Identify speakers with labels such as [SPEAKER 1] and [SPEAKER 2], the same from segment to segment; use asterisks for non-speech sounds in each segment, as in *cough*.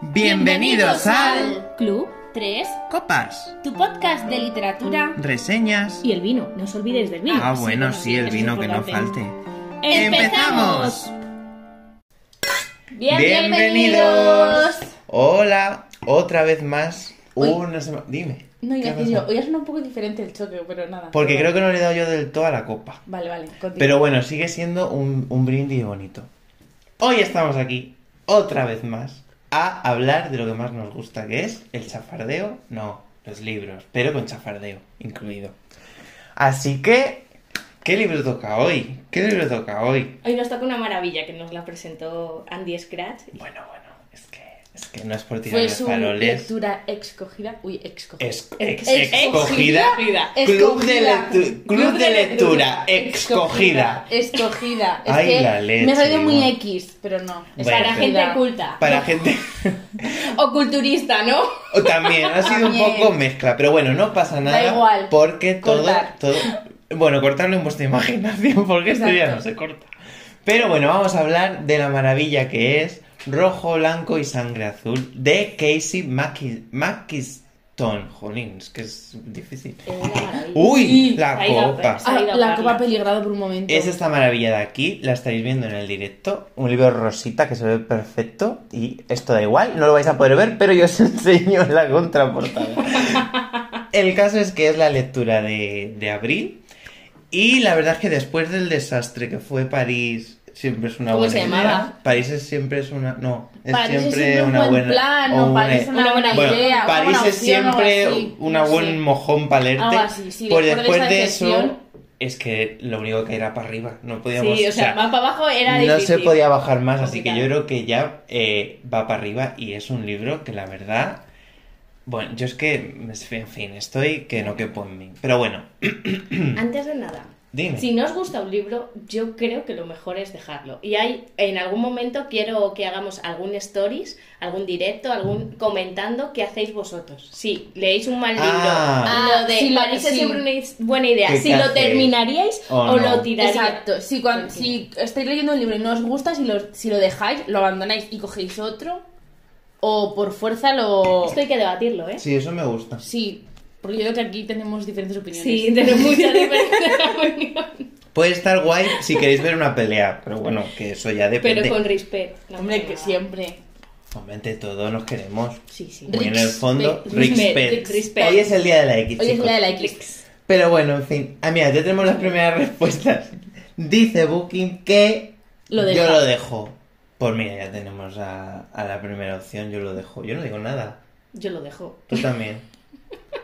[SPEAKER 1] Bienvenidos al
[SPEAKER 2] Club 3,
[SPEAKER 1] Copas,
[SPEAKER 2] tu podcast de literatura
[SPEAKER 1] reseñas.
[SPEAKER 2] y el vino. No os olvidéis del vino.
[SPEAKER 1] Ah, bueno, sí, el
[SPEAKER 2] es
[SPEAKER 1] vino que no
[SPEAKER 2] importante.
[SPEAKER 1] falte.
[SPEAKER 2] ¡Empezamos!
[SPEAKER 1] Bienvenidos. Hola, otra vez más.
[SPEAKER 3] Uy.
[SPEAKER 1] Una semana. Dime.
[SPEAKER 3] No, iba a
[SPEAKER 1] ¿qué
[SPEAKER 3] decir yo,
[SPEAKER 1] pasa?
[SPEAKER 3] hoy ha sonado un poco diferente el choque, pero nada.
[SPEAKER 1] Porque creo que no le he dado yo del todo a la copa.
[SPEAKER 3] Vale, vale, continúa.
[SPEAKER 1] Pero bueno, sigue siendo un, un brindis bonito. Hoy estamos aquí, otra vez más, a hablar de lo que más nos gusta, que es el chafardeo. No, los libros, pero con chafardeo incluido. Así que, ¿qué libro toca hoy? ¿Qué libro toca hoy?
[SPEAKER 2] Hoy nos toca una maravilla que nos la presentó Andy Scratch.
[SPEAKER 1] Bueno, bueno, es que, es que no es por tirar
[SPEAKER 3] Fue
[SPEAKER 1] los
[SPEAKER 3] su
[SPEAKER 1] faroles.
[SPEAKER 3] lectura escogida. Uy, escogida.
[SPEAKER 1] Es, ex-
[SPEAKER 3] Pues Ex-
[SPEAKER 1] escogida.
[SPEAKER 3] escogida.
[SPEAKER 1] Club de,
[SPEAKER 3] Escogida.
[SPEAKER 1] lectu- club de lectura. Escogida.
[SPEAKER 3] Escogida. Es
[SPEAKER 1] Ay,
[SPEAKER 3] que
[SPEAKER 1] la leche,
[SPEAKER 3] me ha salido muy
[SPEAKER 1] digo.
[SPEAKER 3] X, pero no.
[SPEAKER 2] Es
[SPEAKER 1] Bueno,
[SPEAKER 2] para
[SPEAKER 1] pero-
[SPEAKER 2] gente culta.
[SPEAKER 1] Para gente.
[SPEAKER 2] O culturista, ¿no?
[SPEAKER 1] O También, ha sido un
[SPEAKER 3] También.
[SPEAKER 1] poco mezcla, pero bueno, no pasa nada.
[SPEAKER 3] igual.
[SPEAKER 1] Porque todo,
[SPEAKER 3] Cortar.
[SPEAKER 1] todo. Bueno, cortarlo en vuestra imaginación, porque esto ya
[SPEAKER 3] Exacto.
[SPEAKER 1] no se corta. Pero bueno, vamos a hablar de la maravilla que es Rojo, Blanco y Sangre Azul de Casey Macki- Mackiston. Jolín, es que es difícil.
[SPEAKER 2] Es una maravilla.
[SPEAKER 1] ¡Uy!
[SPEAKER 3] Sí,
[SPEAKER 1] La
[SPEAKER 2] ahí va,
[SPEAKER 1] copa.
[SPEAKER 2] pues.
[SPEAKER 3] Ah,
[SPEAKER 2] ha ido a
[SPEAKER 3] la copa
[SPEAKER 2] Carla.
[SPEAKER 3] ha peligrado por un momento.
[SPEAKER 1] Es esta maravilla de aquí, la estáis viendo en el directo, un libro rosita que se ve perfecto y esto da igual, no lo vais a poder ver, pero yo os *laughs* enseño la contraportada.
[SPEAKER 3] *laughs*
[SPEAKER 1] El caso es que es la lectura de, de abril y la verdad es que después del desastre que fue París, siempre es una
[SPEAKER 3] ¿Cómo
[SPEAKER 1] buena
[SPEAKER 3] se
[SPEAKER 1] idea.
[SPEAKER 3] llamaba?
[SPEAKER 1] París es siempre es una... No, es
[SPEAKER 3] París es
[SPEAKER 1] siempre,
[SPEAKER 3] siempre un
[SPEAKER 1] una
[SPEAKER 3] buen
[SPEAKER 1] buena...
[SPEAKER 3] plan,
[SPEAKER 1] o
[SPEAKER 3] o París es una buena
[SPEAKER 1] bueno,
[SPEAKER 3] idea, una
[SPEAKER 1] París
[SPEAKER 3] buena
[SPEAKER 1] es
[SPEAKER 3] opción o
[SPEAKER 1] siempre
[SPEAKER 3] así,
[SPEAKER 1] una
[SPEAKER 3] no sé.
[SPEAKER 1] buen mojón para leerte.
[SPEAKER 3] Algo así, sí,
[SPEAKER 1] pues
[SPEAKER 3] después de
[SPEAKER 1] después
[SPEAKER 3] esa
[SPEAKER 1] de eso...
[SPEAKER 3] decepción-
[SPEAKER 1] Es que lo único que era para arriba, no podíamos.
[SPEAKER 2] Sí, o sea, más para abajo era
[SPEAKER 1] no
[SPEAKER 2] difícil.
[SPEAKER 1] se podía bajar más, así que yo
[SPEAKER 2] Complicado.
[SPEAKER 1] creo que ya eh, va para arriba y es un libro que la verdad. Bueno, yo es que, en fin, estoy que no quepo en mí. Pero bueno,
[SPEAKER 2] Mm. Antes de nada,
[SPEAKER 1] dime.
[SPEAKER 2] Si no os gusta un libro, yo creo que lo mejor es dejarlo. Y hay, en algún momento quiero que hagamos algún stories, algún directo,
[SPEAKER 1] Mm.
[SPEAKER 2] algún comentando qué hacéis vosotros. Si leéis un mal libro,
[SPEAKER 1] Ah.
[SPEAKER 2] lo de
[SPEAKER 3] Ah, sí, lo-
[SPEAKER 2] París es
[SPEAKER 3] sí.
[SPEAKER 2] siempre una is- buena idea.
[SPEAKER 1] ¿Qué
[SPEAKER 2] Si lo
[SPEAKER 1] hacéis?
[SPEAKER 2] terminaríais
[SPEAKER 1] O
[SPEAKER 2] o,
[SPEAKER 1] no.
[SPEAKER 2] lo tiraríais.
[SPEAKER 3] Exacto. Si, cuan- si estáis leyendo un libro y no os gusta, si lo, si lo dejáis, lo abandonáis y cogéis otro. O por fuerza lo.
[SPEAKER 2] Esto hay que debatirlo, ¿eh?
[SPEAKER 1] Sí, eso me gusta.
[SPEAKER 3] Sí, porque yo creo que aquí tenemos diferentes opiniones.
[SPEAKER 2] Sí, tenemos mucha *laughs* diferencia de opinión.
[SPEAKER 1] Puede estar guay si queréis ver una pelea, pero bueno, que eso ya depende.
[SPEAKER 2] Pero con respeto. No
[SPEAKER 3] *laughs* Hombre,
[SPEAKER 2] pasa
[SPEAKER 3] que
[SPEAKER 2] nada.
[SPEAKER 3] siempre.
[SPEAKER 1] Hombre, entre todos nos queremos.
[SPEAKER 2] Sí, sí.
[SPEAKER 1] Muy en el
[SPEAKER 3] Rix-
[SPEAKER 1] fondo,
[SPEAKER 3] Rix-
[SPEAKER 1] respect.
[SPEAKER 2] Rix- respect.
[SPEAKER 1] Hoy es el día de la X.
[SPEAKER 3] Hoy es
[SPEAKER 1] chicos.
[SPEAKER 3] la de la X.
[SPEAKER 1] Pero bueno, en fin. Ah, mira, ya tenemos las primeras *laughs* respuestas. Dice Booking que
[SPEAKER 3] Lo deja.
[SPEAKER 1] yo lo dejo. Pues mira, ya tenemos a, a la primera opción, yo lo dejo. Yo no digo nada.
[SPEAKER 2] Yo lo dejo.
[SPEAKER 1] Tú también.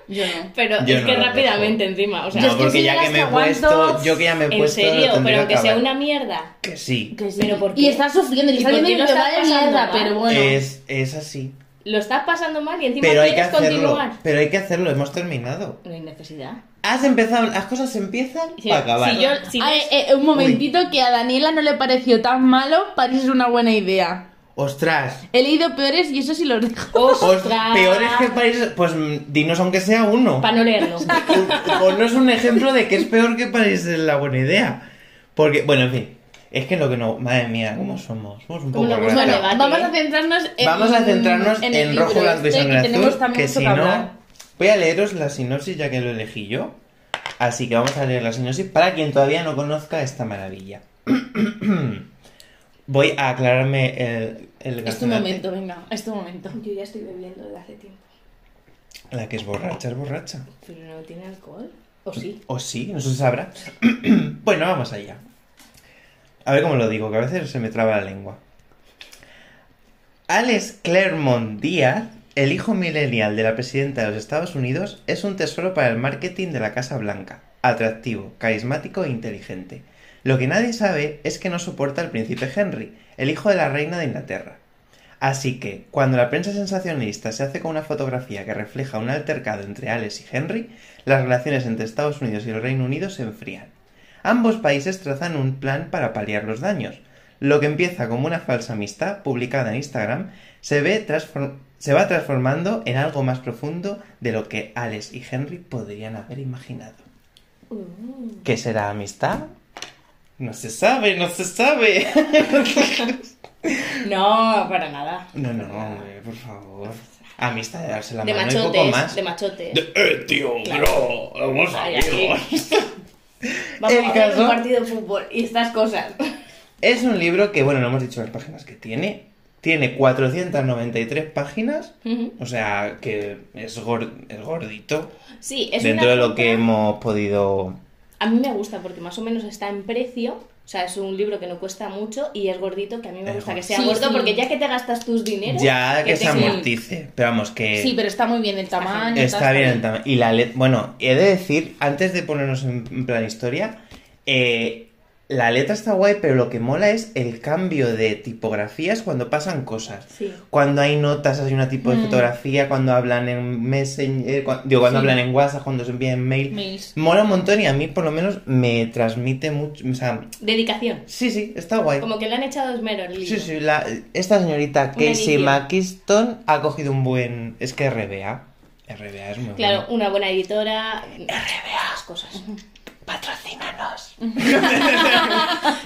[SPEAKER 3] Yo no.
[SPEAKER 2] Pero
[SPEAKER 1] Yo
[SPEAKER 2] es
[SPEAKER 1] no
[SPEAKER 2] que
[SPEAKER 1] lo dejo.
[SPEAKER 2] rápidamente encima, o sea,
[SPEAKER 3] Yo es
[SPEAKER 1] no,
[SPEAKER 3] que
[SPEAKER 1] porque
[SPEAKER 3] soy
[SPEAKER 1] ya
[SPEAKER 3] de
[SPEAKER 1] que
[SPEAKER 3] las
[SPEAKER 1] me he
[SPEAKER 3] que aguanto-
[SPEAKER 1] puesto, yo que ya me he
[SPEAKER 2] en
[SPEAKER 1] puesto, lo
[SPEAKER 2] serio,
[SPEAKER 1] tendría
[SPEAKER 2] pero aunque
[SPEAKER 1] que
[SPEAKER 2] sea
[SPEAKER 1] acabar.
[SPEAKER 2] una mierda,
[SPEAKER 1] Que sí.
[SPEAKER 3] Que sí.
[SPEAKER 2] Pero por
[SPEAKER 3] y
[SPEAKER 2] qué.
[SPEAKER 3] estás sufriendo, y
[SPEAKER 2] ¿Y
[SPEAKER 3] está
[SPEAKER 2] por qué
[SPEAKER 3] viendo
[SPEAKER 2] lo
[SPEAKER 3] que
[SPEAKER 2] estás
[SPEAKER 3] va de
[SPEAKER 2] pasando
[SPEAKER 3] mierda,
[SPEAKER 2] mal?
[SPEAKER 3] pero bueno.
[SPEAKER 1] Es, es así.
[SPEAKER 2] lo estás pasando mal y encima
[SPEAKER 1] Pero hay que
[SPEAKER 2] quieres
[SPEAKER 1] hacerlo.
[SPEAKER 2] continuar.
[SPEAKER 1] Pero hay que hacerlo, hemos terminado.
[SPEAKER 2] No hay necesidad.
[SPEAKER 1] Has empezado, las cosas empiezan
[SPEAKER 2] Sí,
[SPEAKER 1] para acabar.
[SPEAKER 2] si yo- si
[SPEAKER 3] Ah,
[SPEAKER 2] ves-
[SPEAKER 3] eh, eh, un momentito que a Daniela no le pareció tan malo, parece una buena idea.
[SPEAKER 1] Ostras.
[SPEAKER 3] He leído peores y eso sí los dejo.
[SPEAKER 2] Oh.
[SPEAKER 1] Ostras. Peores que París. Pues mm, dinos aunque sea uno.
[SPEAKER 2] Para no *laughs* leerlo.
[SPEAKER 1] O no es un ejemplo de que es peor que París es la buena idea. Porque, bueno, en fin, es que lo que no. Madre mía, ¿cómo somos? Somos un poco
[SPEAKER 2] Como lo-
[SPEAKER 1] ratas.
[SPEAKER 3] Bueno,
[SPEAKER 2] debate,
[SPEAKER 3] vamos
[SPEAKER 2] ¿eh?
[SPEAKER 3] a centrarnos en
[SPEAKER 1] Vamos a centrarnos en,
[SPEAKER 3] el
[SPEAKER 1] rojo,
[SPEAKER 3] libro
[SPEAKER 1] blanco y
[SPEAKER 3] este,
[SPEAKER 1] sangre
[SPEAKER 3] que tenemos
[SPEAKER 1] azul.
[SPEAKER 3] también
[SPEAKER 1] Que
[SPEAKER 3] mucho
[SPEAKER 1] si
[SPEAKER 3] hablar.
[SPEAKER 1] no. Voy a leeros la sinopsis ya que lo elegí yo. Así que vamos a leer la sinopsis para quien todavía no conozca esta maravilla. *clears throat* Voy a aclararme el, el
[SPEAKER 3] Es
[SPEAKER 1] gaznate.
[SPEAKER 3] tu Este momento, venga, es tu momento.
[SPEAKER 2] Yo ya estoy bebiendo desde hace tiempo.
[SPEAKER 1] La que es borracha es borracha.
[SPEAKER 2] Pero no tiene alcohol. ¿O sí?
[SPEAKER 1] O sí, no se sabrá. *clears throat* bueno, vamos allá. A ver cómo lo digo, que a veces se me traba la lengua. Alex Claremont Díaz, el hijo millennial de la presidenta de los Estados Unidos, es un tesoro para el marketing de la Casa Blanca. Atractivo, carismático e inteligente. Lo que nadie sabe es que no soporta al príncipe Henry, el hijo de la reina de Inglaterra. Así que, cuando la prensa sensacionalista se hace con una fotografía que refleja un altercado entre Alex y Henry, las relaciones entre Estados Unidos y el Reino Unido se enfrían. Ambos países trazan un plan para paliar los daños. Lo que empieza como una falsa amistad publicada en Instagram se, ve transform- se va transformando en algo más profundo de lo que Alex y Henry podrían haber imaginado.
[SPEAKER 2] Mm.
[SPEAKER 1] ¿Qué será amistad? No se sabe, no se sabe.
[SPEAKER 2] No, para nada.
[SPEAKER 1] *laughs* No, no, hombre, por favor. Amistad de darse la
[SPEAKER 2] De
[SPEAKER 1] mano y poco
[SPEAKER 2] machotes,
[SPEAKER 1] más.
[SPEAKER 2] de machotes.
[SPEAKER 1] De- eh, tío,
[SPEAKER 2] Claro.
[SPEAKER 1] bro, vamos
[SPEAKER 2] Ay,
[SPEAKER 1] amigos.
[SPEAKER 2] Vamos
[SPEAKER 1] El
[SPEAKER 2] a ver
[SPEAKER 1] caso-
[SPEAKER 2] un partido de fútbol y estas cosas. *laughs*
[SPEAKER 1] Es un libro que, bueno, no hemos dicho las páginas que tiene. Tiene 493 páginas.
[SPEAKER 2] Ujú.
[SPEAKER 1] O sea, que es, gor- es gordito.
[SPEAKER 2] Sí, es
[SPEAKER 1] dentro
[SPEAKER 2] una
[SPEAKER 1] de lo que
[SPEAKER 2] compra-
[SPEAKER 1] hemos podido...
[SPEAKER 2] A mí me gusta porque más o menos está en precio. O sea, es un libro que no cuesta mucho y es gordito, que a mí me
[SPEAKER 1] Es
[SPEAKER 2] gusta que
[SPEAKER 1] gordo.
[SPEAKER 2] sea
[SPEAKER 3] Sí,
[SPEAKER 2] gordo
[SPEAKER 3] sí.
[SPEAKER 2] porque ya que te gastas tus dineros...
[SPEAKER 1] Ya que se
[SPEAKER 2] tenga-
[SPEAKER 1] amortice. Pero vamos, que...
[SPEAKER 3] Sí, pero está muy bien el tamaño.
[SPEAKER 1] Eh, Está bien el tamaño. Y la letra. Bueno, he de decir, antes de ponernos en en plan historia, eh, la letra está guay, pero lo que mola es el cambio de tipografías cuando pasan cosas.
[SPEAKER 2] Sí.
[SPEAKER 1] Cuando hay notas, hay una tipo de
[SPEAKER 3] Mm.
[SPEAKER 1] fotografía, cuando hablan en Messenger, cua- digo, cuando
[SPEAKER 3] Sí.
[SPEAKER 1] hablan en WhatsApp, cuando se envían mail.
[SPEAKER 3] Mails.
[SPEAKER 1] Mola un montón y a mí, por lo menos, me transmite mucho. O sea,
[SPEAKER 2] Dedicación.
[SPEAKER 1] sí, sí, está guay.
[SPEAKER 2] Como que le han echado esmero al libro.
[SPEAKER 1] Sí, sí, la- esta señorita Casey
[SPEAKER 2] edición.
[SPEAKER 1] McKiston ha cogido un buen. Es que RBA. RBA es muy bueno.
[SPEAKER 2] Claro, una buena editora... Las cosas.
[SPEAKER 1] Patrocínanos.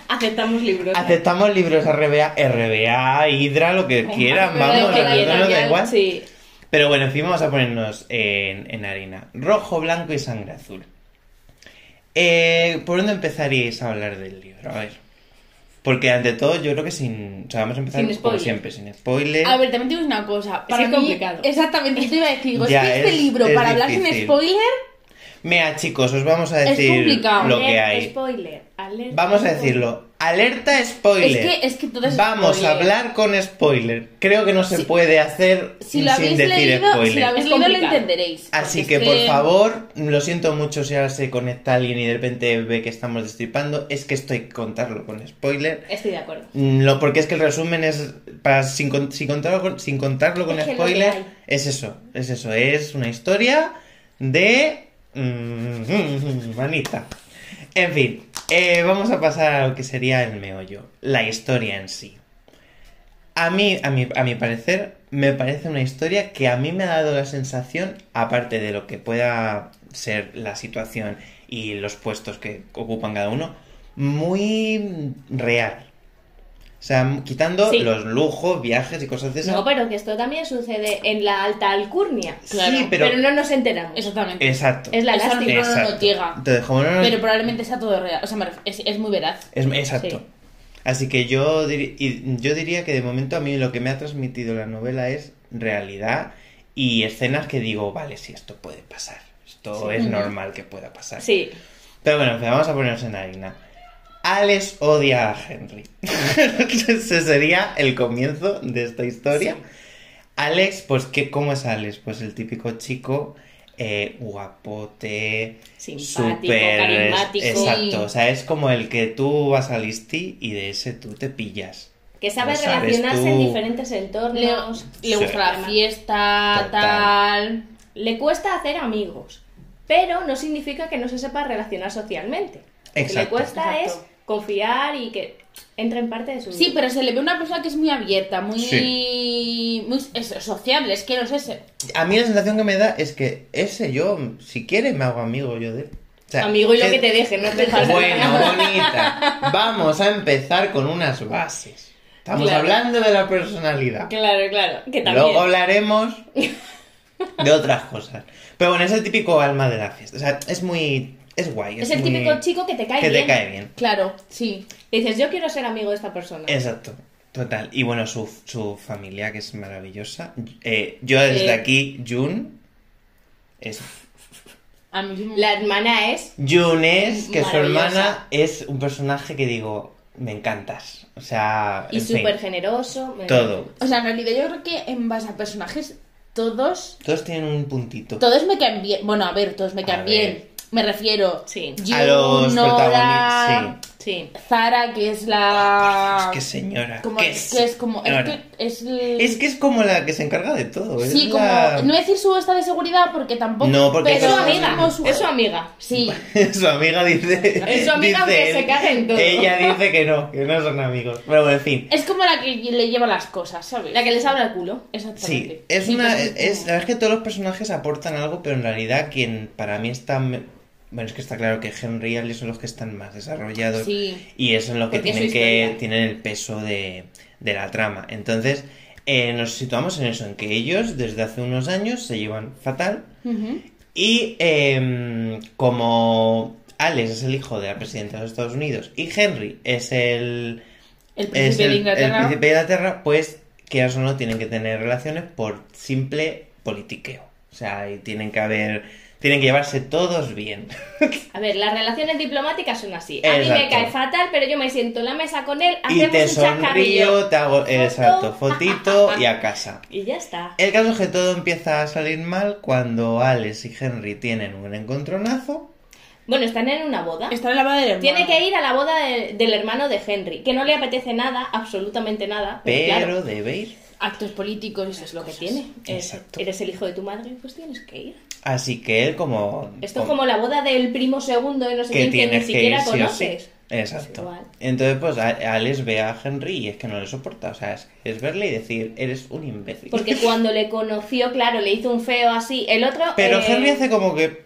[SPEAKER 2] Aceptamos libros.
[SPEAKER 1] Aceptamos libros RBA, RBA, Hydra, lo que quieran,
[SPEAKER 3] pero
[SPEAKER 1] vamos,
[SPEAKER 3] lo que
[SPEAKER 1] a nosotros
[SPEAKER 3] quieran,
[SPEAKER 1] nos da
[SPEAKER 3] ya,
[SPEAKER 1] igual.
[SPEAKER 2] ¿eh? Sí.
[SPEAKER 1] Pero bueno, en fin, vamos a ponernos en, en harina. Rojo, blanco y sangre azul. Eh, ¿Por dónde empezaríais a hablar del libro? A ver. Porque ante todo, yo creo que sin. O sea, vamos a empezar
[SPEAKER 2] Sin
[SPEAKER 1] como
[SPEAKER 2] spoiler.
[SPEAKER 1] siempre, sin spoiler.
[SPEAKER 3] A ver, también te digo una cosa. Para
[SPEAKER 2] es
[SPEAKER 3] mí,
[SPEAKER 2] complicado.
[SPEAKER 3] Exactamente, yo te iba a decir, digo, es
[SPEAKER 1] Ya,
[SPEAKER 3] que este
[SPEAKER 1] es-
[SPEAKER 3] libro,
[SPEAKER 1] es
[SPEAKER 3] para hablar sin
[SPEAKER 1] difícil.
[SPEAKER 3] spoiler,
[SPEAKER 1] Mira, chicos, os vamos a
[SPEAKER 3] Es
[SPEAKER 1] decir
[SPEAKER 3] complicado.
[SPEAKER 1] lo que
[SPEAKER 2] Alert,
[SPEAKER 1] hay.
[SPEAKER 2] Spoiler. alert,
[SPEAKER 1] Vamos a
[SPEAKER 2] spoiler.
[SPEAKER 1] decirlo. Alerta spoiler.
[SPEAKER 3] Es que- es que todo es
[SPEAKER 1] Vamos
[SPEAKER 3] spoiler.
[SPEAKER 1] a hablar con spoiler. Creo que no se puede hacer
[SPEAKER 3] si lo
[SPEAKER 1] sin
[SPEAKER 3] habéis
[SPEAKER 1] decir
[SPEAKER 3] leído,
[SPEAKER 1] spoiler.
[SPEAKER 3] si lo habéis
[SPEAKER 2] Es
[SPEAKER 3] leído, lo
[SPEAKER 2] complicado.
[SPEAKER 3] entenderéis.
[SPEAKER 1] Así
[SPEAKER 3] porque
[SPEAKER 1] que,
[SPEAKER 3] es
[SPEAKER 1] por favor, lo siento mucho si ahora se conecta alguien y de repente ve que estamos destripando. Es que estoy contarlo con spoiler.
[SPEAKER 2] Estoy de acuerdo.
[SPEAKER 1] Mm, Lo, porque es que el resumen es para sin, con- sin contarlo con, sin contarlo con
[SPEAKER 2] Es que es lo que
[SPEAKER 1] spoiler.
[SPEAKER 2] hay.
[SPEAKER 1] Es eso, es eso. Es una historia de mm, *laughs* manita. En fin, eh, vamos a pasar a lo que sería el meollo, la historia en sí. A mí, a mi, a mi parecer, me parece una historia que a mí me ha dado la sensación, aparte de lo que pueda ser la situación y los puestos que ocupan cada uno, muy real. O sea, quitando
[SPEAKER 2] Sí.
[SPEAKER 1] los lujos, viajes y cosas de esas.
[SPEAKER 2] No, pero que esto también sucede en la alta alcurnia.
[SPEAKER 3] claro,
[SPEAKER 1] sí, pero...
[SPEAKER 2] no nos enteramos.
[SPEAKER 3] Exactamente.
[SPEAKER 1] Exacto.
[SPEAKER 2] Es la
[SPEAKER 3] Eso
[SPEAKER 2] lástima.
[SPEAKER 3] no-
[SPEAKER 1] Exacto.
[SPEAKER 3] llega.
[SPEAKER 1] Entonces, como no nos-
[SPEAKER 3] Pero probablemente sea todo real. O sea, me ref- es, es muy veraz.
[SPEAKER 1] Es- exacto.
[SPEAKER 2] Sí.
[SPEAKER 1] Así que yo, diri- y yo diría que de momento a mí lo que me ha transmitido la novela es realidad y escenas que digo, vale, si esto puede pasar. Esto
[SPEAKER 2] Sí.
[SPEAKER 1] es
[SPEAKER 3] Ujú.
[SPEAKER 1] normal que pueda pasar.
[SPEAKER 2] Sí.
[SPEAKER 1] Pero bueno, en fin, vamos a ponernos en harina. Alex odia a Henry. *laughs* Ese sería el comienzo de esta historia. Alex, pues, ¿qué, ¿cómo es Alex? Pues el típico chico eh, guapote,
[SPEAKER 2] Simpático,
[SPEAKER 1] súper...
[SPEAKER 2] carismático.
[SPEAKER 1] Exacto, o sea, es como el que tú vas al ISTI y de ese tú te pillas.
[SPEAKER 2] Que
[SPEAKER 1] No
[SPEAKER 2] sabe
[SPEAKER 1] sabes
[SPEAKER 2] relacionarse
[SPEAKER 1] tú.
[SPEAKER 2] en diferentes entornos.
[SPEAKER 3] Le, le
[SPEAKER 1] Sí.
[SPEAKER 3] gusta la fiesta,
[SPEAKER 1] Total.
[SPEAKER 3] tal.
[SPEAKER 2] Le, cuesta hacer amigos, pero no significa que no se sepa relacionar socialmente. Lo que le
[SPEAKER 1] Exacto.
[SPEAKER 2] cuesta
[SPEAKER 3] Exacto.
[SPEAKER 2] es confiar y que entre en parte de su
[SPEAKER 3] Sí,
[SPEAKER 2] vida.
[SPEAKER 3] pero se le ve una persona que es muy abierta, muy. muy es- es sociable, es que no sé. se-
[SPEAKER 1] A mí la sensación que me da es que ese yo, si quiere, me hago amigo yo de él. O sea,
[SPEAKER 2] Amigo y lo
[SPEAKER 1] que-
[SPEAKER 2] que te deje, no te
[SPEAKER 1] *laughs*
[SPEAKER 2] pasa
[SPEAKER 1] Bueno,
[SPEAKER 2] *laughs* nada.
[SPEAKER 1] bonita. Vamos a empezar con unas bases. Estamos
[SPEAKER 2] Claro.
[SPEAKER 1] hablando de la personalidad.
[SPEAKER 2] Claro, claro. Que también.
[SPEAKER 1] Luego
[SPEAKER 2] *laughs*
[SPEAKER 1] hablaremos de otras cosas. Pero bueno, es el típico alma de la fiesta. O sea, es muy. Es guay.
[SPEAKER 2] es el
[SPEAKER 1] muy-
[SPEAKER 2] típico chico ¿eh? que te cae
[SPEAKER 1] que
[SPEAKER 2] bien.
[SPEAKER 1] te cae bien.
[SPEAKER 3] Claro, sí.
[SPEAKER 2] Le Dices, yo quiero ser amigo de esta persona.
[SPEAKER 1] Exacto. Total. Y bueno, su, su familia, que es maravillosa. Eh, yo desde
[SPEAKER 2] Eh.
[SPEAKER 1] aquí, Jun. Es
[SPEAKER 3] A mí sí me-
[SPEAKER 2] La hermana es
[SPEAKER 1] Yunes, que su
[SPEAKER 3] Maravillosa.
[SPEAKER 1] hermana es un personaje que digo, me encantas. O sea,
[SPEAKER 2] y
[SPEAKER 1] en fin,
[SPEAKER 2] súper generoso. me-
[SPEAKER 1] todo.
[SPEAKER 3] O sea, en realidad yo creo que en base a personajes, todos.
[SPEAKER 1] Todos tienen un puntito.
[SPEAKER 3] Todos me caen bien. Bueno, a ver, todos me
[SPEAKER 1] A
[SPEAKER 3] caen
[SPEAKER 1] ver.
[SPEAKER 3] bien. Me refiero.
[SPEAKER 2] Sí.
[SPEAKER 1] A los
[SPEAKER 3] Nora,
[SPEAKER 1] protagonistas, sí.
[SPEAKER 2] Sí.
[SPEAKER 3] Zara, que es la.
[SPEAKER 1] Es que señora.
[SPEAKER 3] Ah. como,
[SPEAKER 1] qué
[SPEAKER 3] es que es como. Es
[SPEAKER 1] señora.
[SPEAKER 3] que es. el-
[SPEAKER 1] Es que es como la que se encarga de todo. es
[SPEAKER 3] Sí, como.
[SPEAKER 1] la-
[SPEAKER 3] No decir su estado de seguridad porque tampoco.
[SPEAKER 1] No, porque
[SPEAKER 2] Es
[SPEAKER 3] pero
[SPEAKER 2] su
[SPEAKER 1] eso-
[SPEAKER 2] amiga.
[SPEAKER 3] como su-
[SPEAKER 2] Es su amiga.
[SPEAKER 3] Sí.
[SPEAKER 1] *laughs* su amiga dice.
[SPEAKER 2] Es su amiga
[SPEAKER 1] dice
[SPEAKER 2] aunque se
[SPEAKER 1] él.
[SPEAKER 2] cague en todo.
[SPEAKER 1] Ella dice que no, que no son amigos. Pero bueno, en fin.
[SPEAKER 3] Es como la que le lleva las cosas, ¿sabes?
[SPEAKER 2] La que les habla el culo.
[SPEAKER 3] Exactamente.
[SPEAKER 1] Sí, es una.
[SPEAKER 3] pues,
[SPEAKER 1] es, la verdad es que todos los personajes aportan algo, pero en realidad, quien para mí está. me- Bueno, es que está claro que Henry y Alice son los que están más desarrollados.
[SPEAKER 3] Sí.
[SPEAKER 1] Y eso es lo que
[SPEAKER 2] Porque es
[SPEAKER 1] tienen
[SPEAKER 2] su
[SPEAKER 1] que
[SPEAKER 2] historia.
[SPEAKER 1] tienen el peso de, de la trama. Entonces, eh, nos situamos en eso, en que ellos desde hace unos años se llevan fatal
[SPEAKER 3] Ujú.
[SPEAKER 1] y em, como Alex es el hijo de la presidenta de los Estados Unidos y Henry es el,
[SPEAKER 3] El príncipe
[SPEAKER 1] es
[SPEAKER 3] de
[SPEAKER 1] el, el
[SPEAKER 3] Inglaterra.
[SPEAKER 1] príncipe de Inglaterra, pues quieras o no tienen que tener relaciones por simple politiqueo. O sea, y tienen que haber, tienen que llevarse todos bien.
[SPEAKER 2] A ver, las relaciones diplomáticas son así. A mí me
[SPEAKER 1] Exacto.
[SPEAKER 2] cae fatal, pero yo me siento en la mesa con él,
[SPEAKER 1] Y
[SPEAKER 2] hacemos
[SPEAKER 1] te
[SPEAKER 2] un chascarrillo.
[SPEAKER 1] sonrío, te hago,
[SPEAKER 2] *laughs*
[SPEAKER 1] exacto, fotito y a casa.
[SPEAKER 2] Y ya está.
[SPEAKER 1] El caso es que todo empieza a salir mal cuando Alex y Henry tienen un encontronazo.
[SPEAKER 2] Bueno, están en una boda.
[SPEAKER 3] Está en la boda del hermano.
[SPEAKER 2] Tiene que ir a la boda de- del hermano de Henry, que no le apetece nada, absolutamente nada. Pero,
[SPEAKER 1] Pero
[SPEAKER 2] claro,
[SPEAKER 1] debe ir.
[SPEAKER 3] Actos políticos y
[SPEAKER 2] eso
[SPEAKER 3] esas
[SPEAKER 2] es lo que
[SPEAKER 3] cosas.
[SPEAKER 2] tiene. Es-
[SPEAKER 1] Exacto.
[SPEAKER 2] eres el hijo de tu madre, pues tienes que ir.
[SPEAKER 1] Así que él como...
[SPEAKER 2] Esto es como la boda del primo segundo de no sé
[SPEAKER 1] que
[SPEAKER 2] quién que ni
[SPEAKER 1] tienes que ir
[SPEAKER 2] siquiera
[SPEAKER 1] sí o sí.
[SPEAKER 2] conoces. Pues
[SPEAKER 1] Exacto.
[SPEAKER 2] igual.
[SPEAKER 1] Entonces pues a- Alex ve a Henry y es que no le soporta. O sea, es, es verle y decir, eres un imbécil.
[SPEAKER 2] Porque cuando le conoció, claro, le hizo un feo así. El otro.
[SPEAKER 1] Pero
[SPEAKER 2] eh,
[SPEAKER 1] Henry hace como que...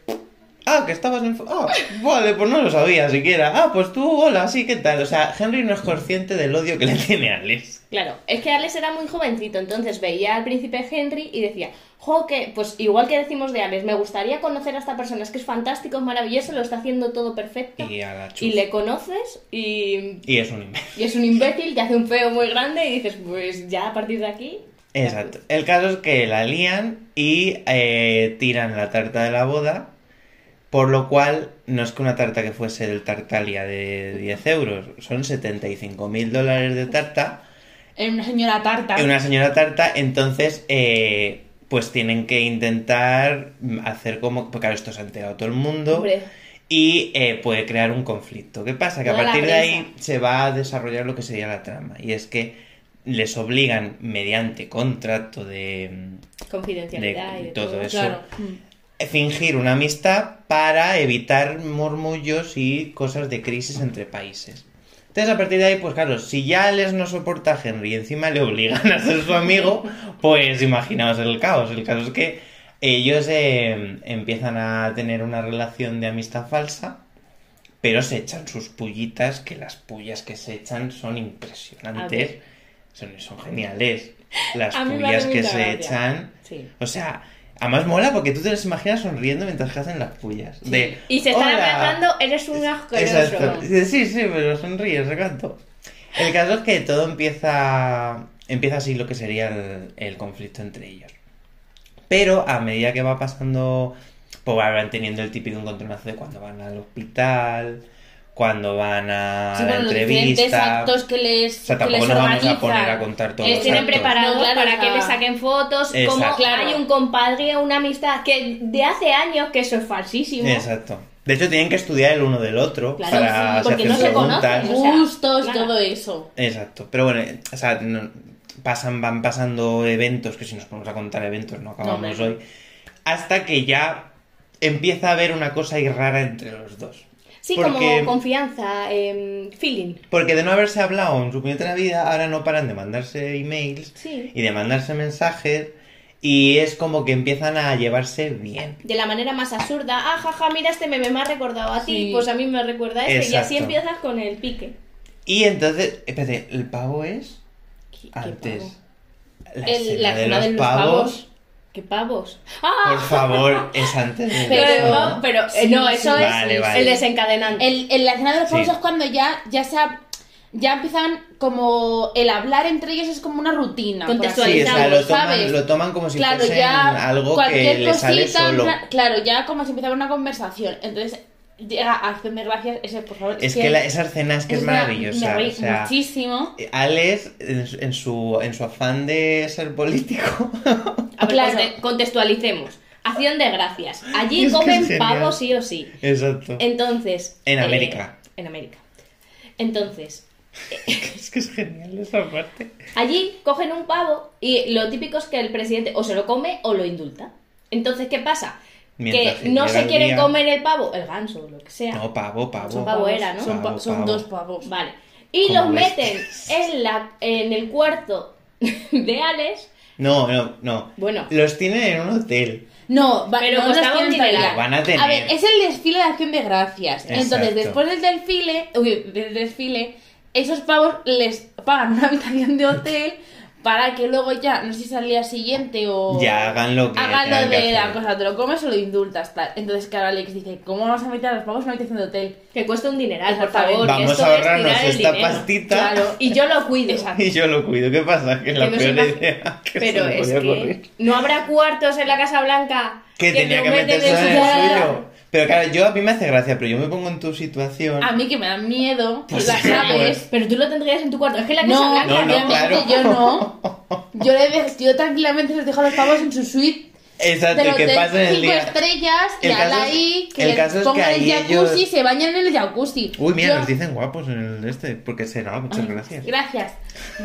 [SPEAKER 1] Ah, que estabas en... Ah, vale, pues no lo sabía siquiera. Ah, pues tú, hola, sí, ¿qué tal? O sea, Henry no es consciente del odio que le tiene a Alex.
[SPEAKER 2] Claro, es que Alex era muy jovencito, entonces veía al príncipe Henry y decía, jo, que, pues igual que decimos de Alex, me gustaría conocer a esta persona, es que es fantástico, es maravilloso, lo está haciendo todo perfecto.
[SPEAKER 1] Y a la chus.
[SPEAKER 2] Y le conoces y,
[SPEAKER 1] Y es un imbécil.
[SPEAKER 2] y es un imbécil, te hace un feo muy grande y dices, pues ya a partir de aquí.
[SPEAKER 1] Exacto. El caso es que la lían y eh, tiran la tarta de la boda, por lo cual no es que una tarta que fuese del Tartalia de 10 euros, son 75 mil dólares de tarta
[SPEAKER 3] En una señora tarta.
[SPEAKER 1] y una señora tarta, entonces eh, pues tienen que intentar hacer como... Porque claro, esto se ha enterado todo el mundo.
[SPEAKER 2] Hombre,
[SPEAKER 1] Y eh, puede crear un conflicto. ¿Qué pasa? Que a
[SPEAKER 2] Toda la
[SPEAKER 1] partir de ahí
[SPEAKER 2] prensa.
[SPEAKER 1] se va a desarrollar lo que sería la trama. Y es que les obligan, mediante contrato de,
[SPEAKER 2] confidencialidad
[SPEAKER 1] De
[SPEAKER 2] y de
[SPEAKER 1] todo
[SPEAKER 2] todo.
[SPEAKER 1] eso. Eh,
[SPEAKER 3] Claro.
[SPEAKER 1] fingir una amistad para evitar murmullos y cosas de crisis entre países. Entonces, a partir de ahí, pues claro, si ya les no soporta a Henry y encima le obligan a ser su amigo, pues imaginaos el caos. El caso es que ellos eh, empiezan a tener una relación de amistad falsa, pero se echan sus pullitas, que las pullas que se echan son
[SPEAKER 2] A
[SPEAKER 1] impresionantes,
[SPEAKER 2] ver.
[SPEAKER 1] son, son geniales. Las
[SPEAKER 2] A mí me
[SPEAKER 1] pullas
[SPEAKER 2] hace
[SPEAKER 1] que
[SPEAKER 2] mucha
[SPEAKER 1] se
[SPEAKER 2] gracia.
[SPEAKER 1] echan...
[SPEAKER 2] Sí.
[SPEAKER 1] O sea, además mola porque tú te los imaginas sonriendo mientras que hacen las pullas. De,
[SPEAKER 2] Y se están
[SPEAKER 1] "Hola".
[SPEAKER 2] abrazando, eres un
[SPEAKER 1] Exacto.
[SPEAKER 2] asqueroso.
[SPEAKER 1] Dice, Sí, sí, pero sonríes, canto. El caso es que todo empieza. Empieza así lo que sería el, el conflicto entre ellos. Pero a medida que va pasando. Pues van teniendo el típico encontronazo de cuando van al hospital, cuando van a
[SPEAKER 3] Sí,
[SPEAKER 1] la
[SPEAKER 3] bueno, los diferentes
[SPEAKER 1] entrevista.
[SPEAKER 3] actos que les.
[SPEAKER 1] O sea,
[SPEAKER 3] que les
[SPEAKER 1] tampoco nos vamos a
[SPEAKER 3] organizan.
[SPEAKER 1] poner a contar todos
[SPEAKER 3] Les
[SPEAKER 2] Les
[SPEAKER 1] los
[SPEAKER 2] tienen
[SPEAKER 1] actos.
[SPEAKER 2] preparados
[SPEAKER 3] No, claro,
[SPEAKER 2] para
[SPEAKER 3] o
[SPEAKER 2] que
[SPEAKER 3] sea,
[SPEAKER 2] le saquen fotos, como
[SPEAKER 1] Exacto.
[SPEAKER 3] Claro.
[SPEAKER 2] hay un compadre, una amistad que de hace años que eso es falsísimo.
[SPEAKER 1] Exacto. De hecho, tienen que estudiar el uno del otro
[SPEAKER 2] Claro,
[SPEAKER 1] para
[SPEAKER 2] sí, porque
[SPEAKER 1] se
[SPEAKER 2] no
[SPEAKER 1] hacen
[SPEAKER 2] se conocen,
[SPEAKER 1] preguntas.
[SPEAKER 2] o sea,
[SPEAKER 3] Gustos,
[SPEAKER 2] claro.
[SPEAKER 3] todo eso.
[SPEAKER 1] Exacto. Pero bueno, eh, o sea, no- pasan, van pasando eventos, que si nos ponemos a contar eventos no acabamos
[SPEAKER 3] No,
[SPEAKER 1] hoy, hasta que ya empieza a haber una cosa ahí rara entre los dos.
[SPEAKER 2] Sí,
[SPEAKER 1] Porque-
[SPEAKER 2] como confianza, em, feeling.
[SPEAKER 1] Porque de no haberse hablado en su puñetera vida, ahora no paran de mandarse emails
[SPEAKER 2] Sí.
[SPEAKER 1] y de mandarse mensajes y es como que empiezan a llevarse bien.
[SPEAKER 2] De la manera más absurda. Ah, jaja, mira este meme me ha recordado a ti,
[SPEAKER 3] Sí.
[SPEAKER 2] pues a mí me recuerda a este. Y así
[SPEAKER 1] Exacto.
[SPEAKER 2] empiezas con el pique.
[SPEAKER 1] Y entonces, espérate, ¿el pavo es?
[SPEAKER 2] ¿Qué- qué
[SPEAKER 1] Antes.
[SPEAKER 2] pavo?
[SPEAKER 1] La
[SPEAKER 3] El-
[SPEAKER 1] escena
[SPEAKER 3] la
[SPEAKER 1] de
[SPEAKER 3] escena
[SPEAKER 1] los
[SPEAKER 3] de los
[SPEAKER 1] pavos.
[SPEAKER 2] ¿Qué pavos?
[SPEAKER 1] Por
[SPEAKER 2] ¡Ah!
[SPEAKER 1] favor, es antes de
[SPEAKER 2] Pero, pero, eh, no,
[SPEAKER 3] Sí,
[SPEAKER 2] eso
[SPEAKER 1] sí.
[SPEAKER 2] es
[SPEAKER 1] Vale, vale.
[SPEAKER 2] el desencadenante.
[SPEAKER 3] El, en la escena de los
[SPEAKER 1] Sí.
[SPEAKER 3] famosos es cuando ya, ya se ha- ya empiezan como el hablar entre ellos es como una rutina. por así
[SPEAKER 2] Contextualizado.
[SPEAKER 1] Sí, o sea, lo
[SPEAKER 3] ¿sabes?
[SPEAKER 1] toman, lo toman como si
[SPEAKER 3] claro,
[SPEAKER 1] fuesen
[SPEAKER 3] ya
[SPEAKER 1] algo que
[SPEAKER 3] cualquier
[SPEAKER 1] le sale
[SPEAKER 3] cosita, en
[SPEAKER 1] solo.
[SPEAKER 3] plan- claro, ya como si empezaba una conversación. Entonces llega a hacerme gracias ese, por favor.
[SPEAKER 1] Es que la- esa escena es que es
[SPEAKER 3] esa-
[SPEAKER 1] maravillosa.
[SPEAKER 3] Me reí
[SPEAKER 1] o sea,
[SPEAKER 3] muchísimo.
[SPEAKER 1] Alex, en, su- en su, en su afán de ser político, *laughs*
[SPEAKER 2] A ver, pues
[SPEAKER 3] Claro.
[SPEAKER 2] conte- contextualicemos. Acción de gracias. Allí
[SPEAKER 1] *laughs* Es que es
[SPEAKER 2] comen
[SPEAKER 1] genial.
[SPEAKER 2] pavos sí o sí.
[SPEAKER 1] exacto.
[SPEAKER 2] Entonces.
[SPEAKER 1] En
[SPEAKER 2] eh,
[SPEAKER 1] América.
[SPEAKER 2] en América. Entonces,
[SPEAKER 1] Es que es genial esa parte.
[SPEAKER 2] allí cogen un pavo y lo típico es que el presidente o se lo come o lo indulta. Entonces, ¿qué pasa?
[SPEAKER 1] Mientras
[SPEAKER 2] que no
[SPEAKER 1] llega
[SPEAKER 2] se
[SPEAKER 1] el
[SPEAKER 2] quieren
[SPEAKER 1] día-
[SPEAKER 2] comer el pavo, el ganso, lo que sea.
[SPEAKER 1] No, pavo,
[SPEAKER 2] Son
[SPEAKER 1] pavo.
[SPEAKER 2] pavos, era, ¿no?
[SPEAKER 3] Son, pa-
[SPEAKER 1] Pavo,
[SPEAKER 3] son
[SPEAKER 1] pavo.
[SPEAKER 3] dos pavos.
[SPEAKER 2] Vale. Y
[SPEAKER 1] Como
[SPEAKER 2] los
[SPEAKER 1] ves.
[SPEAKER 2] meten en, la, en el cuarto de Alex.
[SPEAKER 1] No, no, no.
[SPEAKER 2] Bueno.
[SPEAKER 1] Los tienen en un hotel. *laughs*
[SPEAKER 3] No, va,
[SPEAKER 2] Pero
[SPEAKER 3] no nos
[SPEAKER 2] costaba un
[SPEAKER 3] quieren
[SPEAKER 2] dineral.
[SPEAKER 3] bailar.
[SPEAKER 1] Lo van a tener.
[SPEAKER 3] ver, es el desfile de acción de gracias.
[SPEAKER 1] Exacto.
[SPEAKER 3] Entonces, después del desfile, uy, del desfile, esos pavos les pagan una habitación de hotel para que luego ya, no sé si sea al día siguiente o...
[SPEAKER 1] Ya hagan lo que
[SPEAKER 3] Hagan lo
[SPEAKER 1] tengan que
[SPEAKER 3] de la
[SPEAKER 1] hacer.
[SPEAKER 3] cosa, te lo comes o lo indultas, tal. Entonces, claro, Alex dice, ¿cómo vamos a meter a los pagos en una habitación de hotel?
[SPEAKER 2] Que cuesta un dineral, por
[SPEAKER 3] Exactamente.
[SPEAKER 2] favor. que
[SPEAKER 1] Vamos
[SPEAKER 2] esto
[SPEAKER 1] a
[SPEAKER 2] es
[SPEAKER 1] ahorrarnos
[SPEAKER 2] tirar el
[SPEAKER 1] esta
[SPEAKER 2] dinero.
[SPEAKER 1] pastita.
[SPEAKER 2] Claro, y yo
[SPEAKER 1] *laughs*
[SPEAKER 2] lo cuido.
[SPEAKER 3] Exacto.
[SPEAKER 1] Y yo lo cuido. ¿Qué pasa? Que es la
[SPEAKER 2] Que no
[SPEAKER 1] peor
[SPEAKER 2] se imag-
[SPEAKER 1] idea *laughs* que
[SPEAKER 2] Pero
[SPEAKER 1] se me
[SPEAKER 2] es
[SPEAKER 1] podía
[SPEAKER 2] que
[SPEAKER 1] ocurrir.
[SPEAKER 2] no habrá cuartos en la Casa Blanca.
[SPEAKER 1] Que tenía
[SPEAKER 2] no
[SPEAKER 1] que
[SPEAKER 2] meten
[SPEAKER 1] meterse en
[SPEAKER 2] eso
[SPEAKER 1] el
[SPEAKER 2] ya.
[SPEAKER 1] suelo. Pero claro, yo a mí me hace gracia, pero yo me pongo en tu situación.
[SPEAKER 3] A mí que me da miedo,
[SPEAKER 1] Pues *laughs*
[SPEAKER 3] las
[SPEAKER 1] sí,
[SPEAKER 3] llaves.
[SPEAKER 1] pues.
[SPEAKER 2] Pero tú lo tendrías en tu cuarto. Es que la Casa
[SPEAKER 3] No,
[SPEAKER 1] *laughs*
[SPEAKER 2] Blanca.
[SPEAKER 1] No, no,
[SPEAKER 3] obviamente
[SPEAKER 1] claro.
[SPEAKER 3] yo no. Yo, le dejo, yo tranquilamente les dejo a los pavos en su suite
[SPEAKER 1] *laughs* Exacto,
[SPEAKER 3] del
[SPEAKER 1] que
[SPEAKER 3] hotel
[SPEAKER 1] pasen el
[SPEAKER 3] cinco
[SPEAKER 1] día.
[SPEAKER 3] estrellas y
[SPEAKER 1] El
[SPEAKER 3] al
[SPEAKER 1] caso es-
[SPEAKER 3] ahí que
[SPEAKER 1] el
[SPEAKER 3] les
[SPEAKER 1] caso es que
[SPEAKER 3] pongan el
[SPEAKER 1] ahí
[SPEAKER 3] jacuzzi
[SPEAKER 1] ellos-
[SPEAKER 3] se bañan en el jacuzzi.
[SPEAKER 1] Uy, mira,
[SPEAKER 3] Yo-
[SPEAKER 1] nos dicen guapos en el este, porque será, muchas gracias.
[SPEAKER 3] Gracias.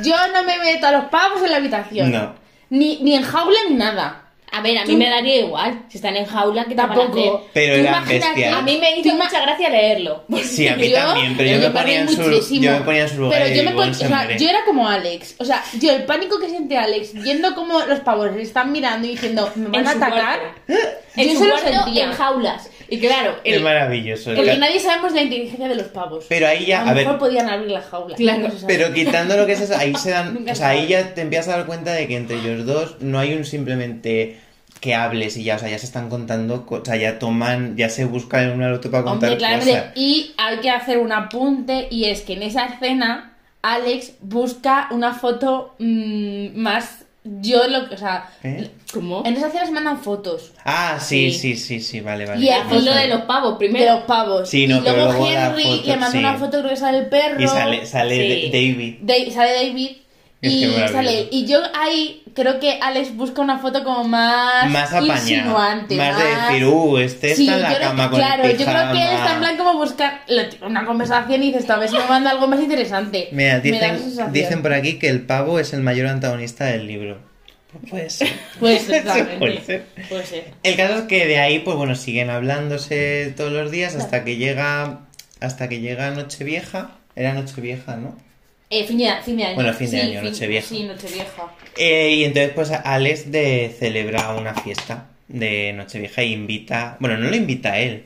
[SPEAKER 3] Yo no me meto a los pavos en la habitación.
[SPEAKER 1] No.
[SPEAKER 3] Ni, ni en jaula ni nada.
[SPEAKER 2] A ver, a mí
[SPEAKER 3] Tú-
[SPEAKER 2] me daría igual. Si están en jaula, ¿qué te van a
[SPEAKER 3] Tampoco.
[SPEAKER 2] hacer?
[SPEAKER 1] Pero
[SPEAKER 3] Tú
[SPEAKER 1] eran
[SPEAKER 3] imagínate-
[SPEAKER 1] bestias.
[SPEAKER 2] A mí me hizo
[SPEAKER 3] Tú ima-
[SPEAKER 2] mucha gracia leerlo.
[SPEAKER 1] Sí, a mí
[SPEAKER 3] Yo-
[SPEAKER 1] también, pero yo me, ponía en su,
[SPEAKER 3] muchísimo.
[SPEAKER 1] yo me ponía en su lugar
[SPEAKER 3] Pero
[SPEAKER 1] y
[SPEAKER 3] yo,
[SPEAKER 1] digo,
[SPEAKER 3] me pon-
[SPEAKER 1] "Bueno, se
[SPEAKER 3] o sea,
[SPEAKER 1] muere".
[SPEAKER 3] yo era como Alex. O sea, yo el pánico que siente Alex viendo como los pavos le están mirando y diciendo, me van
[SPEAKER 2] En
[SPEAKER 3] a
[SPEAKER 2] su
[SPEAKER 3] atacar.
[SPEAKER 2] cuarto. En
[SPEAKER 3] Yo
[SPEAKER 2] su
[SPEAKER 3] se lo
[SPEAKER 2] cuarto,
[SPEAKER 3] sentía.
[SPEAKER 2] en jaulas. Y claro,
[SPEAKER 1] Es
[SPEAKER 2] el-
[SPEAKER 1] maravilloso. el
[SPEAKER 3] Porque
[SPEAKER 1] ca-
[SPEAKER 3] nadie sabemos la inteligencia de los pavos.
[SPEAKER 1] Pero ahí ya,
[SPEAKER 3] a lo
[SPEAKER 1] a ver,
[SPEAKER 3] mejor podían abrir la jaula.
[SPEAKER 2] Claro.
[SPEAKER 3] No se sabe.
[SPEAKER 1] Pero quitando lo que es eso, ahí se dan.
[SPEAKER 3] *laughs* Nunca
[SPEAKER 1] O sea, ahí
[SPEAKER 3] sabes.
[SPEAKER 1] ya te empiezas a dar cuenta de que entre ellos dos no hay un simplemente que hables y ya, o sea, ya se están contando, co- o sea, ya toman, ya se buscan el uno al otro para contar
[SPEAKER 3] Hombre, claramente.
[SPEAKER 1] cosas.
[SPEAKER 3] Y hay que hacer un apunte y es que en esa escena Alex busca una foto mm, más... Yo lo que... O sea,
[SPEAKER 1] ¿Eh?
[SPEAKER 2] ¿Cómo?
[SPEAKER 3] en esa escena se mandan fotos.
[SPEAKER 1] Ah, sí,
[SPEAKER 2] Sí.
[SPEAKER 1] sí, sí, sí, vale, vale.
[SPEAKER 3] Y
[SPEAKER 2] La
[SPEAKER 3] al fondo
[SPEAKER 2] foto de los pavos
[SPEAKER 3] De
[SPEAKER 2] primero.
[SPEAKER 3] los pavos.
[SPEAKER 1] Sí, no,
[SPEAKER 3] y
[SPEAKER 1] pero
[SPEAKER 3] luego,
[SPEAKER 1] luego la
[SPEAKER 3] Henry
[SPEAKER 1] foto,
[SPEAKER 3] le manda
[SPEAKER 1] sí.
[SPEAKER 3] una foto, creo que sale el perro.
[SPEAKER 1] Y sale, sale
[SPEAKER 2] Sí.
[SPEAKER 1] de- David.
[SPEAKER 3] Da- sale David.
[SPEAKER 1] Es
[SPEAKER 3] Y,
[SPEAKER 1] que maravilla.
[SPEAKER 3] sale, y yo ahí creo que Alex busca una foto como más,
[SPEAKER 1] Más apañado.
[SPEAKER 3] insinuante,
[SPEAKER 1] Más de decir, uh, este
[SPEAKER 3] Sí,
[SPEAKER 1] está en la
[SPEAKER 3] yo creo-
[SPEAKER 1] cama con
[SPEAKER 3] Claro,
[SPEAKER 1] el
[SPEAKER 3] yo creo que él está en
[SPEAKER 1] pijama.
[SPEAKER 3] plan como buscar la- una conversación y dices, tal vez me manda algo más interesante.
[SPEAKER 1] Mira,
[SPEAKER 3] Me da esa
[SPEAKER 1] dicen,
[SPEAKER 3] sensación.
[SPEAKER 1] dicen por aquí que el pavo es el mayor antagonista del libro. Pues puede ser. *laughs*
[SPEAKER 3] Puede ser,
[SPEAKER 1] Puede
[SPEAKER 3] exactamente.
[SPEAKER 1] ser.
[SPEAKER 3] Puede ser.
[SPEAKER 1] El caso es que de ahí, pues bueno, siguen hablándose todos los días hasta que llega. Hasta que llega Nochevieja. Era Nochevieja, ¿no?
[SPEAKER 3] Eh, fin, de, fin de año.
[SPEAKER 1] Bueno, fin de
[SPEAKER 3] Sí,
[SPEAKER 1] año, Nochevieja.
[SPEAKER 3] Sí, Nochevieja.
[SPEAKER 1] Eh, y entonces, pues Alex de celebra una fiesta de Nochevieja e invita. Bueno, no lo invita a él.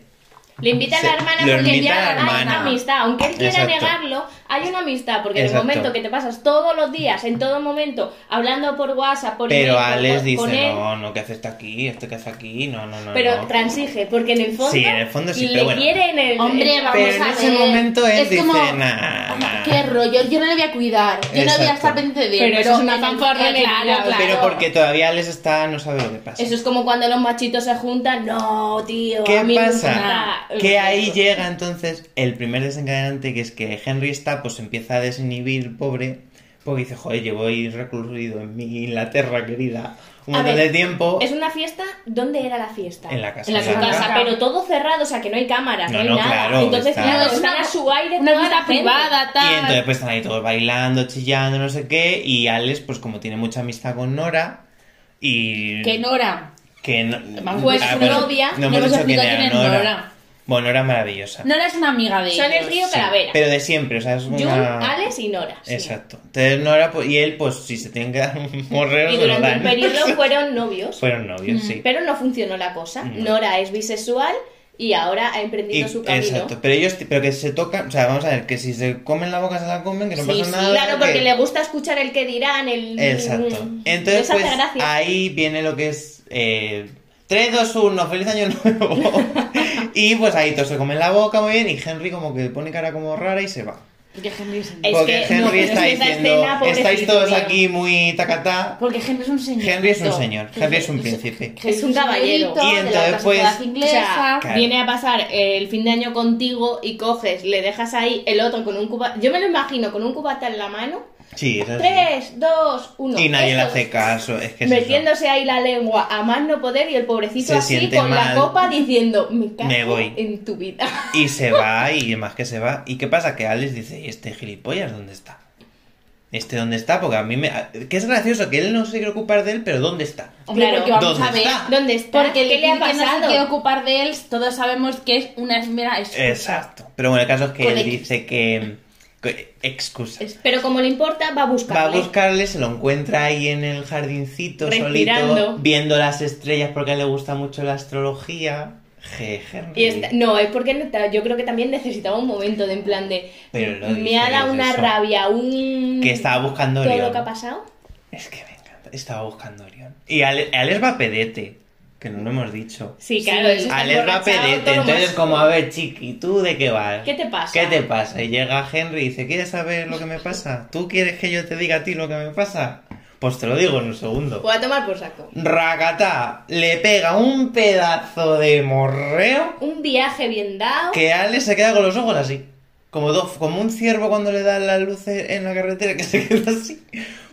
[SPEAKER 2] Le invita a la
[SPEAKER 1] Se-
[SPEAKER 2] hermana
[SPEAKER 1] lo
[SPEAKER 2] porque
[SPEAKER 1] invita a
[SPEAKER 2] ya
[SPEAKER 1] la
[SPEAKER 2] hay
[SPEAKER 1] hermana.
[SPEAKER 2] una amistad. Aunque él quiera
[SPEAKER 1] Exacto.
[SPEAKER 2] negarlo, hay una amistad. Porque en el
[SPEAKER 1] Exacto.
[SPEAKER 2] momento que te pasas todos los días, en todo momento, hablando por WhatsApp, por
[SPEAKER 1] Pero
[SPEAKER 2] email, por-
[SPEAKER 1] Alex dice:
[SPEAKER 2] con él,
[SPEAKER 1] No, no, ¿qué haces tú aquí? ¿Esto qué haces aquí? No, no, no.
[SPEAKER 2] Pero
[SPEAKER 1] no".
[SPEAKER 2] transige, porque en el fondo.
[SPEAKER 1] Sí, en el fondo sí,
[SPEAKER 2] le
[SPEAKER 1] pero bueno.
[SPEAKER 2] quiere en el.
[SPEAKER 3] Hombre,
[SPEAKER 2] en-
[SPEAKER 3] vamos
[SPEAKER 1] Pero en
[SPEAKER 3] a
[SPEAKER 1] ese
[SPEAKER 3] ver.
[SPEAKER 1] momento él
[SPEAKER 3] es
[SPEAKER 1] dice:
[SPEAKER 3] como,
[SPEAKER 1] "Nah, nah".
[SPEAKER 3] Qué rollo, yo no le voy a cuidar, yo no voy
[SPEAKER 1] Exacto.
[SPEAKER 3] a estar pendiente de él.
[SPEAKER 2] Pero eso es una
[SPEAKER 3] en el-
[SPEAKER 2] fanfarra
[SPEAKER 3] eh, claro,
[SPEAKER 2] electoral.
[SPEAKER 3] claro.
[SPEAKER 1] Pero porque todavía Alex está, no sabe lo que pasa.
[SPEAKER 2] Eso es como cuando los machitos se juntan. No, tío. a
[SPEAKER 1] ¿Qué
[SPEAKER 2] mí me
[SPEAKER 1] pasa?
[SPEAKER 2] gusta".
[SPEAKER 1] Que ahí llega entonces el primer desencadenante, que es que Henry está, pues empieza a desinhibir, pobre, porque dice, joder, llevo ahí recluido en mi Inglaterra querida un
[SPEAKER 2] A
[SPEAKER 1] montón
[SPEAKER 2] ver,
[SPEAKER 1] de tiempo
[SPEAKER 2] Es una fiesta. ¿Dónde era la fiesta?
[SPEAKER 1] en la casa.
[SPEAKER 3] en la
[SPEAKER 1] de
[SPEAKER 2] su
[SPEAKER 3] Claro.
[SPEAKER 2] casa, pero todo cerrado, o sea que no hay cámaras,
[SPEAKER 1] No,
[SPEAKER 2] no, hay
[SPEAKER 1] no,
[SPEAKER 2] nada.
[SPEAKER 1] claro,
[SPEAKER 2] Entonces,
[SPEAKER 1] está-
[SPEAKER 2] claro,
[SPEAKER 3] Es
[SPEAKER 2] están
[SPEAKER 3] una-
[SPEAKER 2] a su aire
[SPEAKER 3] Una
[SPEAKER 2] toda la
[SPEAKER 3] vida
[SPEAKER 2] gente.
[SPEAKER 3] privada, tal.
[SPEAKER 1] Y entonces pues están ahí todos bailando, chillando, no sé qué, y Alex, pues como tiene mucha amistad con Nora, y...
[SPEAKER 3] Que Nora.
[SPEAKER 1] Que no...
[SPEAKER 3] Vamos, pues,
[SPEAKER 1] Ah,
[SPEAKER 3] su
[SPEAKER 1] bueno,
[SPEAKER 2] novia,
[SPEAKER 1] no hemos
[SPEAKER 3] no hemos
[SPEAKER 1] dicho quién
[SPEAKER 3] explicado
[SPEAKER 1] era
[SPEAKER 3] quién es
[SPEAKER 1] Nora.
[SPEAKER 3] Nora.
[SPEAKER 1] Bueno, Nora maravillosa.
[SPEAKER 3] Nora es una amiga de
[SPEAKER 2] Son el
[SPEAKER 3] ellos.
[SPEAKER 2] río
[SPEAKER 1] Sí,
[SPEAKER 2] Calavera.
[SPEAKER 1] pero de siempre, o sea, es
[SPEAKER 2] Jun,
[SPEAKER 1] una...
[SPEAKER 2] Alex y Nora. sí.
[SPEAKER 1] Exacto. Entonces Nora pues, y él, pues si se tienen que dar un morreo, se
[SPEAKER 2] Y
[SPEAKER 1] lo
[SPEAKER 2] durante
[SPEAKER 1] dan.
[SPEAKER 2] un periodo fueron
[SPEAKER 1] *laughs*
[SPEAKER 2] novios,
[SPEAKER 1] Fueron novios, sí.
[SPEAKER 2] pero no funcionó la cosa.
[SPEAKER 1] No.
[SPEAKER 2] Nora es bisexual y ahora ha
[SPEAKER 1] Y-
[SPEAKER 2] emprendido su camino.
[SPEAKER 1] exacto. Pero ellos, pero que se tocan, o sea, vamos a ver, que si se comen la boca se la comen, que no
[SPEAKER 3] Sí,
[SPEAKER 1] pasa
[SPEAKER 3] sí,
[SPEAKER 1] nada.
[SPEAKER 2] Claro, porque
[SPEAKER 1] que-
[SPEAKER 2] le gusta escuchar el que dirán, el...
[SPEAKER 1] Exacto.
[SPEAKER 2] Mm,
[SPEAKER 1] Entonces,
[SPEAKER 2] les hace
[SPEAKER 1] pues
[SPEAKER 2] gracia.
[SPEAKER 1] ahí viene lo que es. Eh, 3, 2, 1, feliz año
[SPEAKER 2] *laughs*
[SPEAKER 1] nuevo. y pues ahí todos se comen la boca muy bien. Y Henry, como que pone cara como rara y se va.
[SPEAKER 3] Porque Henry es,
[SPEAKER 2] Es
[SPEAKER 1] Porque
[SPEAKER 2] que- no,
[SPEAKER 1] Henry
[SPEAKER 2] pero
[SPEAKER 1] está
[SPEAKER 2] es que esa
[SPEAKER 1] diciendo:
[SPEAKER 2] escena, pobrecito
[SPEAKER 1] Estáis todos
[SPEAKER 2] mío".
[SPEAKER 1] aquí muy tacatá.
[SPEAKER 3] Porque Henry es un señor.
[SPEAKER 1] Henry es un señor, Henry es un príncipe.
[SPEAKER 2] Es un caballero.
[SPEAKER 1] Y entonces, pues,
[SPEAKER 2] O sea,
[SPEAKER 1] Claro.
[SPEAKER 2] viene a pasar el fin de año contigo y coges, le dejas ahí el otro con un cubata. Yo me lo imagino con un cubata en la mano.
[SPEAKER 1] Sí, eso sí.
[SPEAKER 2] Tres, dos, uno.
[SPEAKER 1] Y nadie le
[SPEAKER 2] Estos
[SPEAKER 1] hace caso. Es que es eso.
[SPEAKER 2] Metiéndose ahí la lengua a más no poder y el pobrecito
[SPEAKER 1] Se
[SPEAKER 2] así
[SPEAKER 1] siente
[SPEAKER 2] con
[SPEAKER 1] mal.
[SPEAKER 2] la copa diciendo me cago
[SPEAKER 1] Me voy".
[SPEAKER 2] en tu vida.
[SPEAKER 1] Y se va, y más que se va. ¿Y qué pasa? Que Alex dice, ¿y este gilipollas dónde está? ¿Este dónde está? Porque a mí me... a- Que es gracioso que él no se quiere ocupar de él, pero ¿dónde está?
[SPEAKER 3] Hombre,
[SPEAKER 2] Claro.
[SPEAKER 3] porque vamos
[SPEAKER 1] ¿Dónde
[SPEAKER 3] a ver.
[SPEAKER 1] está?
[SPEAKER 2] *laughs* ¿Dónde está?
[SPEAKER 3] Porque
[SPEAKER 2] ¿Qué
[SPEAKER 3] el
[SPEAKER 2] le ha
[SPEAKER 3] que no se quiere
[SPEAKER 2] pasado?
[SPEAKER 3] ocupar de él, todos sabemos que es una mera excusa.
[SPEAKER 1] Exacto. Pero bueno, el caso es que
[SPEAKER 3] Con
[SPEAKER 1] él
[SPEAKER 3] X.
[SPEAKER 1] dice que... que- excusa.
[SPEAKER 2] Pero como le importa, va a
[SPEAKER 1] Va a
[SPEAKER 2] buscarle.
[SPEAKER 1] buscarle, se lo encuentra ahí en el jardincito
[SPEAKER 2] Respirando.
[SPEAKER 1] solito, viendo las estrellas porque a él le gusta mucho la astrología. Je, Henry.
[SPEAKER 2] Y esta- no, es porque neta- yo creo que también necesitaba un momento de en plan de.
[SPEAKER 1] Pero no
[SPEAKER 2] me ha
[SPEAKER 1] dices
[SPEAKER 2] dado una
[SPEAKER 1] eso.
[SPEAKER 2] rabia, un.
[SPEAKER 1] Que estaba buscando
[SPEAKER 2] Todo
[SPEAKER 1] Orión.
[SPEAKER 2] lo que ha pasado.
[SPEAKER 1] Es que me encanta. Estaba buscando Orión. Y Ale- Alex va pedete, que no lo hemos dicho.
[SPEAKER 2] Sí,
[SPEAKER 3] Sí.
[SPEAKER 2] claro, eso está
[SPEAKER 1] Alex va
[SPEAKER 2] emborrachado,
[SPEAKER 1] pedete,
[SPEAKER 2] todo lo
[SPEAKER 1] entonces
[SPEAKER 2] más-
[SPEAKER 1] como, a ver, chiqui, ¿tú de qué vas?
[SPEAKER 2] ¿Qué te pasa?
[SPEAKER 1] ¿Qué te pasa? Y llega Henry y dice, ¿quieres saber lo que me pasa? ¿Tú quieres que yo te diga a ti lo que me pasa? Pues te lo digo en un segundo.
[SPEAKER 2] Voy a tomar por saco.
[SPEAKER 1] Rakata le pega un pedazo de morreo
[SPEAKER 2] Un viaje bien dado.
[SPEAKER 1] que Alex se queda con los ojos así. Como, dos, como un ciervo cuando le dan las luces en la carretera que se queda así.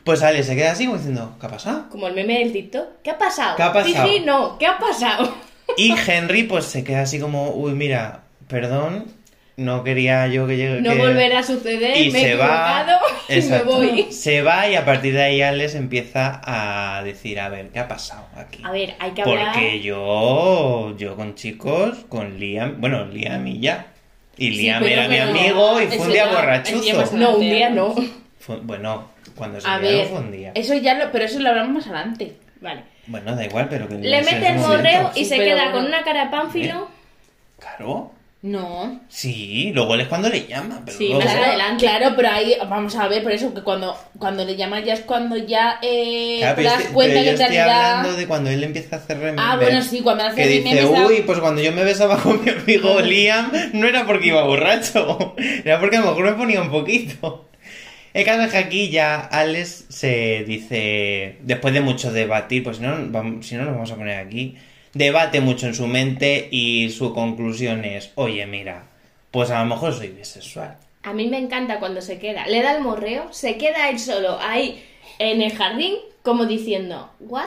[SPEAKER 1] Pues Alex se queda así como diciendo, ¿qué ha pasado?
[SPEAKER 2] Como el meme del TikTok. ¿Qué ha pasado?
[SPEAKER 1] ¿Qué ha pasado?
[SPEAKER 2] Fiji, no, ¿qué ha pasado?
[SPEAKER 1] Y Henry pues se queda así como, uy, mira, perdón, no quería yo que llegue...
[SPEAKER 2] No
[SPEAKER 1] que-".
[SPEAKER 2] volverá a suceder,
[SPEAKER 1] Y
[SPEAKER 2] me he
[SPEAKER 1] se va...
[SPEAKER 2] equivocado y me
[SPEAKER 1] Exacto.
[SPEAKER 2] voy.
[SPEAKER 1] Se va y a partir de ahí Alex empieza a decir, a ver, ¿qué ha pasado aquí?
[SPEAKER 2] A ver, hay que hablar.
[SPEAKER 1] Porque yo, yo con chicos, con Liam, bueno, Liam y ya. Y
[SPEAKER 3] Sí,
[SPEAKER 1] Liam
[SPEAKER 3] pero
[SPEAKER 1] era mi
[SPEAKER 3] bueno,
[SPEAKER 1] amigo y fue
[SPEAKER 3] eso
[SPEAKER 1] un día
[SPEAKER 3] ya- eso ya
[SPEAKER 1] borrachuzo.
[SPEAKER 3] más
[SPEAKER 2] No, un día no.
[SPEAKER 1] Fue- bueno, cuando se
[SPEAKER 3] A
[SPEAKER 1] liaron
[SPEAKER 3] ver,
[SPEAKER 1] fue un día.
[SPEAKER 3] eso ya lo, pero eso lo hablamos más adelante.
[SPEAKER 2] Vale.
[SPEAKER 1] Bueno, da igual, pero que
[SPEAKER 2] Le
[SPEAKER 1] ese
[SPEAKER 2] mete el
[SPEAKER 1] momento.
[SPEAKER 2] morreo y
[SPEAKER 3] Sí,
[SPEAKER 2] se
[SPEAKER 3] pero
[SPEAKER 2] queda
[SPEAKER 3] bueno.
[SPEAKER 2] con una cara de
[SPEAKER 1] Eh.
[SPEAKER 2] pánfilo.
[SPEAKER 1] Claro.
[SPEAKER 3] No.
[SPEAKER 1] Sí, luego él es cuando le llama, pero
[SPEAKER 2] Sí,
[SPEAKER 1] luego-
[SPEAKER 2] más
[SPEAKER 3] Claro,
[SPEAKER 2] adelante.
[SPEAKER 3] claro, pero ahí vamos a ver, por eso que cuando, cuando le llamas ya es cuando ya eh,
[SPEAKER 1] Claro,
[SPEAKER 3] te
[SPEAKER 1] pero
[SPEAKER 3] das
[SPEAKER 1] este-
[SPEAKER 3] cuenta
[SPEAKER 1] pero
[SPEAKER 3] que
[SPEAKER 1] yo
[SPEAKER 3] en
[SPEAKER 1] estoy
[SPEAKER 3] realidad.
[SPEAKER 1] hablando de cuando él empieza a hacer rememes.
[SPEAKER 3] Ah, bueno, sí, cuando hace
[SPEAKER 1] Que dice,
[SPEAKER 3] rememes a-
[SPEAKER 1] uy, pues cuando yo me besaba con mi
[SPEAKER 3] *laughs*
[SPEAKER 1] amigo Liam, no era porque iba borracho, era porque a lo mejor me ponía un poquito. El caso es que aquí ya Alex se dice, después de mucho debatir, pues si no, vam- si no nos vamos a poner aquí, debate mucho en su mente y su conclusión es, oye, mira, pues a lo mejor soy bisexual.
[SPEAKER 2] A mí me encanta cuando se queda. Le da el morreo, se queda él solo ahí en el jardín, como diciendo, ¿what?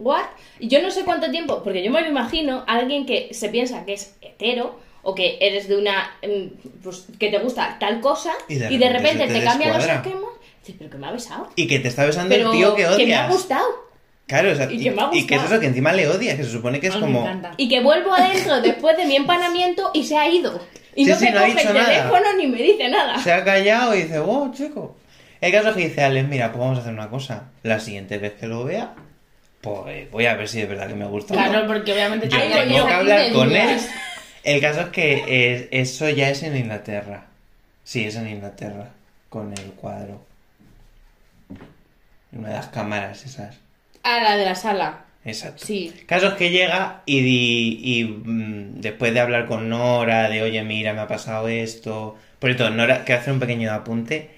[SPEAKER 2] ¿what? Y yo no sé cuánto tiempo, porque yo me lo imagino a alguien que se piensa que es hetero o que eres de una. mm, Pues que te gusta tal cosa y de, repente
[SPEAKER 1] se
[SPEAKER 2] te,
[SPEAKER 1] te
[SPEAKER 2] cambian los
[SPEAKER 1] descuadra.
[SPEAKER 2] esquemas. Dices, ¿pero que me ha besado?
[SPEAKER 1] Y que te está besando
[SPEAKER 2] Pero
[SPEAKER 1] el tío que odias.
[SPEAKER 2] me ha gustado.
[SPEAKER 1] Claro, o sea,
[SPEAKER 2] Y que me ha
[SPEAKER 1] y que es
[SPEAKER 2] gustado.
[SPEAKER 1] eso que encima le odias, que se supone que es
[SPEAKER 3] Ay, Ah, me
[SPEAKER 1] como...
[SPEAKER 3] encanta.
[SPEAKER 2] Y que vuelvo adentro después de mi empanamiento y se ha ido. Y
[SPEAKER 1] Sí,
[SPEAKER 2] no
[SPEAKER 1] sí,
[SPEAKER 2] me
[SPEAKER 1] no ha
[SPEAKER 2] coge
[SPEAKER 1] dicho
[SPEAKER 2] el
[SPEAKER 1] nada.
[SPEAKER 2] teléfono ni me dice nada.
[SPEAKER 1] Se ha callado y dice, wow, chico. El caso es que dice Alex, mira, pues vamos a hacer una cosa. La siguiente vez que lo vea, pues voy a ver si es verdad que me gusta. o no".
[SPEAKER 3] *laughs* Claro, porque obviamente
[SPEAKER 1] Yo
[SPEAKER 2] ahí
[SPEAKER 3] tienes
[SPEAKER 1] tengo que
[SPEAKER 2] volvemos,
[SPEAKER 1] hablar
[SPEAKER 3] de
[SPEAKER 1] con él.
[SPEAKER 3] dudas.
[SPEAKER 1] El caso es que eh, eso ya es en Inglaterra. Sí, es en Inglaterra, con el cuadro. Una de las cámaras esas.
[SPEAKER 3] A "Ah, la de la sala.
[SPEAKER 1] Exacto.
[SPEAKER 3] Sí.
[SPEAKER 1] Caso es que llega y, di- y, mm, después de hablar con Nora, de oye, mira, me ha pasado esto. Por esto, Nora, que hacer un pequeño apunte.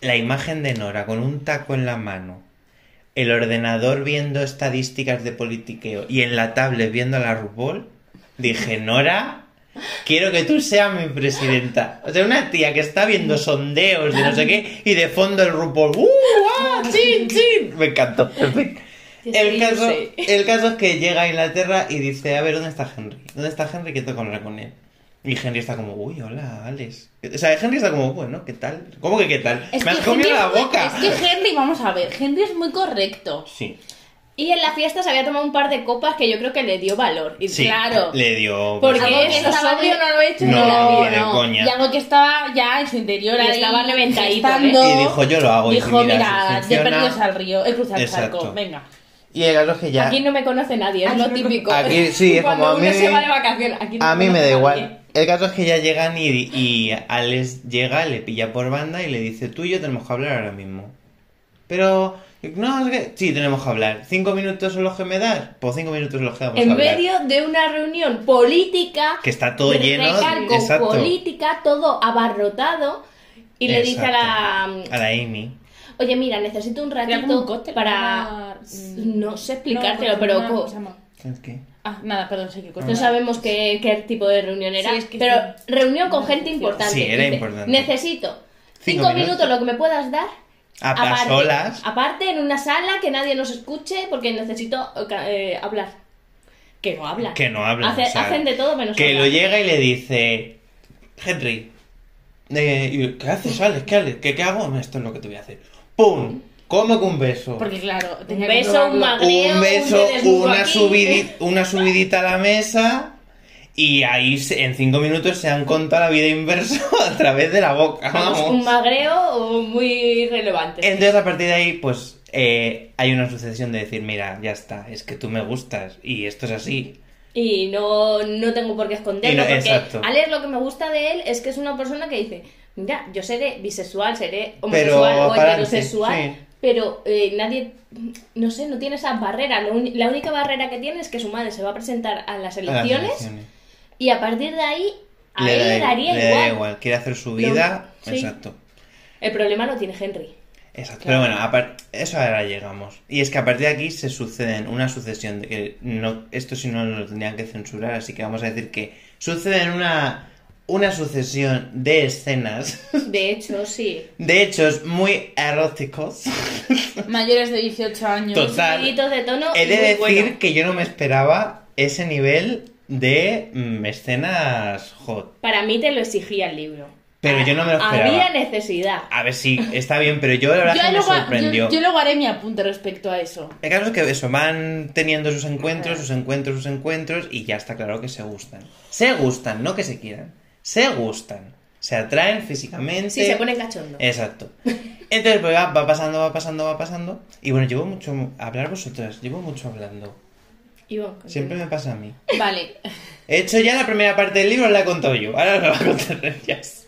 [SPEAKER 1] La imagen de Nora con un taco en la mano, el ordenador viendo estadísticas de politiqueo y en la tablet viendo a la RuPaul, dije, Nora, quiero que tú seas mi presidenta. O sea, una tía que está viendo sondeos de no sé qué y de fondo el RuPaul, ¡uh! ¡Ah! ¡Chin, chin! Me encantó. En fin.
[SPEAKER 2] Sí,
[SPEAKER 1] El
[SPEAKER 2] sí,
[SPEAKER 1] caso,
[SPEAKER 2] sí.
[SPEAKER 1] el caso es que llega a Inglaterra y dice, a ver, ¿dónde está Henry? ¿Dónde está Henry? Que tengo que hablar con él. Y Henry está como, uy, hola, Alex. O sea, Henry está como, bueno, ¿qué tal? ¿Cómo que qué tal?
[SPEAKER 3] Es
[SPEAKER 1] Me
[SPEAKER 3] que
[SPEAKER 1] has comido
[SPEAKER 3] Henry
[SPEAKER 1] la
[SPEAKER 3] es muy-
[SPEAKER 1] boca.
[SPEAKER 3] Es que Henry, vamos a ver, Henry es muy correcto.
[SPEAKER 1] Sí,
[SPEAKER 2] Y en la fiesta se había tomado un par de copas que yo creo que le dio valor. Y
[SPEAKER 1] sí.
[SPEAKER 3] Claro.
[SPEAKER 1] Le dio...
[SPEAKER 3] Algo
[SPEAKER 2] Porque
[SPEAKER 3] que
[SPEAKER 2] eso
[SPEAKER 3] estaba
[SPEAKER 2] sobrio
[SPEAKER 3] de-
[SPEAKER 2] no lo he hecho
[SPEAKER 1] No,
[SPEAKER 2] en la vida.
[SPEAKER 1] ni de coña.
[SPEAKER 3] Y algo que estaba ya en su interior,
[SPEAKER 2] Y
[SPEAKER 3] ahí
[SPEAKER 2] estaba reventadito, ¿eh?
[SPEAKER 3] gestando.
[SPEAKER 1] Y dijo, yo lo hago. Y
[SPEAKER 3] Dijo,
[SPEAKER 1] si
[SPEAKER 3] mira,
[SPEAKER 1] si
[SPEAKER 3] de
[SPEAKER 1] funciona".
[SPEAKER 3] perdidos al río, he cruzado el
[SPEAKER 1] Exacto.
[SPEAKER 3] charco, venga.
[SPEAKER 1] Y el caso es que ya...
[SPEAKER 2] Aquí no me conoce nadie, es
[SPEAKER 3] Aquí
[SPEAKER 2] lo
[SPEAKER 3] no-
[SPEAKER 2] típico.
[SPEAKER 1] Aquí sí, es
[SPEAKER 2] Cuando
[SPEAKER 1] como a
[SPEAKER 2] uno
[SPEAKER 1] mí-
[SPEAKER 2] se va de vacaciones, aquí no
[SPEAKER 1] A mí me da
[SPEAKER 2] conoce
[SPEAKER 1] igual.
[SPEAKER 2] nadie.
[SPEAKER 1] El caso es que ya llegan y, y Alex llega, le pilla por banda y le dice, tú y yo tenemos que hablar ahora mismo. Pero, no, es que... Sí, tenemos que hablar. ¿Cinco minutos son los que me das? Pues cinco minutos son los que vamos a
[SPEAKER 2] En
[SPEAKER 1] hablar.
[SPEAKER 2] medio de una reunión política,
[SPEAKER 1] Que está todo lleno...
[SPEAKER 2] recalco,
[SPEAKER 1] Exacto.
[SPEAKER 2] política, todo abarrotado, y le dice a la,
[SPEAKER 1] Exacto. A la Amy.
[SPEAKER 2] Oye, mira, necesito un
[SPEAKER 3] Era como un
[SPEAKER 2] ratito
[SPEAKER 3] cóctel,
[SPEAKER 2] para...
[SPEAKER 3] una-
[SPEAKER 2] No sé explicártelo,
[SPEAKER 3] No,
[SPEAKER 2] pero...
[SPEAKER 3] una-
[SPEAKER 2] co-
[SPEAKER 3] ¿cómo se llama?
[SPEAKER 1] ¿Sabes qué?
[SPEAKER 3] Ah, nada, perdón, sé que
[SPEAKER 2] No sabemos qué, qué tipo de reunión era,
[SPEAKER 3] Sí, es que
[SPEAKER 2] pero
[SPEAKER 3] sí.
[SPEAKER 2] reunión con gente importante.
[SPEAKER 1] Sí, era
[SPEAKER 2] Dice,
[SPEAKER 1] importante.
[SPEAKER 2] Necesito
[SPEAKER 1] Cinco
[SPEAKER 2] cinco,
[SPEAKER 1] minutos.
[SPEAKER 2] minutos. lo que me puedas dar.
[SPEAKER 1] A pasolas.
[SPEAKER 2] aparte, en una sala que nadie nos escuche porque necesito eh, hablar. Que no hablan.
[SPEAKER 1] Que no hablan,
[SPEAKER 2] Hace-
[SPEAKER 1] o sea,
[SPEAKER 2] hacen de todo menos
[SPEAKER 1] Que lo
[SPEAKER 2] hablar.
[SPEAKER 1] llega y le dice, Henry, eh, y- ¿qué haces, Alex? ¿Qué, Alex? ¿Qué, ¿Qué hago? Esto es lo que te voy a hacer. ¡Pum! Come con un beso.
[SPEAKER 3] Porque claro, tenía
[SPEAKER 2] Un
[SPEAKER 3] que
[SPEAKER 2] beso, un
[SPEAKER 3] probarlo.
[SPEAKER 2] mago. Creo
[SPEAKER 1] un beso,
[SPEAKER 2] un desnudo *laughs*
[SPEAKER 1] una,
[SPEAKER 2] aquí.
[SPEAKER 1] subidi- una subidita a la mesa y ahí se- en cinco minutos se han contado la vida inversa *laughs* a través de la boca.
[SPEAKER 2] Vamos,
[SPEAKER 1] vamos.
[SPEAKER 2] un magreo muy relevante.
[SPEAKER 1] Entonces a partir de ahí pues eh, hay una sucesión de decir, mira, ya está, es que tú me gustas y esto es así.
[SPEAKER 2] Y no, no tengo por qué
[SPEAKER 1] Y no-
[SPEAKER 2] esconderlo. porque
[SPEAKER 1] exacto.
[SPEAKER 2] Alex lo que me gusta de él es que es una persona que dice, mira, yo seré bisexual, seré
[SPEAKER 1] Pero
[SPEAKER 2] homosexual o
[SPEAKER 1] para
[SPEAKER 2] heterosexual,
[SPEAKER 1] adelante, sí.
[SPEAKER 2] pero eh, nadie, no sé, no tiene esas barreras. Lo uni- La única barrera que tiene es que su madre se va a presentar a
[SPEAKER 1] Las
[SPEAKER 2] las elecciones
[SPEAKER 1] elecciones.
[SPEAKER 2] y a partir de ahí, a
[SPEAKER 1] Le
[SPEAKER 2] él
[SPEAKER 1] da
[SPEAKER 2] le
[SPEAKER 1] igual,
[SPEAKER 2] daría
[SPEAKER 1] le
[SPEAKER 2] igual.
[SPEAKER 1] Quiere hacer su vida.
[SPEAKER 2] sí.
[SPEAKER 1] Exacto.
[SPEAKER 2] El problema lo tiene Henry.
[SPEAKER 1] Exacto. Pero bueno, apar- eso ahora llegamos. Y es que a partir de aquí se suceden una sucesión de que no, esto si no lo tendrían que censurar, así que vamos a decir que suceden una, una sucesión de escenas, *laughs*
[SPEAKER 2] De hecho, sí.
[SPEAKER 1] de hechos muy
[SPEAKER 2] *laughs*
[SPEAKER 1] eróticos.
[SPEAKER 3] Mayores de 18 años.
[SPEAKER 1] Total. Claro.
[SPEAKER 2] Amiguitos de tono.
[SPEAKER 1] He de
[SPEAKER 2] muy
[SPEAKER 1] decir
[SPEAKER 2] bueno.
[SPEAKER 1] que yo no me esperaba ese nivel de mm, escenas hot.
[SPEAKER 2] Para mí te lo exigía el libro.
[SPEAKER 1] Pero
[SPEAKER 2] Ah,
[SPEAKER 1] yo no me lo esperaba.
[SPEAKER 2] Había necesidad.
[SPEAKER 1] A ver si está bien, pero yo la verdad
[SPEAKER 3] Yo
[SPEAKER 1] que me
[SPEAKER 3] luego,
[SPEAKER 1] sorprendió.
[SPEAKER 3] yo- yo luego haré mi apunte respecto a eso.
[SPEAKER 1] El caso es que eso, van teniendo sus encuentros,
[SPEAKER 2] Ajá.
[SPEAKER 1] sus encuentros, sus encuentros, y ya está claro que se gustan. Se gustan, no que se quieran. Se gustan. Se atraen físicamente.
[SPEAKER 2] Si se pone cachondo.
[SPEAKER 1] Exacto. Entonces, pues va, va pasando, va pasando, va pasando. Y bueno, llevo mucho a hablar vosotras, llevo mucho hablando.
[SPEAKER 2] Ivonne, continúa.
[SPEAKER 1] Siempre me pasa a mí.
[SPEAKER 3] Vale.
[SPEAKER 1] He hecho ya la primera parte del libro, la he contado yo. Ahora la va a contar *laughs* ellas.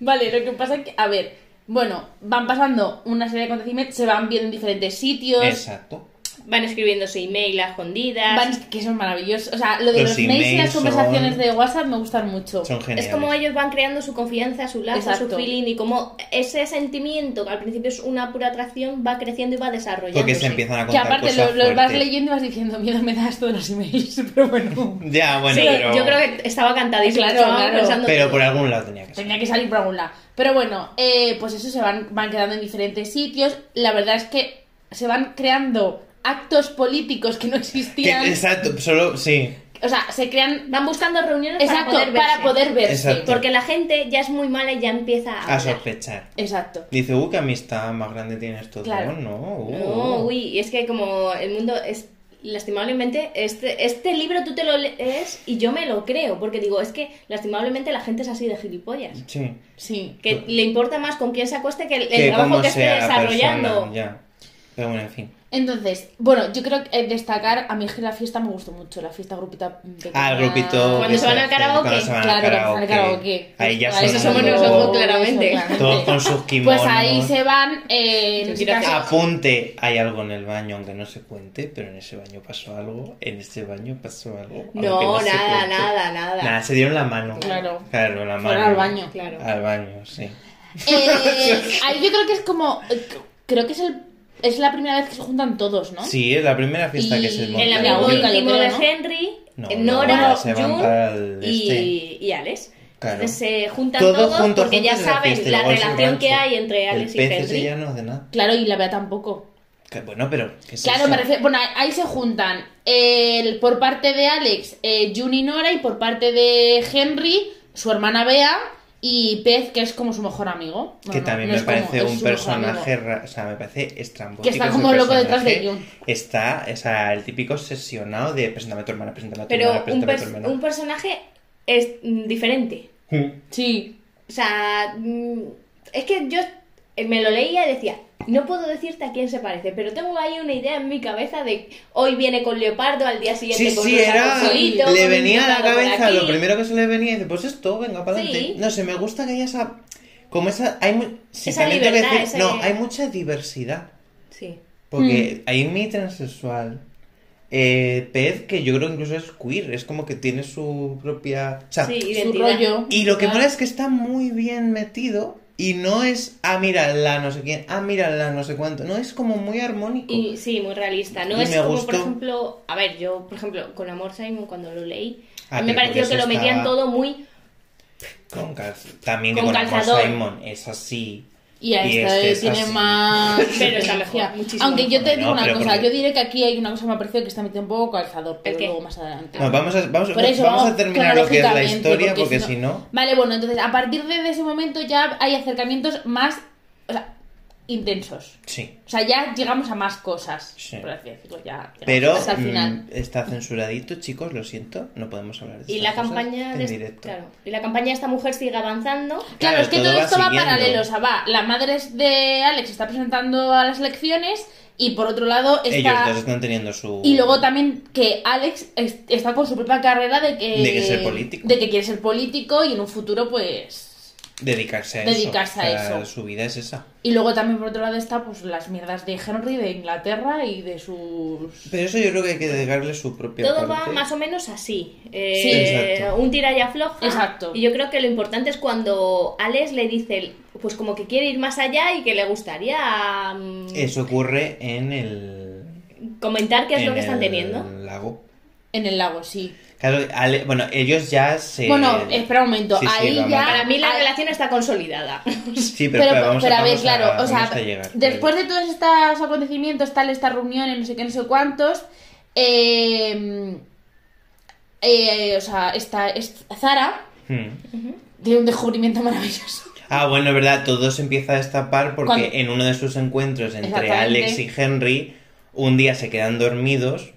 [SPEAKER 3] Vale, lo que pasa es que, a ver, bueno, van pasando una serie de acontecimientos, se van viendo en diferentes sitios,
[SPEAKER 1] Exacto.
[SPEAKER 2] Van escribiéndose email a escondidas.
[SPEAKER 3] van, que son maravillosos. O sea, lo de
[SPEAKER 1] Los
[SPEAKER 3] los, mails y
[SPEAKER 1] emails
[SPEAKER 3] las conversaciones
[SPEAKER 1] son-
[SPEAKER 3] de WhatsApp me gustan mucho.
[SPEAKER 1] Son geniales.
[SPEAKER 2] Es como ellos van creando su confianza, su lazo,
[SPEAKER 3] Exacto.
[SPEAKER 2] su feeling y como ese sentimiento que al principio es una pura atracción va creciendo y va desarrollándose.
[SPEAKER 1] Porque se empiezan a
[SPEAKER 3] Que
[SPEAKER 1] contar
[SPEAKER 3] aparte
[SPEAKER 1] cosas
[SPEAKER 3] los, los vas
[SPEAKER 1] fuertes.
[SPEAKER 3] leyendo y vas diciendo, miedo me da esto de los emails, *laughs* pero
[SPEAKER 1] *laughs*
[SPEAKER 3] bueno.
[SPEAKER 1] Ya, bueno,
[SPEAKER 2] Sí,
[SPEAKER 1] pero...
[SPEAKER 2] yo creo que estaba cantadísimo.
[SPEAKER 3] Claro,
[SPEAKER 2] estaba
[SPEAKER 3] claro.
[SPEAKER 2] pensando
[SPEAKER 1] Pero
[SPEAKER 2] todo.
[SPEAKER 1] por algún lado tenía que ser.
[SPEAKER 3] Tenía que salir por algún lado. Pero bueno, eh, pues eso se van, van quedando en diferentes sitios. La verdad es que se van creando actos políticos que no
[SPEAKER 1] Que-
[SPEAKER 3] existían.
[SPEAKER 1] exacto, solo, sí.
[SPEAKER 3] O sea, se crean...
[SPEAKER 2] Van buscando reuniones
[SPEAKER 3] Exacto,
[SPEAKER 2] para poder verse.
[SPEAKER 3] verse.
[SPEAKER 1] Exacto.
[SPEAKER 2] Porque la gente ya es muy mala y Ah, ya empieza a...
[SPEAKER 1] A
[SPEAKER 2] hablar.
[SPEAKER 1] sospechar.
[SPEAKER 3] Exacto.
[SPEAKER 1] Dice, uh, qué amistad más grande tiene estos
[SPEAKER 3] Claro.
[SPEAKER 1] dos. No, uh.
[SPEAKER 2] No, uy, y es que como el mundo es lastimablemente, este, este libro tú te lo lees y yo me lo creo, porque digo, es que lastimablemente la gente es así de gilipollas.
[SPEAKER 1] Sí.
[SPEAKER 3] Sí.
[SPEAKER 2] Que le importa más con quién se acueste que el, el
[SPEAKER 1] Pues Que
[SPEAKER 2] trabajo
[SPEAKER 1] cómo
[SPEAKER 2] que esté
[SPEAKER 1] sea la
[SPEAKER 2] desarrollando.
[SPEAKER 1] persona, ya. Pero bueno, en fin.
[SPEAKER 3] Entonces, bueno, yo creo que eh, destacar, a mí es que la fiesta me gustó mucho, la fiesta grupita mm, pequeña.
[SPEAKER 1] Ah, el grupito.
[SPEAKER 2] Cuando se van al
[SPEAKER 1] exacto,
[SPEAKER 2] karaoke.
[SPEAKER 1] cuando se van al
[SPEAKER 3] Claro, cuando se van
[SPEAKER 1] karaoke.
[SPEAKER 3] al karaoke.
[SPEAKER 1] Ahí ya
[SPEAKER 3] Pues,
[SPEAKER 1] son
[SPEAKER 2] Eso somos
[SPEAKER 1] todos-
[SPEAKER 2] nosotros, claramente.
[SPEAKER 1] Todos con
[SPEAKER 2] *laughs*
[SPEAKER 1] sus kimonos.
[SPEAKER 3] Pues ahí se van, eh, en
[SPEAKER 2] Yo
[SPEAKER 3] ese
[SPEAKER 2] quiero
[SPEAKER 3] caso-
[SPEAKER 1] Apunte, hay algo en el baño, aunque no se cuente, pero en ese baño pasó algo, en este baño pasó algo. aunque
[SPEAKER 2] No,
[SPEAKER 1] se
[SPEAKER 2] nada,
[SPEAKER 1] cuente.
[SPEAKER 2] nada, nada,
[SPEAKER 1] Nada, se dieron la mano.
[SPEAKER 3] Claro.
[SPEAKER 1] Claro, la mano.
[SPEAKER 3] Fueron al baño.
[SPEAKER 2] Claro.
[SPEAKER 1] Al baño, sí.
[SPEAKER 3] *laughs* Eh, ahí yo creo que es como, eh, creo que es el, es la primera vez que se juntan todos, ¿no?
[SPEAKER 1] Sí, es la primera fiesta
[SPEAKER 3] Y
[SPEAKER 1] que se
[SPEAKER 3] el
[SPEAKER 1] monta.
[SPEAKER 2] El
[SPEAKER 3] Montaña
[SPEAKER 2] amigo
[SPEAKER 3] rusa,
[SPEAKER 2] íntimo
[SPEAKER 3] yo
[SPEAKER 2] de
[SPEAKER 3] creo, ¿no?
[SPEAKER 2] Henry, eh,
[SPEAKER 1] No,
[SPEAKER 2] Nora,
[SPEAKER 1] no, se van para el este,
[SPEAKER 2] Jun y, y Alex.
[SPEAKER 1] Claro.
[SPEAKER 2] Entonces se juntan
[SPEAKER 1] Todos
[SPEAKER 2] todos,
[SPEAKER 1] juntos,
[SPEAKER 2] porque
[SPEAKER 1] juntos
[SPEAKER 2] ya
[SPEAKER 1] en la
[SPEAKER 2] saben
[SPEAKER 1] fiesta, y
[SPEAKER 2] la
[SPEAKER 1] luego se
[SPEAKER 2] relación que
[SPEAKER 1] van,
[SPEAKER 2] hay entre
[SPEAKER 1] el
[SPEAKER 2] Alex y
[SPEAKER 1] pez ese
[SPEAKER 2] Henry.
[SPEAKER 1] ya no es de nada.
[SPEAKER 3] Claro, y la vea tampoco.
[SPEAKER 1] Que bueno, pero... ¿qué es
[SPEAKER 3] Claro,
[SPEAKER 1] eso?
[SPEAKER 3] me refiero, bueno, ahí se juntan el, por parte de Alex, eh, Jun y Nora, y por parte de Henry, su hermana Bea, y Pez, que es como su mejor amigo. No,
[SPEAKER 1] que
[SPEAKER 3] no,
[SPEAKER 1] también
[SPEAKER 3] no
[SPEAKER 1] me
[SPEAKER 3] es como,
[SPEAKER 1] parece
[SPEAKER 3] es
[SPEAKER 1] un
[SPEAKER 3] su mejor amigo.
[SPEAKER 1] personaje, ra- o sea, me parece estrambótico.
[SPEAKER 3] Que está
[SPEAKER 1] ese
[SPEAKER 3] como loco detrás de
[SPEAKER 1] personaje.
[SPEAKER 3] Jun.
[SPEAKER 1] Está, o sea, el típico obsesionado de preséntame a tu hermana, preséntame a tu
[SPEAKER 2] Pero
[SPEAKER 1] hermana,
[SPEAKER 2] un,
[SPEAKER 1] preséntame a tu
[SPEAKER 2] pers-
[SPEAKER 1] hermana.
[SPEAKER 2] un personaje es mm, diferente.
[SPEAKER 1] Mm.
[SPEAKER 3] Sí,
[SPEAKER 2] O sea, mm, es que yo eh, me lo leía y decía, no puedo decirte a quién se parece, pero tengo ahí una idea en mi cabeza de hoy viene con leopardo, al día siguiente
[SPEAKER 1] Sí,
[SPEAKER 2] con
[SPEAKER 1] sí,
[SPEAKER 2] rosa,
[SPEAKER 1] era...
[SPEAKER 2] con solito,
[SPEAKER 1] le
[SPEAKER 2] con
[SPEAKER 1] venía a la
[SPEAKER 2] dorado por
[SPEAKER 1] cabeza,
[SPEAKER 2] aquí.
[SPEAKER 1] lo primero que se le venía, y dice, pues esto, venga, para
[SPEAKER 2] Sí.
[SPEAKER 1] adelante. No sé, me gusta que haya esa... Como esa... Hay mu- si
[SPEAKER 2] Esa
[SPEAKER 1] también tengo que
[SPEAKER 2] libertad,
[SPEAKER 1] decir-
[SPEAKER 2] ese-
[SPEAKER 1] No, hay mucha diversidad.
[SPEAKER 2] Sí.
[SPEAKER 1] Porque hay mi transexual. Eh, Pez, que yo creo que incluso es queer, es como que tiene su propia. O sea,
[SPEAKER 2] Sí,
[SPEAKER 3] su
[SPEAKER 2] identidad.
[SPEAKER 3] rollo.
[SPEAKER 1] y lo que mola es que está muy bien metido y no es, ah, mira la no sé quién, ah, mira la no sé cuánto. No, es como muy armónico.
[SPEAKER 2] Y sí, muy realista. No
[SPEAKER 1] Y
[SPEAKER 2] es
[SPEAKER 1] me
[SPEAKER 2] como, por
[SPEAKER 1] gustó.
[SPEAKER 2] ejemplo, a ver, yo, por ejemplo, con Amor Simon cuando lo leí,
[SPEAKER 1] Ah,
[SPEAKER 2] a mí me
[SPEAKER 1] pero
[SPEAKER 2] pareció
[SPEAKER 1] porque
[SPEAKER 2] que lo
[SPEAKER 1] eso
[SPEAKER 2] metían
[SPEAKER 1] estaba
[SPEAKER 2] todo muy...
[SPEAKER 1] Con calz- También que
[SPEAKER 2] Con
[SPEAKER 1] con Amor
[SPEAKER 2] calzador.
[SPEAKER 1] Simon, es así.
[SPEAKER 3] Y a
[SPEAKER 1] Y
[SPEAKER 3] esta
[SPEAKER 1] este es
[SPEAKER 3] tiene
[SPEAKER 1] así.
[SPEAKER 3] más.
[SPEAKER 2] *laughs* Pero está mejor,
[SPEAKER 3] energía.
[SPEAKER 2] muchísimo
[SPEAKER 3] Aunque yo
[SPEAKER 2] mejor.
[SPEAKER 3] te digo
[SPEAKER 1] No,
[SPEAKER 3] una
[SPEAKER 1] pero
[SPEAKER 3] cosa,
[SPEAKER 1] porque-
[SPEAKER 3] yo diré que aquí hay una cosa que me ha parecido que está metida un poco calzador, pero
[SPEAKER 2] ¿El qué?
[SPEAKER 3] luego más adelante.
[SPEAKER 1] No, vamos a, vamos,
[SPEAKER 3] Por eso,
[SPEAKER 1] vamos a terminar lo que es la
[SPEAKER 3] cronológicamente,
[SPEAKER 1] historia porque, si no.
[SPEAKER 3] Vale, bueno, entonces a partir de ese momento ya hay acercamientos más o sea, intensos.
[SPEAKER 1] Sí.
[SPEAKER 3] O sea, ya llegamos a más cosas,
[SPEAKER 1] Sí.
[SPEAKER 3] por así decirlo, ya llegamos
[SPEAKER 1] Pero
[SPEAKER 3] hasta el final.
[SPEAKER 1] mm, está censuradito, chicos, lo siento, no podemos hablar de
[SPEAKER 2] Y la
[SPEAKER 1] estas cosas
[SPEAKER 2] campaña
[SPEAKER 1] en
[SPEAKER 2] de... este-
[SPEAKER 1] directo.
[SPEAKER 2] claro, y la campaña de esta mujer sigue avanzando.
[SPEAKER 3] Claro, es que
[SPEAKER 1] todo
[SPEAKER 3] todo
[SPEAKER 1] va
[SPEAKER 3] esto va
[SPEAKER 1] siguiendo.
[SPEAKER 3] paralelo, o sea, va, la madre de Alex está presentando a las elecciones, Y por otro lado está...
[SPEAKER 1] Ellos dos están teniendo su...
[SPEAKER 3] Y luego también que Alex es- está con su propia carrera de que...
[SPEAKER 1] De que ser político.
[SPEAKER 3] De que quiere ser político y en un futuro pues...
[SPEAKER 1] Dedicarse a
[SPEAKER 3] Dedicarse a
[SPEAKER 1] eso. O sea,
[SPEAKER 3] eso.
[SPEAKER 1] Su vida es esa.
[SPEAKER 3] Y luego también por otro lado está pues las mierdas de Henry de Inglaterra y de sus...
[SPEAKER 1] Pero eso yo creo que hay que dedicarle su propia
[SPEAKER 2] Todo va
[SPEAKER 1] parte.
[SPEAKER 2] más o menos así. Eh,
[SPEAKER 3] Sí.
[SPEAKER 1] Exacto.
[SPEAKER 2] Un tira y afloja.
[SPEAKER 3] Exacto.
[SPEAKER 2] Y yo creo que lo importante es cuando Alex le dice, pues como que quiere ir más allá y que le gustaría mm,
[SPEAKER 1] Eso ocurre en el...
[SPEAKER 2] comentar qué es
[SPEAKER 1] en
[SPEAKER 2] lo que están
[SPEAKER 1] el
[SPEAKER 2] teniendo.
[SPEAKER 1] lago.
[SPEAKER 3] En el lago, sí.
[SPEAKER 1] Claro, Ale- bueno, ellos ya se...
[SPEAKER 3] Bueno, espera un momento.
[SPEAKER 1] Sí, sí,
[SPEAKER 3] Ahí
[SPEAKER 1] vamos.
[SPEAKER 3] ya...
[SPEAKER 2] Para mí la
[SPEAKER 3] ahí-
[SPEAKER 2] relación está consolidada.
[SPEAKER 1] Sí, pero,
[SPEAKER 3] Pero,
[SPEAKER 1] espera, vamos,
[SPEAKER 3] pero a ver,
[SPEAKER 1] vamos
[SPEAKER 3] claro, o sea,
[SPEAKER 1] vamos a llegar.
[SPEAKER 3] después de todos estos acontecimientos, tal, estas reuniones, no sé qué, no sé cuántos, eh, eh, o sea, esta, es- Zara
[SPEAKER 1] Hmm.
[SPEAKER 3] tiene un descubrimiento maravilloso.
[SPEAKER 1] Ah, bueno, es verdad, todo se empieza a destapar porque
[SPEAKER 3] Cuando-
[SPEAKER 1] en uno de sus encuentros entre
[SPEAKER 3] Exactamente.
[SPEAKER 1] Alex y Henry, un día se quedan dormidos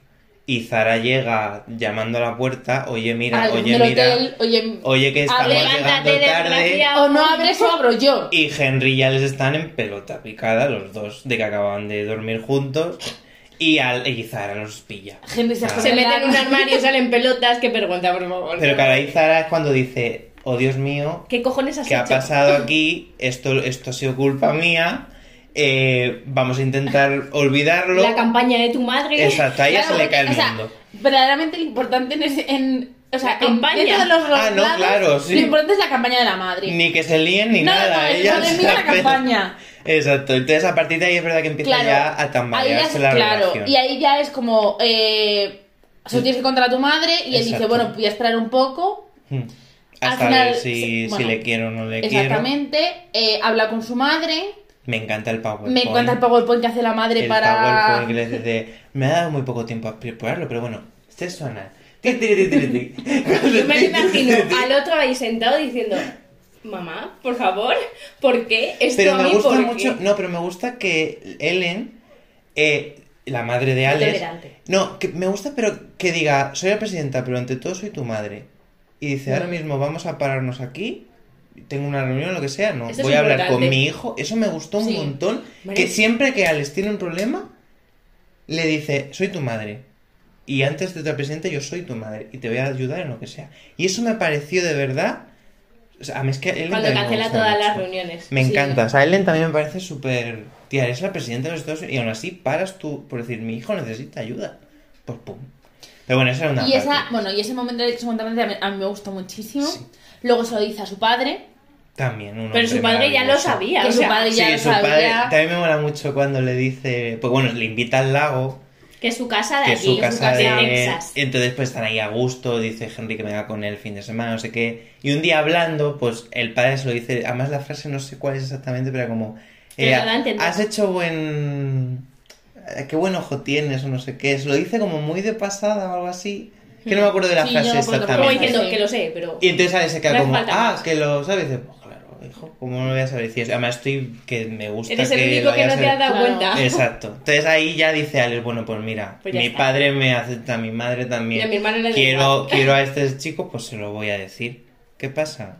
[SPEAKER 1] y Zara llega llamando a la puerta, oye, mira,
[SPEAKER 3] Al
[SPEAKER 1] oye,
[SPEAKER 3] del
[SPEAKER 1] mira,
[SPEAKER 3] hotel, oye,
[SPEAKER 1] oye, que estamos
[SPEAKER 3] Abre,
[SPEAKER 1] llegando
[SPEAKER 2] levántate,
[SPEAKER 1] tarde.
[SPEAKER 2] desgraciado.
[SPEAKER 3] o no abres o abro yo.
[SPEAKER 1] Y Henry ya les están en pelota picada, los dos, de que acaban de dormir juntos. Y, al, y Zara los pilla.
[SPEAKER 3] Henry se,
[SPEAKER 1] Ah.
[SPEAKER 2] *laughs*
[SPEAKER 3] esconde
[SPEAKER 2] Se mete en un
[SPEAKER 3] la-
[SPEAKER 2] armario y salen pelotas. Qué vergüenza, por favor.
[SPEAKER 1] Pero claro, ahí Zara es cuando dice, oh Dios mío,
[SPEAKER 2] ¿Qué cojones has
[SPEAKER 1] ¿Qué ha
[SPEAKER 2] hecho?
[SPEAKER 1] pasado aquí? Esto, esto ha sido culpa mía. Eh, vamos a intentar olvidarlo.
[SPEAKER 2] La campaña de tu madre.
[SPEAKER 1] Exacto, a ella
[SPEAKER 3] Claro,
[SPEAKER 1] se le
[SPEAKER 3] porque,
[SPEAKER 1] cae el
[SPEAKER 3] o sea,
[SPEAKER 1] mundo.
[SPEAKER 3] verdaderamente lo importante en, ese- en- o sea,
[SPEAKER 2] La
[SPEAKER 3] en-
[SPEAKER 2] campaña.
[SPEAKER 3] dentro de los
[SPEAKER 1] Ah, no,
[SPEAKER 3] lados,
[SPEAKER 1] claro, sí.
[SPEAKER 3] Lo importante es la campaña de la madre.
[SPEAKER 1] Ni que se líen ni
[SPEAKER 3] No,
[SPEAKER 1] nada.
[SPEAKER 3] no,
[SPEAKER 1] ella
[SPEAKER 3] no
[SPEAKER 1] se
[SPEAKER 3] termina la
[SPEAKER 1] apenas-
[SPEAKER 3] campaña.
[SPEAKER 1] Exacto, entonces a partir de ahí es verdad que empieza
[SPEAKER 3] Claro,
[SPEAKER 1] ya a
[SPEAKER 3] ahí
[SPEAKER 1] tambalearse
[SPEAKER 3] ya-
[SPEAKER 1] la
[SPEAKER 3] claro,
[SPEAKER 1] relación.
[SPEAKER 3] y ahí ya es como, eh, o sea, tienes que contar a tu madre y él dice,
[SPEAKER 1] Exacto.
[SPEAKER 3] bueno, voy a esperar un poco,
[SPEAKER 1] Hmm.
[SPEAKER 3] al
[SPEAKER 1] Hasta
[SPEAKER 3] final,
[SPEAKER 1] ver si,
[SPEAKER 3] sí,
[SPEAKER 1] si
[SPEAKER 3] bueno,
[SPEAKER 1] le quiero o no le quiero.
[SPEAKER 3] exactamente, eh, habla con su madre,
[SPEAKER 1] Me encanta el PowerPoint.
[SPEAKER 3] me cuenta el PowerPoint que hace la madre
[SPEAKER 1] El
[SPEAKER 3] para...
[SPEAKER 1] PowerPoint que les dice, me ha dado muy poco tiempo a prepararlo, pero bueno, este suena. Ti, ti, ti, ti, ti.
[SPEAKER 2] Yo
[SPEAKER 3] *laughs*
[SPEAKER 1] *laughs*
[SPEAKER 2] me lo imagino al otro ahí sentado diciendo, mamá, por favor, ¿por qué? Esto
[SPEAKER 1] Pero
[SPEAKER 2] a
[SPEAKER 1] me
[SPEAKER 2] mí,
[SPEAKER 1] gusta
[SPEAKER 2] ¿por
[SPEAKER 1] mucho.
[SPEAKER 2] qué?".
[SPEAKER 1] No, pero me gusta que Ellen, eh, la madre de Alex.
[SPEAKER 2] Tolerante.
[SPEAKER 1] No, que me gusta, pero que diga, soy la presidenta, pero ante todo soy tu madre. Y dice, ahora mismo vamos a pararnos aquí. Tengo una reunión, lo que sea, no.
[SPEAKER 2] Eso es
[SPEAKER 1] voy a hablar
[SPEAKER 2] importante.
[SPEAKER 1] con mi hijo. Eso me gustó un
[SPEAKER 3] Sí.
[SPEAKER 1] montón.
[SPEAKER 2] Vale.
[SPEAKER 1] Que siempre que Alex tiene un problema, le dice, soy tu madre. Y antes de ser presidente, yo soy tu madre. Y te voy a ayudar en lo que sea. Y eso me pareció de verdad. o sea, a mí es que Ellen
[SPEAKER 2] Cuando
[SPEAKER 1] también me
[SPEAKER 2] cancela
[SPEAKER 1] gusta
[SPEAKER 2] todas las
[SPEAKER 1] mucho.
[SPEAKER 2] reuniones.
[SPEAKER 1] Me
[SPEAKER 3] Sí.
[SPEAKER 1] encanta. O sea, Ellen también me parece súper. Tía, eres la presidenta de los Estados Unidos y aún así paras tú por decir, mi hijo necesita ayuda. Pues pum. Pero bueno, esa era una.
[SPEAKER 3] Y, esa,
[SPEAKER 1] parte.
[SPEAKER 3] bueno, y ese momento de que se monta la madre a mí me gustó muchísimo.
[SPEAKER 1] Sí.
[SPEAKER 3] Luego se lo dice a su padre,
[SPEAKER 1] También un
[SPEAKER 2] Pero su
[SPEAKER 1] hombre
[SPEAKER 2] padre ya lo
[SPEAKER 1] maravilloso.
[SPEAKER 2] sabía.
[SPEAKER 3] Que
[SPEAKER 2] o
[SPEAKER 3] su
[SPEAKER 2] sea,
[SPEAKER 3] padre- ya
[SPEAKER 1] sí,
[SPEAKER 3] lo
[SPEAKER 1] su
[SPEAKER 3] sabía.
[SPEAKER 1] padre. También me mola mucho cuando le dice. Pues bueno, le invita al lago,
[SPEAKER 2] que es su casa de
[SPEAKER 1] que es
[SPEAKER 2] aquí,
[SPEAKER 1] su
[SPEAKER 2] su
[SPEAKER 1] casa de.
[SPEAKER 2] Texas.
[SPEAKER 1] Entonces, pues están ahí a gusto. Dice Henry que me va con él el fin de semana, no sé qué. Y un día hablando, pues el padre se lo dice. Además, la frase no sé cuál es exactamente, pero era como. "Eh,
[SPEAKER 2] Pero lo da a entender.
[SPEAKER 1] has hecho buen. eh, Qué buen ojo tienes, o no sé qué. Se lo dice como muy de pasada o algo así. Que
[SPEAKER 2] Mm.
[SPEAKER 1] no me acuerdo de la
[SPEAKER 3] Sí, yo
[SPEAKER 1] frase
[SPEAKER 3] me acuerdo,
[SPEAKER 2] Como
[SPEAKER 3] También.
[SPEAKER 1] exactamente.
[SPEAKER 2] diciendo
[SPEAKER 3] Sí.
[SPEAKER 2] que lo sé, pero.
[SPEAKER 1] Y entonces Alex se queda
[SPEAKER 2] No hace
[SPEAKER 1] como,
[SPEAKER 2] falta
[SPEAKER 1] ah,
[SPEAKER 2] más".
[SPEAKER 1] que lo sabes. Y dice, pues claro, hijo, ¿cómo no lo voy a saber? Y dice, además estoy que me gusta
[SPEAKER 2] Eres
[SPEAKER 1] que
[SPEAKER 2] el
[SPEAKER 1] lo
[SPEAKER 2] único que
[SPEAKER 1] hayas
[SPEAKER 2] no te has
[SPEAKER 1] sabido".
[SPEAKER 2] dado
[SPEAKER 3] Claro.
[SPEAKER 2] cuenta.
[SPEAKER 1] Exacto. Entonces ahí ya dice Alex, bueno, pues mira,
[SPEAKER 2] Pues ya
[SPEAKER 1] mi
[SPEAKER 2] está.
[SPEAKER 1] padre me acepta, mi madre también.
[SPEAKER 2] Y a mi hermano le da
[SPEAKER 1] quiero,
[SPEAKER 2] igual.
[SPEAKER 1] quiero a este chico, pues se lo voy a decir. ¿Qué pasa?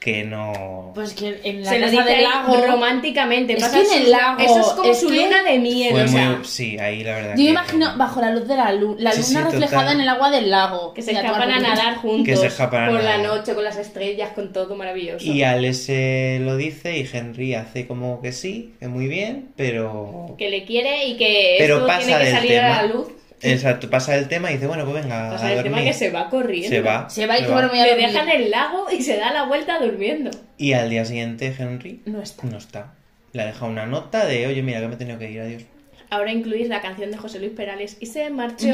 [SPEAKER 1] Que no...
[SPEAKER 3] pues que en la
[SPEAKER 2] Se lo
[SPEAKER 3] casa
[SPEAKER 2] dice
[SPEAKER 3] del
[SPEAKER 2] ahí
[SPEAKER 3] lago...
[SPEAKER 2] románticamente.
[SPEAKER 3] Es
[SPEAKER 2] pasa
[SPEAKER 3] que en
[SPEAKER 2] su-
[SPEAKER 3] el lago,
[SPEAKER 2] Eso es como
[SPEAKER 3] es
[SPEAKER 2] su
[SPEAKER 3] que-
[SPEAKER 2] luna de miel.
[SPEAKER 1] Fue
[SPEAKER 2] o
[SPEAKER 1] muy...
[SPEAKER 2] sea,
[SPEAKER 1] Sí, ahí la verdad
[SPEAKER 3] Yo me
[SPEAKER 1] que-
[SPEAKER 3] imagino bajo la luz de la luna, la
[SPEAKER 1] Sí,
[SPEAKER 3] luna
[SPEAKER 1] sí, total.
[SPEAKER 3] reflejada en el agua del lago.
[SPEAKER 2] Que se
[SPEAKER 3] Mira,
[SPEAKER 2] escapan
[SPEAKER 3] toma
[SPEAKER 2] a
[SPEAKER 3] por culo.
[SPEAKER 2] nadar juntos.
[SPEAKER 1] Que se escapan a
[SPEAKER 2] Por la
[SPEAKER 1] nadar.
[SPEAKER 2] noche, con las estrellas, con todo maravilloso.
[SPEAKER 1] Y Alex eh, lo dice y Henry hace como que sí, que muy bien, pero...
[SPEAKER 2] Que le quiere y que
[SPEAKER 1] Pero
[SPEAKER 2] esto
[SPEAKER 1] pasa
[SPEAKER 2] tiene que
[SPEAKER 1] del
[SPEAKER 2] salir
[SPEAKER 1] tema.
[SPEAKER 2] a la luz.
[SPEAKER 1] Exacto, pasa el tema y dice, bueno, pues venga,
[SPEAKER 2] O
[SPEAKER 1] a
[SPEAKER 2] sea, el tema
[SPEAKER 1] dormir.
[SPEAKER 2] que se va corriendo.
[SPEAKER 1] Se va.
[SPEAKER 3] Se va y
[SPEAKER 1] se
[SPEAKER 3] dice, bueno, me voy a
[SPEAKER 2] Le
[SPEAKER 3] dormir.
[SPEAKER 2] dejan el lago y se da la vuelta durmiendo.
[SPEAKER 1] Y al día siguiente Henry
[SPEAKER 3] No está.
[SPEAKER 1] no está. Le ha dejado una nota de, oye, mira, que me he tenido que ir, adiós.
[SPEAKER 2] Ahora incluís la canción de José Luis Perales y se marchó.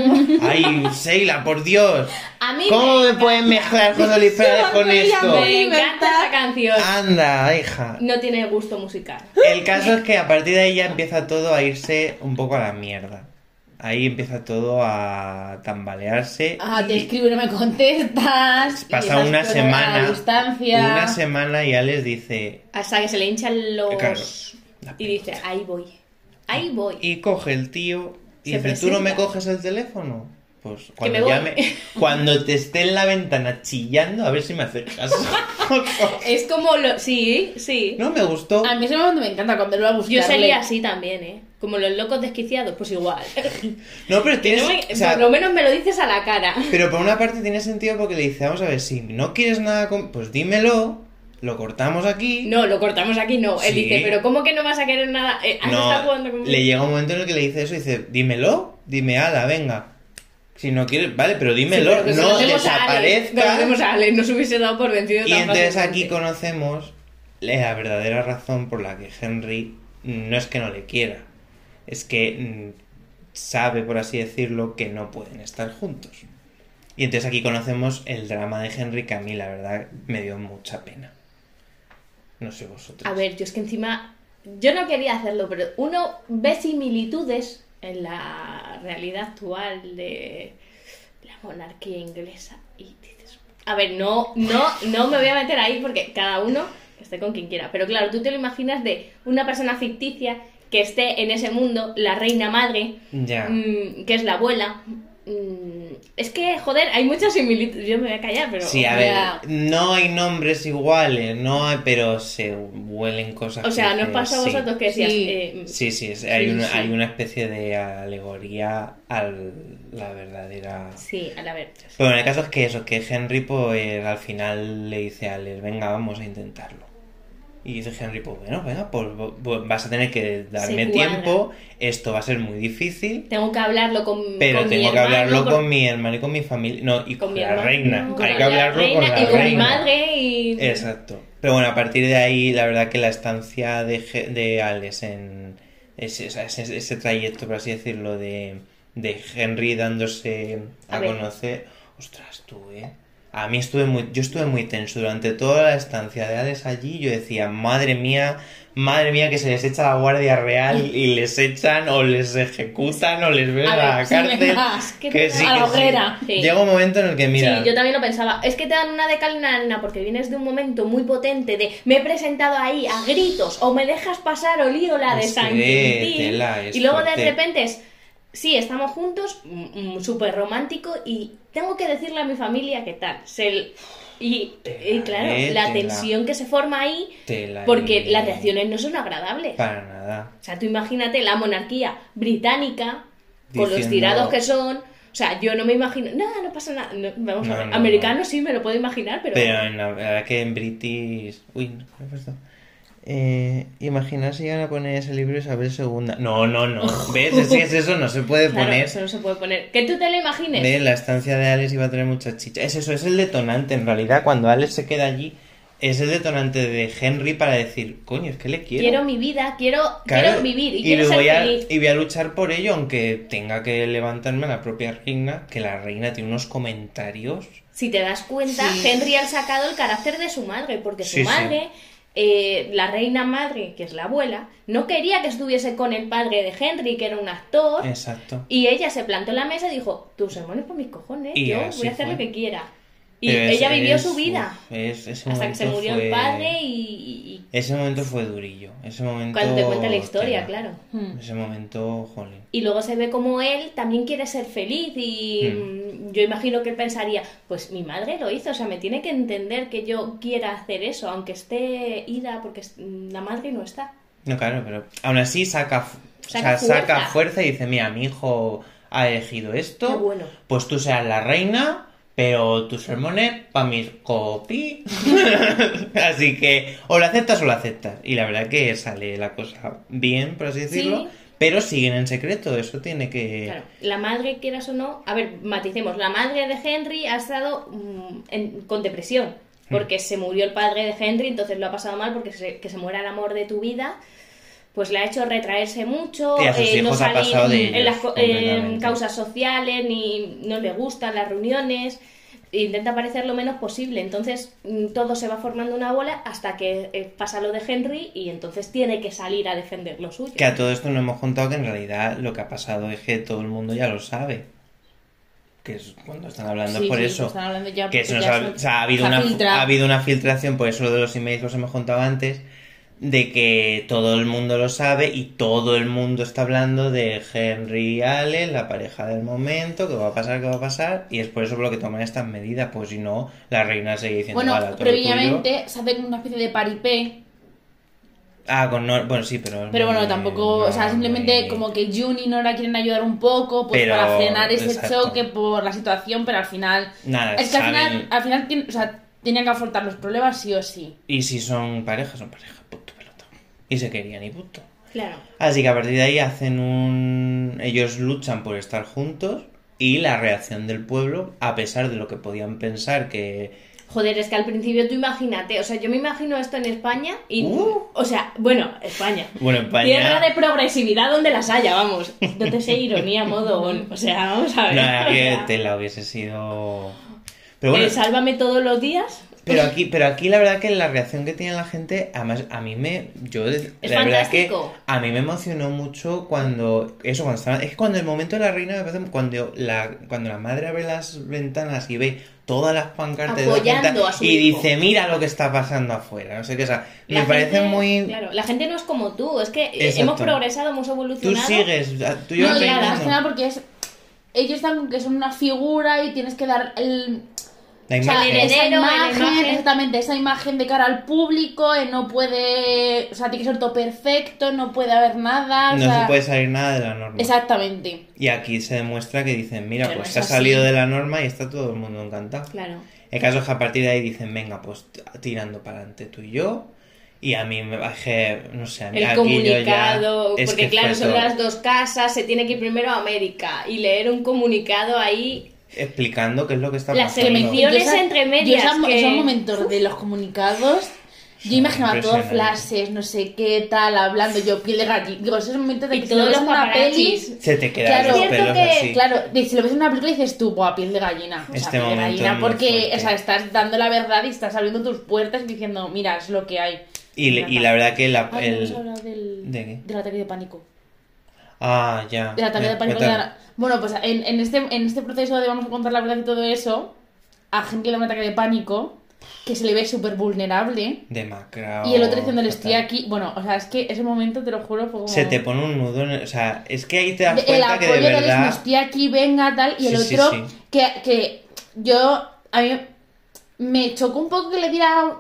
[SPEAKER 1] ¡Ay, Sheila, por Dios!
[SPEAKER 2] A mí
[SPEAKER 1] ¿Cómo
[SPEAKER 2] me,
[SPEAKER 1] me pueden mezclar José Luis Perales con esto?
[SPEAKER 2] me encanta esa canción.
[SPEAKER 1] Ah. Anda, hija.
[SPEAKER 2] No tiene gusto musical.
[SPEAKER 1] El caso es que a partir de ahí ya empieza todo a irse un poco a la mierda. Ahí empieza todo a tambalearse.
[SPEAKER 3] Ah, te escribo y no me contestas. y
[SPEAKER 1] Pasa
[SPEAKER 3] esas
[SPEAKER 1] una
[SPEAKER 3] cosas A la
[SPEAKER 1] semana.
[SPEAKER 3] distancia.
[SPEAKER 1] Una semana y Alex dice,
[SPEAKER 2] Hasta que se le hinchan los...
[SPEAKER 1] Eh, Claro.
[SPEAKER 2] Y dice, ahí voy. Ahí voy.
[SPEAKER 1] Y coge el tío y
[SPEAKER 2] Se
[SPEAKER 1] dice, ¿tú no me
[SPEAKER 2] presenta.
[SPEAKER 1] coges el teléfono? Pues
[SPEAKER 2] me
[SPEAKER 1] cuando
[SPEAKER 2] voy.
[SPEAKER 1] llame, cuando te esté en la ventana chillando, a ver si me acercas.
[SPEAKER 2] Es como lo... Sí, sí.
[SPEAKER 1] no me gustó.
[SPEAKER 3] A mí ese momento me encanta cuando lo va a buscar.
[SPEAKER 2] Yo salía así también, ¿eh? Como los locos desquiciados, pues igual.
[SPEAKER 1] No, pero
[SPEAKER 2] Que
[SPEAKER 1] tienes.
[SPEAKER 2] *laughs* no me-
[SPEAKER 1] o sea,
[SPEAKER 2] por lo menos me lo dices a la cara.
[SPEAKER 1] Pero por una parte tiene sentido porque le dice, vamos a ver, si no quieres nada con... Pues dímelo, lo cortamos aquí.
[SPEAKER 2] No, lo cortamos aquí, no. Él
[SPEAKER 1] Sí.
[SPEAKER 2] dice, pero ¿cómo que no vas a querer nada? Eh, has
[SPEAKER 1] No,
[SPEAKER 2] estado jugando conmigo.
[SPEAKER 1] le llega un momento en el que le dice eso y dice, dímelo, dime ala, venga. Si no quieres, vale, pero
[SPEAKER 2] Sí,
[SPEAKER 1] dímelo,
[SPEAKER 2] pero que
[SPEAKER 1] no
[SPEAKER 2] conocemos a Alex, Conocemos
[SPEAKER 1] desaparezca.
[SPEAKER 2] a Alex, nos hubiese dado por vencido
[SPEAKER 1] Y
[SPEAKER 2] tan
[SPEAKER 1] entonces
[SPEAKER 2] fácilmente.
[SPEAKER 1] aquí conocemos la verdadera razón por la que Henry no es que no le quiera, es que mm, sabe, por así decirlo, que no pueden estar juntos. Y entonces aquí conocemos el drama de Henry que a mí la verdad me dio mucha pena. No sé vosotros.
[SPEAKER 2] A ver, yo es que encima, yo no quería hacerlo, pero uno ve similitudes en la realidad actual de la monarquía inglesa y dices, a ver, no, no, no me voy a meter ahí porque cada uno que esté con quien quiera, pero claro, tú te lo imaginas de una persona ficticia que esté en ese mundo, la reina madre,
[SPEAKER 1] Ya.
[SPEAKER 2] mm, que es la abuela. mm, es que, joder, hay muchas similitudes. Yo me voy a callar, pero.
[SPEAKER 1] Sí, a
[SPEAKER 2] o
[SPEAKER 1] ver,
[SPEAKER 2] sea,
[SPEAKER 1] no hay nombres iguales, no hay, pero se huelen cosas.
[SPEAKER 2] O sea,
[SPEAKER 1] que
[SPEAKER 2] nos pasa a
[SPEAKER 1] sí.
[SPEAKER 2] vosotros que decías.
[SPEAKER 3] Sí.
[SPEAKER 2] eh,
[SPEAKER 1] Sí, sí, es- hay,
[SPEAKER 3] Sí,
[SPEAKER 1] una,
[SPEAKER 3] sí.
[SPEAKER 1] hay una especie de alegoría a la verdadera...
[SPEAKER 2] Sí, a la ver.
[SPEAKER 1] Pero bueno, el caso es que eso, que Henry pues al final le dice a Alex, venga, vamos a intentarlo. Y dice Henry, pues bueno, venga, pues, pues, vas a tener que darme
[SPEAKER 2] Se cuadra.
[SPEAKER 1] tiempo, esto va a ser muy difícil,
[SPEAKER 2] Tengo que hablarlo con
[SPEAKER 1] pero
[SPEAKER 2] con mi
[SPEAKER 1] tengo que
[SPEAKER 2] hermano,
[SPEAKER 1] hablarlo
[SPEAKER 2] con-
[SPEAKER 1] con mi hermano y con mi familia, no, y
[SPEAKER 2] con
[SPEAKER 1] con,
[SPEAKER 2] mi
[SPEAKER 1] la
[SPEAKER 2] hermano,
[SPEAKER 1] reina,
[SPEAKER 2] con
[SPEAKER 1] hay
[SPEAKER 2] la
[SPEAKER 1] que hablarlo
[SPEAKER 2] reina
[SPEAKER 1] con la
[SPEAKER 2] y con mi
[SPEAKER 1] reina.
[SPEAKER 2] madre y
[SPEAKER 1] Exacto. Pero bueno, a partir de ahí, la verdad que la estancia de, Ge- de Alex en ese, ese- ese trayecto, por así decirlo, de, de Henry dándose a,
[SPEAKER 2] A ver.
[SPEAKER 1] conocer, ostras, tú, eh. A mí estuve muy, yo estuve muy tenso durante toda la estancia de Alex allí. Yo decía, madre mía, madre mía, que se les echa la Guardia
[SPEAKER 2] *laughs*
[SPEAKER 1] Real y les echan o les ejecutan o les ven a,
[SPEAKER 3] A
[SPEAKER 1] la
[SPEAKER 3] ver, sí,
[SPEAKER 1] cárcel.
[SPEAKER 3] venga, es
[SPEAKER 2] que
[SPEAKER 1] que
[SPEAKER 2] te-
[SPEAKER 1] sí,
[SPEAKER 3] a la
[SPEAKER 1] que sí.
[SPEAKER 3] hoguera.
[SPEAKER 2] Sí.
[SPEAKER 1] Llega un momento en el que, mira,
[SPEAKER 2] Sí, yo también lo pensaba. Es que te dan una de cal y una de arena porque vienes de un momento muy potente de me he presentado ahí a gritos o me dejas pasar o lío la de
[SPEAKER 1] Es
[SPEAKER 2] San
[SPEAKER 1] que,
[SPEAKER 2] Quintín.
[SPEAKER 1] tela, es
[SPEAKER 2] Y luego de
[SPEAKER 1] fuerte.
[SPEAKER 2] repente es, sí, estamos juntos, mm, mm, súper romántico y tengo que decirle a mi familia qué tal. Se- y, y claro,
[SPEAKER 1] eh, tela.
[SPEAKER 2] la tensión que se forma ahí
[SPEAKER 1] te la-
[SPEAKER 2] porque las reacciones no son agradables.
[SPEAKER 1] Para nada.
[SPEAKER 2] O sea, tú imagínate la monarquía británica, con los
[SPEAKER 1] Diciendo-
[SPEAKER 2] tirados que son. O sea, yo no me imagino. No, no pasa nada. No, vamos
[SPEAKER 1] No,
[SPEAKER 2] a ver.
[SPEAKER 1] no,
[SPEAKER 2] Americano
[SPEAKER 1] no.
[SPEAKER 2] sí me lo puedo imaginar, pero.
[SPEAKER 1] Pero en la la verdad que en British. Uy, no, ¿qué me he puesto? Eh, imagina si iban a poner ese libro Isabel II. No, no,
[SPEAKER 2] *laughs*
[SPEAKER 1] no. ¿Ves? Es que es eso, no se puede
[SPEAKER 2] claro,
[SPEAKER 1] poner.
[SPEAKER 2] eso no se puede poner. Que tú te lo imagines.
[SPEAKER 1] ¿Ves? La estancia de Alex iba a tener mucha chicha. Es eso, es el detonante. En realidad, cuando Alex se queda allí, es el detonante de Henry para decir, coño, es que le quiero.
[SPEAKER 2] quiero. mi vida, quiero,
[SPEAKER 1] Claro,
[SPEAKER 2] quiero vivir y, quiero
[SPEAKER 1] lo
[SPEAKER 2] ser
[SPEAKER 1] voy a,
[SPEAKER 2] feliz.
[SPEAKER 1] y voy a luchar por ello, aunque tenga que levantarme a la propia reina, que la reina tiene unos comentarios.
[SPEAKER 2] Si te das cuenta, Henry ha sacado el carácter de su madre, porque
[SPEAKER 1] Sí, sí.
[SPEAKER 2] su madre, eh, la reina madre, que es la abuela, no quería que estuviese con el padre de Henry, que era un actor.
[SPEAKER 1] Exacto.
[SPEAKER 2] Y ella se plantó en la mesa y dijo, tus sermones por mis cojones,
[SPEAKER 1] Y
[SPEAKER 2] yo
[SPEAKER 1] así
[SPEAKER 2] voy a hacer
[SPEAKER 1] fue.
[SPEAKER 2] lo que quiera. Y
[SPEAKER 1] Pero es-
[SPEAKER 2] ella vivió
[SPEAKER 1] es-
[SPEAKER 2] su vida
[SPEAKER 1] uf, es- ese
[SPEAKER 2] hasta que se
[SPEAKER 1] momento
[SPEAKER 2] murió
[SPEAKER 1] fue-
[SPEAKER 2] el padre y, y-
[SPEAKER 1] Ese momento fue durillo. Ese
[SPEAKER 2] y
[SPEAKER 1] momento...
[SPEAKER 2] cuando te cuenta la historia,
[SPEAKER 1] tela.
[SPEAKER 2] claro.
[SPEAKER 3] Hmm.
[SPEAKER 1] Ese momento, jolín.
[SPEAKER 2] Y luego se ve como él también quiere ser feliz y
[SPEAKER 1] Hmm.
[SPEAKER 2] mm, yo imagino que él pensaría, pues mi madre lo hizo, o sea, me tiene que entender que yo quiera hacer eso, aunque esté ida porque es- mm, la madre no está.
[SPEAKER 1] No, claro, pero aún así saca, fu- o
[SPEAKER 2] Saca
[SPEAKER 1] sea, saca
[SPEAKER 2] fuerza.
[SPEAKER 1] fuerza y dice, mira, mi hijo ha elegido esto,
[SPEAKER 2] Qué bueno.
[SPEAKER 1] pues tú seas la reina, pero tus sermones pa' mis copi. *laughs* así que o lo aceptas o lo aceptas. Y la verdad que sale la cosa bien, por así decirlo,
[SPEAKER 2] Sí.
[SPEAKER 1] pero siguen en secreto, eso tiene que...
[SPEAKER 2] Claro, la madre, quieras o no, a ver, maticemos, la madre de Henry ha estado mm, en- con depresión,
[SPEAKER 1] Mm.
[SPEAKER 2] porque se murió el padre de Henry, entonces lo ha pasado mal porque se- que se muera el amor de tu vida, pues le ha hecho retraerse mucho, eh,
[SPEAKER 1] Y a sus
[SPEAKER 2] no
[SPEAKER 1] hijos ha
[SPEAKER 2] salir
[SPEAKER 1] pasado de ellos,
[SPEAKER 2] en las co-
[SPEAKER 1] completamente.
[SPEAKER 2] en causas sociales, ni no le gustan las reuniones, intenta parecer lo menos posible, entonces mm, todo se va formando una bola hasta que eh, pasa lo de Henry y entonces tiene que salir a defender lo suyo.
[SPEAKER 1] Que a todo esto nos hemos contado que en realidad lo que ha pasado es que todo el mundo ya lo sabe. Que es cuando están hablando
[SPEAKER 3] Sí,
[SPEAKER 1] por
[SPEAKER 3] sí,
[SPEAKER 1] eso.
[SPEAKER 3] están hablando ya
[SPEAKER 1] que
[SPEAKER 3] porque
[SPEAKER 1] se nos
[SPEAKER 3] ya
[SPEAKER 1] ha,
[SPEAKER 3] son-
[SPEAKER 1] o sea, ha habido
[SPEAKER 3] se
[SPEAKER 1] una,
[SPEAKER 3] filtrado.
[SPEAKER 1] ha habido una filtración, por eso lo de los emails que os hemos contado antes, de que todo el mundo lo sabe y todo el mundo está hablando de Henry y Ale, la pareja del momento, que va a pasar, que va a pasar, y es por eso por lo que toman estas medidas, pues si no, la reina sigue diciendo, "Hala,
[SPEAKER 3] Bueno,
[SPEAKER 1] todo tuyo".
[SPEAKER 3] previamente se hacen una especie de paripé
[SPEAKER 1] Ah, con Nora. Bueno, sí, pero.
[SPEAKER 3] Pero bueno,
[SPEAKER 1] muy-
[SPEAKER 3] tampoco, o sea,
[SPEAKER 1] Eh, no,
[SPEAKER 3] simplemente
[SPEAKER 1] muy-
[SPEAKER 3] como que Jun y Nora quieren ayudar un poco pues,
[SPEAKER 1] Pero,
[SPEAKER 3] para frenar ese
[SPEAKER 1] exacto.
[SPEAKER 3] choque por la situación, pero al final...
[SPEAKER 1] Nada,
[SPEAKER 3] es que al
[SPEAKER 1] saben-
[SPEAKER 3] final, al final tien- o sea, tenían que afrontar los problemas sí o sí.
[SPEAKER 1] Y si son pareja, son pareja, punto pelota. Y se querían y punto.
[SPEAKER 2] Claro.
[SPEAKER 1] Así que a partir de ahí hacen un. Ellos luchan por estar juntos y la reacción del pueblo, a pesar de lo que podían pensar que.
[SPEAKER 2] Joder, es que al principio tú imagínate, o sea, yo me imagino esto en España y...
[SPEAKER 1] Uh.
[SPEAKER 2] O sea, bueno, España.
[SPEAKER 1] Bueno, España.
[SPEAKER 2] Tierra de progresividad donde las haya, vamos. No te sé ironía, modo on. O sea, vamos a ver.
[SPEAKER 1] No,
[SPEAKER 2] o
[SPEAKER 1] aquí
[SPEAKER 2] sea,
[SPEAKER 1] tela hubiese sido. Pero bueno,
[SPEAKER 2] eh, sálvame todos los días.
[SPEAKER 1] pero aquí, pero aquí la verdad que la reacción que tiene la gente, además a mí me, yo de-
[SPEAKER 2] Es
[SPEAKER 1] la verdad que
[SPEAKER 2] fantástico.
[SPEAKER 1] a mí me emocionó mucho cuando eso cuando estaba, es cuando el momento de la reina me parece cuando la cuando la madre abre las ventanas y ve todas las pancartas de la
[SPEAKER 2] Apoyando
[SPEAKER 1] gente
[SPEAKER 2] a su
[SPEAKER 1] y
[SPEAKER 2] hijo.
[SPEAKER 1] dice mira lo que está pasando afuera, no sé qué, o sea, me
[SPEAKER 2] La
[SPEAKER 1] parece
[SPEAKER 2] gente-
[SPEAKER 1] muy
[SPEAKER 2] Claro, la gente no es como tú, es que eh,
[SPEAKER 1] Exacto.
[SPEAKER 2] hemos progresado, hemos
[SPEAKER 1] tú
[SPEAKER 2] evolucionado.
[SPEAKER 1] sigues, o sea, tú y yo
[SPEAKER 3] no,
[SPEAKER 1] nos
[SPEAKER 3] y
[SPEAKER 2] claro,
[SPEAKER 1] seguimos,
[SPEAKER 3] más
[SPEAKER 1] ¿no?
[SPEAKER 3] que nada porque es... Ellos están con que son una figura y tienes que dar el...
[SPEAKER 1] la
[SPEAKER 3] O sea,
[SPEAKER 1] imagen.
[SPEAKER 2] heredero,
[SPEAKER 3] esa imagen,
[SPEAKER 2] la imagen.
[SPEAKER 3] exactamente, esa imagen de cara al público, eh, no puede... O sea, tiene que ser todo perfecto, no puede haber nada, o
[SPEAKER 1] no
[SPEAKER 3] sea,
[SPEAKER 1] se puede salir nada de la norma.
[SPEAKER 3] Exactamente.
[SPEAKER 1] Y aquí se demuestra que dicen, mira,
[SPEAKER 3] Pero
[SPEAKER 1] pues
[SPEAKER 3] es
[SPEAKER 1] se ha
[SPEAKER 3] así.
[SPEAKER 1] salido de la norma y está todo el mundo encantado.
[SPEAKER 2] Claro.
[SPEAKER 1] El caso es que a partir de ahí dicen, venga, pues t- tirando para adelante tú y yo. Y a mí me bajé, no sé, a mí
[SPEAKER 2] El
[SPEAKER 1] aquí
[SPEAKER 2] comunicado,
[SPEAKER 1] yo ya... es
[SPEAKER 2] porque
[SPEAKER 1] que
[SPEAKER 2] claro,
[SPEAKER 1] fue
[SPEAKER 2] son
[SPEAKER 1] todo
[SPEAKER 2] las dos casas, se tiene que ir primero a América y leer un comunicado ahí.
[SPEAKER 1] Explicando qué es lo que está
[SPEAKER 2] Las
[SPEAKER 1] pasando.
[SPEAKER 2] elecciones- Guiones
[SPEAKER 3] Yo esa-
[SPEAKER 2] entre medias
[SPEAKER 3] yo esa-
[SPEAKER 2] que-
[SPEAKER 3] esos momentos de los comunicados. Yo
[SPEAKER 1] Son
[SPEAKER 3] imaginaba todo
[SPEAKER 1] impresionantes.
[SPEAKER 3] flashes, no sé qué tal, hablando yo, piel de gallina. Digo, esos momentos de
[SPEAKER 2] Y
[SPEAKER 3] que si lo
[SPEAKER 2] todos
[SPEAKER 3] ves en
[SPEAKER 2] los
[SPEAKER 3] una
[SPEAKER 2] paparazzis.
[SPEAKER 3] peli.
[SPEAKER 1] Se te quedan
[SPEAKER 3] Claro,
[SPEAKER 1] los
[SPEAKER 2] es cierto
[SPEAKER 1] pelos
[SPEAKER 2] que,
[SPEAKER 1] así.
[SPEAKER 3] Claro, de- si lo ves en una película dices tú, buah, piel de gallina. o sea,
[SPEAKER 1] Este
[SPEAKER 3] piel de
[SPEAKER 1] momento es
[SPEAKER 3] gallina,
[SPEAKER 1] muy
[SPEAKER 3] porque
[SPEAKER 1] fuerte.
[SPEAKER 3] o sea, estás dando la verdad y estás abriendo tus puertas y diciendo, mira, es lo que hay.
[SPEAKER 1] Y, le- y la verdad que la,
[SPEAKER 3] Ay, Ah, no
[SPEAKER 1] Ah, el...
[SPEAKER 3] hemos hablado del,
[SPEAKER 1] ¿De qué?
[SPEAKER 3] del ataque de pánico.
[SPEAKER 1] Ah, ya.
[SPEAKER 3] De la tarea
[SPEAKER 1] Me-
[SPEAKER 3] de pánico.
[SPEAKER 1] me
[SPEAKER 3] de
[SPEAKER 1] tardo.
[SPEAKER 3] la- Bueno, pues en, en este, en este proceso de vamos a contar la verdad y todo eso, a gente le da un ataque de pánico, que se le ve súper vulnerable,
[SPEAKER 1] Demacrado,
[SPEAKER 3] y el otro diciéndole
[SPEAKER 1] fatal.
[SPEAKER 3] estoy aquí. Bueno, o sea, es que ese momento, te lo juro, fue como...
[SPEAKER 1] Se te pone un nudo en el- O sea, es que ahí te das
[SPEAKER 3] el
[SPEAKER 1] cuenta que
[SPEAKER 3] apoyo
[SPEAKER 1] de
[SPEAKER 3] del "No,
[SPEAKER 1] verdad...
[SPEAKER 3] estoy aquí, venga, tal, y el
[SPEAKER 1] Sí, sí,
[SPEAKER 3] otro,
[SPEAKER 1] sí.
[SPEAKER 3] Que, que yo, a mí me chocó un poco que le diera...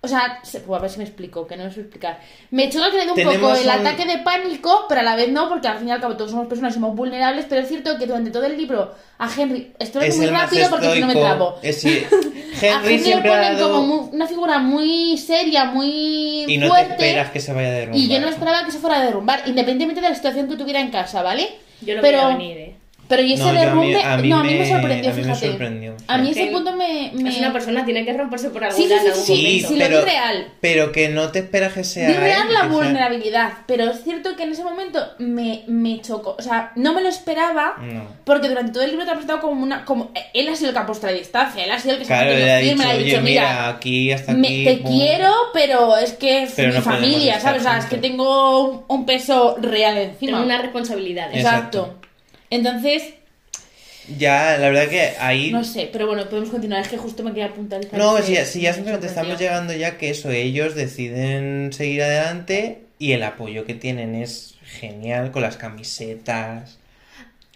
[SPEAKER 3] O sea, se- pues a ver si me explico, que no me sé explicar. Me choca que le dé un
[SPEAKER 1] Tenemos
[SPEAKER 3] poco el
[SPEAKER 1] un-
[SPEAKER 3] ataque de pánico, pero a la vez no, porque al fin y al cabo todos somos personas, somos vulnerables, pero es cierto que durante todo el libro a Henry... Esto lo
[SPEAKER 1] Es
[SPEAKER 3] es muy
[SPEAKER 1] el más
[SPEAKER 3] rápido porque si no me
[SPEAKER 1] estoico.
[SPEAKER 3] trapo.
[SPEAKER 1] Es- sí.
[SPEAKER 3] *laughs* A
[SPEAKER 1] Henry
[SPEAKER 3] Henry le
[SPEAKER 1] siempre ha
[SPEAKER 3] ponen
[SPEAKER 1] dado-
[SPEAKER 3] como muy- una figura muy seria, muy
[SPEAKER 1] Y no te
[SPEAKER 3] fuerte.
[SPEAKER 1] esperas que se vaya a derrumbar.
[SPEAKER 3] Y yo no esperaba que se fuera a derrumbar, independientemente de la situación que tuviera en casa, ¿ale?
[SPEAKER 2] Yo lo
[SPEAKER 3] Pero-
[SPEAKER 2] veía venir, ¿eh?
[SPEAKER 3] Pero y ese
[SPEAKER 1] No, yo a mí-
[SPEAKER 3] derrumbe.
[SPEAKER 1] a mí
[SPEAKER 3] no, a mí me,
[SPEAKER 1] me-
[SPEAKER 3] sorprendió,
[SPEAKER 1] a mí me
[SPEAKER 3] fíjate.
[SPEAKER 1] sorprendió, sí.
[SPEAKER 3] A mí ese
[SPEAKER 2] Que
[SPEAKER 3] punto me. me...
[SPEAKER 2] Es una persona, tiene que romperse por algún
[SPEAKER 3] Sí, sí,
[SPEAKER 2] lado
[SPEAKER 3] sí,
[SPEAKER 2] en algún
[SPEAKER 3] sí,
[SPEAKER 1] Sí,
[SPEAKER 2] momento.
[SPEAKER 3] sí, lo
[SPEAKER 1] pero,
[SPEAKER 3] vi real.
[SPEAKER 1] pero que no te esperas que sea.
[SPEAKER 3] Vi real
[SPEAKER 1] él,
[SPEAKER 3] la
[SPEAKER 1] que sea-
[SPEAKER 3] vulnerabilidad, pero es cierto que en ese momento me, me chocó. O sea, no me lo esperaba.
[SPEAKER 1] No.
[SPEAKER 3] Porque durante todo el libro te ha presentado como una. como Él ha sido el que ha puesto la distancia, él ha sido el que
[SPEAKER 1] Claro,
[SPEAKER 3] se ha
[SPEAKER 1] le
[SPEAKER 3] mantenido
[SPEAKER 1] ha dicho,
[SPEAKER 3] firme,
[SPEAKER 1] oye,
[SPEAKER 3] le ha dicho,
[SPEAKER 1] mira, aquí hasta aquí.
[SPEAKER 3] me- te
[SPEAKER 1] pum".
[SPEAKER 3] quiero, pero es que es
[SPEAKER 1] Pero
[SPEAKER 3] mi
[SPEAKER 1] no podemos
[SPEAKER 3] familia,
[SPEAKER 1] estar
[SPEAKER 3] ¿sabes? O sea, es que
[SPEAKER 1] juntos.
[SPEAKER 3] tengo un, un peso real encima.
[SPEAKER 2] Tengo unas
[SPEAKER 3] ¿eh?
[SPEAKER 2] responsabilidades.
[SPEAKER 1] Exacto.
[SPEAKER 3] Exacto. Entonces,
[SPEAKER 1] Ya, la verdad que ahí.
[SPEAKER 3] No sé, pero bueno, podemos continuar. Es que justo me quería puntualizar.
[SPEAKER 1] No,
[SPEAKER 3] ese-
[SPEAKER 1] si ya, si ya
[SPEAKER 3] ese
[SPEAKER 1] simplemente estamos
[SPEAKER 3] sorprendido.
[SPEAKER 1] llegando ya que eso, ellos deciden seguir adelante y el apoyo que tienen es genial con las camisetas,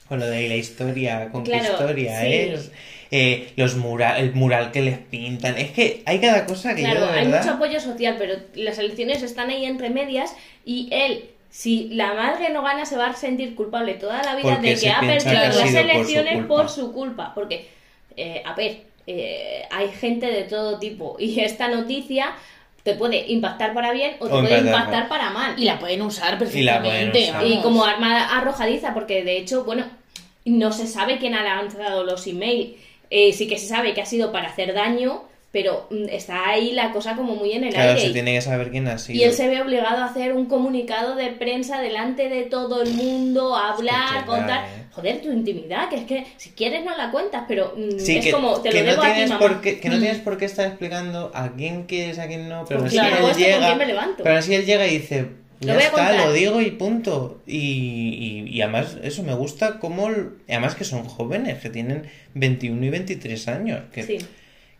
[SPEAKER 1] con lo de la historia, con qué
[SPEAKER 2] Claro,
[SPEAKER 1] historia
[SPEAKER 2] sí.
[SPEAKER 1] es, eh, los mural, el mural que les pintan, es que hay cada cosa que
[SPEAKER 2] Claro,
[SPEAKER 1] yo de
[SPEAKER 2] hay
[SPEAKER 1] verdad...
[SPEAKER 2] mucho apoyo social, pero las elecciones están ahí entre medias y él, si la madre no gana, se va a sentir culpable toda la vida
[SPEAKER 1] Porque
[SPEAKER 2] de
[SPEAKER 1] se
[SPEAKER 2] que ha
[SPEAKER 1] piensa
[SPEAKER 2] perdido
[SPEAKER 1] que
[SPEAKER 3] ha
[SPEAKER 2] las
[SPEAKER 1] sido por su
[SPEAKER 2] elecciones
[SPEAKER 1] culpa.
[SPEAKER 2] por su culpa. Porque, eh, a ver, eh, hay gente de todo tipo y esta noticia te puede impactar para bien o te
[SPEAKER 1] O
[SPEAKER 2] puede
[SPEAKER 1] impactar
[SPEAKER 2] impactar para mal.
[SPEAKER 3] Y la pueden usar perfectamente.
[SPEAKER 1] Y la pueden usar.
[SPEAKER 2] Y
[SPEAKER 3] vamos.
[SPEAKER 2] como arma arrojadiza, porque de hecho, bueno, no se sabe quién ha lanzado los email. Eh, sí que se sabe que ha sido para hacer daño, pero mm, está ahí la cosa como muy en el
[SPEAKER 1] Claro,
[SPEAKER 2] aire.
[SPEAKER 1] se
[SPEAKER 2] Y-
[SPEAKER 1] tiene que saber quién ha sido.
[SPEAKER 2] Y él se ve obligado a hacer un comunicado de prensa delante de todo el mundo, a hablar,
[SPEAKER 1] Hostia,
[SPEAKER 2] contar.
[SPEAKER 1] eh.
[SPEAKER 2] Joder, tu intimidad, que es que si quieres no la cuentas, pero mm,
[SPEAKER 1] Sí,
[SPEAKER 2] es
[SPEAKER 1] que,
[SPEAKER 2] como te
[SPEAKER 1] que
[SPEAKER 2] lo debo
[SPEAKER 1] no
[SPEAKER 2] a ti,
[SPEAKER 1] tienes
[SPEAKER 2] mamá.
[SPEAKER 1] por qué, que no
[SPEAKER 3] Mm.
[SPEAKER 1] tienes por qué estar explicando a quién quieres, a quién no, pero
[SPEAKER 2] Porque
[SPEAKER 1] así
[SPEAKER 3] me
[SPEAKER 1] él
[SPEAKER 2] acuesto, ¿con
[SPEAKER 1] llega,
[SPEAKER 2] quién me levanto?
[SPEAKER 1] pero así él llega y dice,
[SPEAKER 2] Lo
[SPEAKER 1] ya
[SPEAKER 2] voy a
[SPEAKER 1] está,
[SPEAKER 2] contar".
[SPEAKER 1] lo digo y punto. Y, y- y además eso me gusta cómo, l- además que son jóvenes, que tienen 21 y 23 años, que,
[SPEAKER 2] Sí. Pues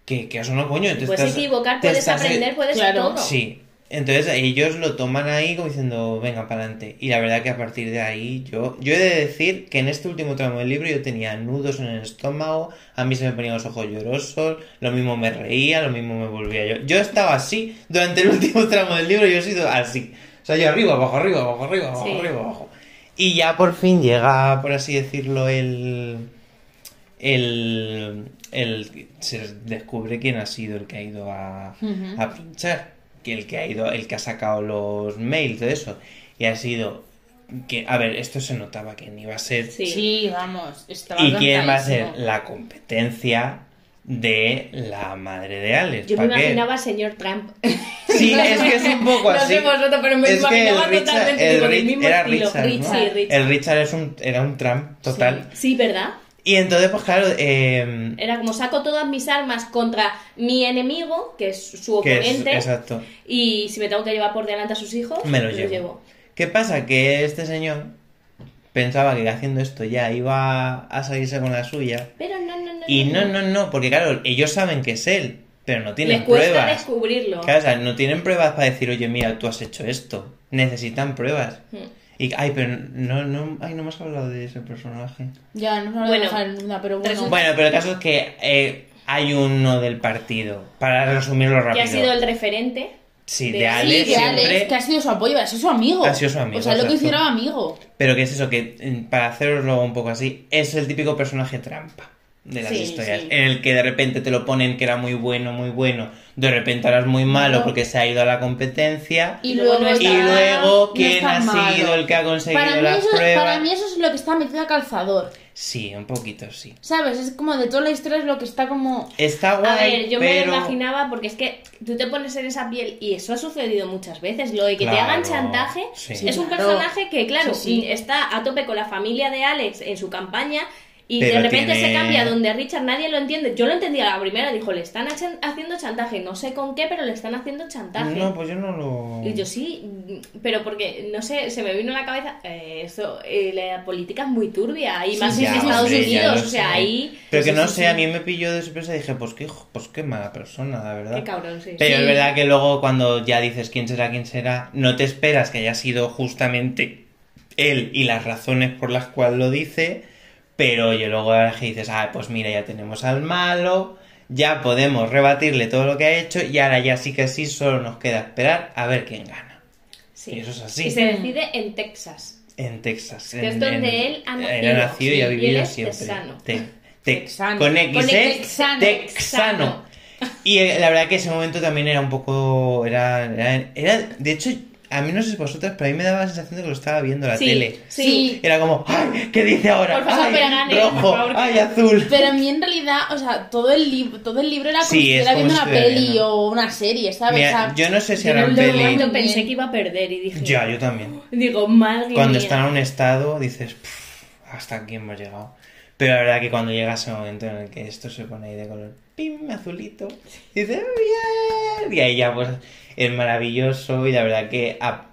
[SPEAKER 1] que, que eso no coño. te
[SPEAKER 2] Puedes
[SPEAKER 1] estás-
[SPEAKER 2] equivocar,
[SPEAKER 1] te
[SPEAKER 2] puedes
[SPEAKER 1] estás-
[SPEAKER 2] aprender, puedes
[SPEAKER 3] Claro.
[SPEAKER 2] todo.
[SPEAKER 1] Sí. Entonces ellos lo toman ahí como diciendo, venga, para adelante. Y la verdad que a partir de ahí yo, yo he de decir que en este último tramo del libro yo tenía nudos en el estómago, a mí se me ponían los ojos llorosos, lo mismo *laughs* me reía, lo mismo me volvía yo. Yo estaba así durante el último tramo del libro, yo he sido así. sea, yo arriba, abajo, arriba, abajo, arriba, abajo,
[SPEAKER 2] Sí.
[SPEAKER 1] arriba, abajo. Y ya por fin llega, por así decirlo, el. El. el se descubre quién ha sido el que ha ido a,
[SPEAKER 3] Ujú.
[SPEAKER 1] a pinchar. Que el que ha ido, el que ha sacado los mails de eso. Y ha sido. Que, a ver, esto se notaba quién iba a ser.
[SPEAKER 2] Sí.
[SPEAKER 3] Sí, vamos. Estaba
[SPEAKER 1] ¿Y quién va a
[SPEAKER 3] cantadísimo.
[SPEAKER 1] ser la competencia de la madre de Alex?
[SPEAKER 2] Yo me
[SPEAKER 1] ¿Para qué?
[SPEAKER 2] imaginaba al señor Trump.
[SPEAKER 1] Sí, es que es un
[SPEAKER 3] *laughs*
[SPEAKER 1] poco así.
[SPEAKER 2] No sé vosotros, pero me
[SPEAKER 1] Es que
[SPEAKER 2] imaginaba
[SPEAKER 1] el Richard,
[SPEAKER 2] totalmente
[SPEAKER 1] el
[SPEAKER 2] con
[SPEAKER 1] Rich-
[SPEAKER 2] el mismo
[SPEAKER 1] era
[SPEAKER 2] estilo.
[SPEAKER 1] Richard, ¿no?
[SPEAKER 2] Sí, Richard.
[SPEAKER 1] El Richard es un, era un Trump total.
[SPEAKER 2] Sí, ¿verdad?
[SPEAKER 1] Y entonces, pues claro, eh,
[SPEAKER 2] Era como saco todas mis armas contra mi enemigo, que es su
[SPEAKER 1] que es-
[SPEAKER 2] oponente,
[SPEAKER 1] exacto.
[SPEAKER 2] y si me tengo que llevar por delante a sus hijos,
[SPEAKER 1] Me lo llevo. ¿Qué pasa? Que este señor pensaba que haciendo esto ya iba a salirse con la suya.
[SPEAKER 2] Pero no, no, no.
[SPEAKER 1] Y no, no, no, porque claro, ellos saben que es él, pero no tienen
[SPEAKER 2] Les cuesta
[SPEAKER 1] pruebas.
[SPEAKER 2] descubrirlo.
[SPEAKER 1] Claro, o sea, no tienen pruebas para decir, oye, mira, tú has hecho esto. Necesitan pruebas.
[SPEAKER 2] Mm.
[SPEAKER 1] Y, ay, pero no, no, ay, no hemos hablado de ese personaje.
[SPEAKER 3] Ya, no
[SPEAKER 2] Bueno,
[SPEAKER 3] bueno, pero bueno.
[SPEAKER 2] resulta-
[SPEAKER 1] Bueno, pero el caso es que eh, hay uno del partido. Para resumirlo
[SPEAKER 2] Que
[SPEAKER 1] rápido.
[SPEAKER 2] ha sido el referente.
[SPEAKER 1] Sí,
[SPEAKER 2] de-
[SPEAKER 1] de
[SPEAKER 3] Sí,
[SPEAKER 1] Alex
[SPEAKER 3] de
[SPEAKER 1] siempre.
[SPEAKER 3] Alex, que ha sido su apoyo, ha sido su amigo.
[SPEAKER 1] Ha sido su amigo,
[SPEAKER 3] O sea, lo que
[SPEAKER 1] exacto.
[SPEAKER 3] hicieron amigo.
[SPEAKER 1] Pero que es eso, que mm, para hacerlo un poco así, es el típico personaje trampa de las
[SPEAKER 3] Sí,
[SPEAKER 1] historias.
[SPEAKER 3] sí.
[SPEAKER 1] En el que de repente te lo ponen que era muy bueno, muy bueno. De repente ahora es muy malo
[SPEAKER 3] No.
[SPEAKER 1] porque se ha ido a la competencia.
[SPEAKER 3] Y,
[SPEAKER 2] Y
[SPEAKER 3] luego,
[SPEAKER 2] luego no
[SPEAKER 3] está-
[SPEAKER 1] Y luego,
[SPEAKER 3] no
[SPEAKER 1] ¿quién
[SPEAKER 3] está
[SPEAKER 1] ha
[SPEAKER 3] malo.
[SPEAKER 1] sido el que ha conseguido
[SPEAKER 3] para mí,
[SPEAKER 1] las
[SPEAKER 3] eso,
[SPEAKER 1] pruebas?
[SPEAKER 3] para mí eso es lo que está metido a calzador.
[SPEAKER 1] Sí, un poquito, sí.
[SPEAKER 3] ¿Sabes? Es como de toda la historia es lo que está como...
[SPEAKER 1] Está
[SPEAKER 2] A
[SPEAKER 1] guay,
[SPEAKER 2] ver, yo me
[SPEAKER 1] pero...
[SPEAKER 2] lo imaginaba porque es que tú te pones en esa piel y eso ha sucedido muchas veces. Lo de que
[SPEAKER 1] Claro,
[SPEAKER 2] te hagan chantaje
[SPEAKER 1] sí.
[SPEAKER 2] es un
[SPEAKER 3] Claro.
[SPEAKER 2] personaje que, claro,
[SPEAKER 3] Sí, sí.
[SPEAKER 2] está a tope con la familia de Alex en su campaña y
[SPEAKER 1] Pero
[SPEAKER 2] de repente
[SPEAKER 1] tiene-
[SPEAKER 2] se cambia donde Richard nadie lo entiende. Yo lo entendía la primera, dijo, le están hacen- haciendo chantaje, no sé con qué, pero le están haciendo chantaje.
[SPEAKER 1] No, pues yo no lo...
[SPEAKER 2] Y yo sí, mm, pero porque, no sé, se me vino a la cabeza, eh, eso, eh, la política es muy turbia, y más
[SPEAKER 3] Sí,
[SPEAKER 2] en
[SPEAKER 3] ya,
[SPEAKER 2] Estados
[SPEAKER 1] hombre, ya
[SPEAKER 2] Unidos,
[SPEAKER 1] lo
[SPEAKER 2] o sea,
[SPEAKER 1] sé.
[SPEAKER 2] ahí...
[SPEAKER 1] Pero que
[SPEAKER 2] sí,
[SPEAKER 1] no
[SPEAKER 2] sí,
[SPEAKER 1] sé,
[SPEAKER 2] sí.
[SPEAKER 1] a mí me pilló de sorpresa y dije, pues qué, hijo- pues qué mala persona, la verdad.
[SPEAKER 2] Qué cabrón, sí.
[SPEAKER 1] Pero
[SPEAKER 3] Sí.
[SPEAKER 1] es verdad que luego cuando ya dices quién será, quién será, no te esperas que haya sido justamente él y las razones por las cuales lo dice, pero oye, luego ahora que dices, ah, pues mira, ya tenemos al malo, ya podemos rebatirle todo lo que ha hecho y ahora ya sí que sí, solo nos queda esperar a ver quién gana.
[SPEAKER 2] Sí.
[SPEAKER 1] Y eso es así.
[SPEAKER 2] Y se decide en Texas.
[SPEAKER 1] En Texas.
[SPEAKER 2] Que es
[SPEAKER 1] en-
[SPEAKER 2] donde
[SPEAKER 1] en-
[SPEAKER 2] él ha nacido,
[SPEAKER 1] y
[SPEAKER 2] sí,
[SPEAKER 1] ha
[SPEAKER 2] y él
[SPEAKER 1] vivido
[SPEAKER 2] es
[SPEAKER 1] siempre.
[SPEAKER 2] texano.
[SPEAKER 1] Te- te-
[SPEAKER 3] Texano.
[SPEAKER 1] Con X,
[SPEAKER 2] Con
[SPEAKER 1] ¿eh?
[SPEAKER 3] texano.
[SPEAKER 1] Texano. Y eh, la verdad que ese momento también era un poco. Era, era, era- De hecho, a mí no sé si vosotras, pero a mí me daba la sensación de que lo estaba viendo la
[SPEAKER 2] sí, Pues
[SPEAKER 1] tele.
[SPEAKER 2] Sí.
[SPEAKER 3] Sí.
[SPEAKER 1] Era como, ¡ay! ¿Qué dice ahora?
[SPEAKER 2] Por favor,
[SPEAKER 1] ¡Ay,
[SPEAKER 2] pero gane, por
[SPEAKER 1] rojo,
[SPEAKER 2] favor, que
[SPEAKER 1] ¡ay,
[SPEAKER 2] gane".
[SPEAKER 1] azul!
[SPEAKER 3] Pero a mí en realidad, o sea, todo el, libro todo el libro era como
[SPEAKER 1] Sí,
[SPEAKER 3] si
[SPEAKER 1] es
[SPEAKER 3] estuviera
[SPEAKER 1] como
[SPEAKER 3] viendo
[SPEAKER 1] si
[SPEAKER 3] una
[SPEAKER 1] estuviera
[SPEAKER 3] peli
[SPEAKER 1] viendo.
[SPEAKER 3] o una serie, ¿sabes?
[SPEAKER 1] Mira,
[SPEAKER 3] O sea,
[SPEAKER 1] yo no sé si
[SPEAKER 2] Yo
[SPEAKER 1] era
[SPEAKER 2] en
[SPEAKER 1] un
[SPEAKER 2] un momento
[SPEAKER 1] peli.
[SPEAKER 2] pensé que iba a perder y dije...
[SPEAKER 1] Ya, yo también.
[SPEAKER 2] Digo, madre
[SPEAKER 1] Cuando
[SPEAKER 2] mía.
[SPEAKER 1] están en un estado, dices, "Pff, hasta aquí hemos llegado. Pero la verdad que cuando llega ese momento en el que esto se pone ahí de color pim, azulito, dices, "Bien". Y ahí ya, pues, es maravilloso. Y la verdad que a,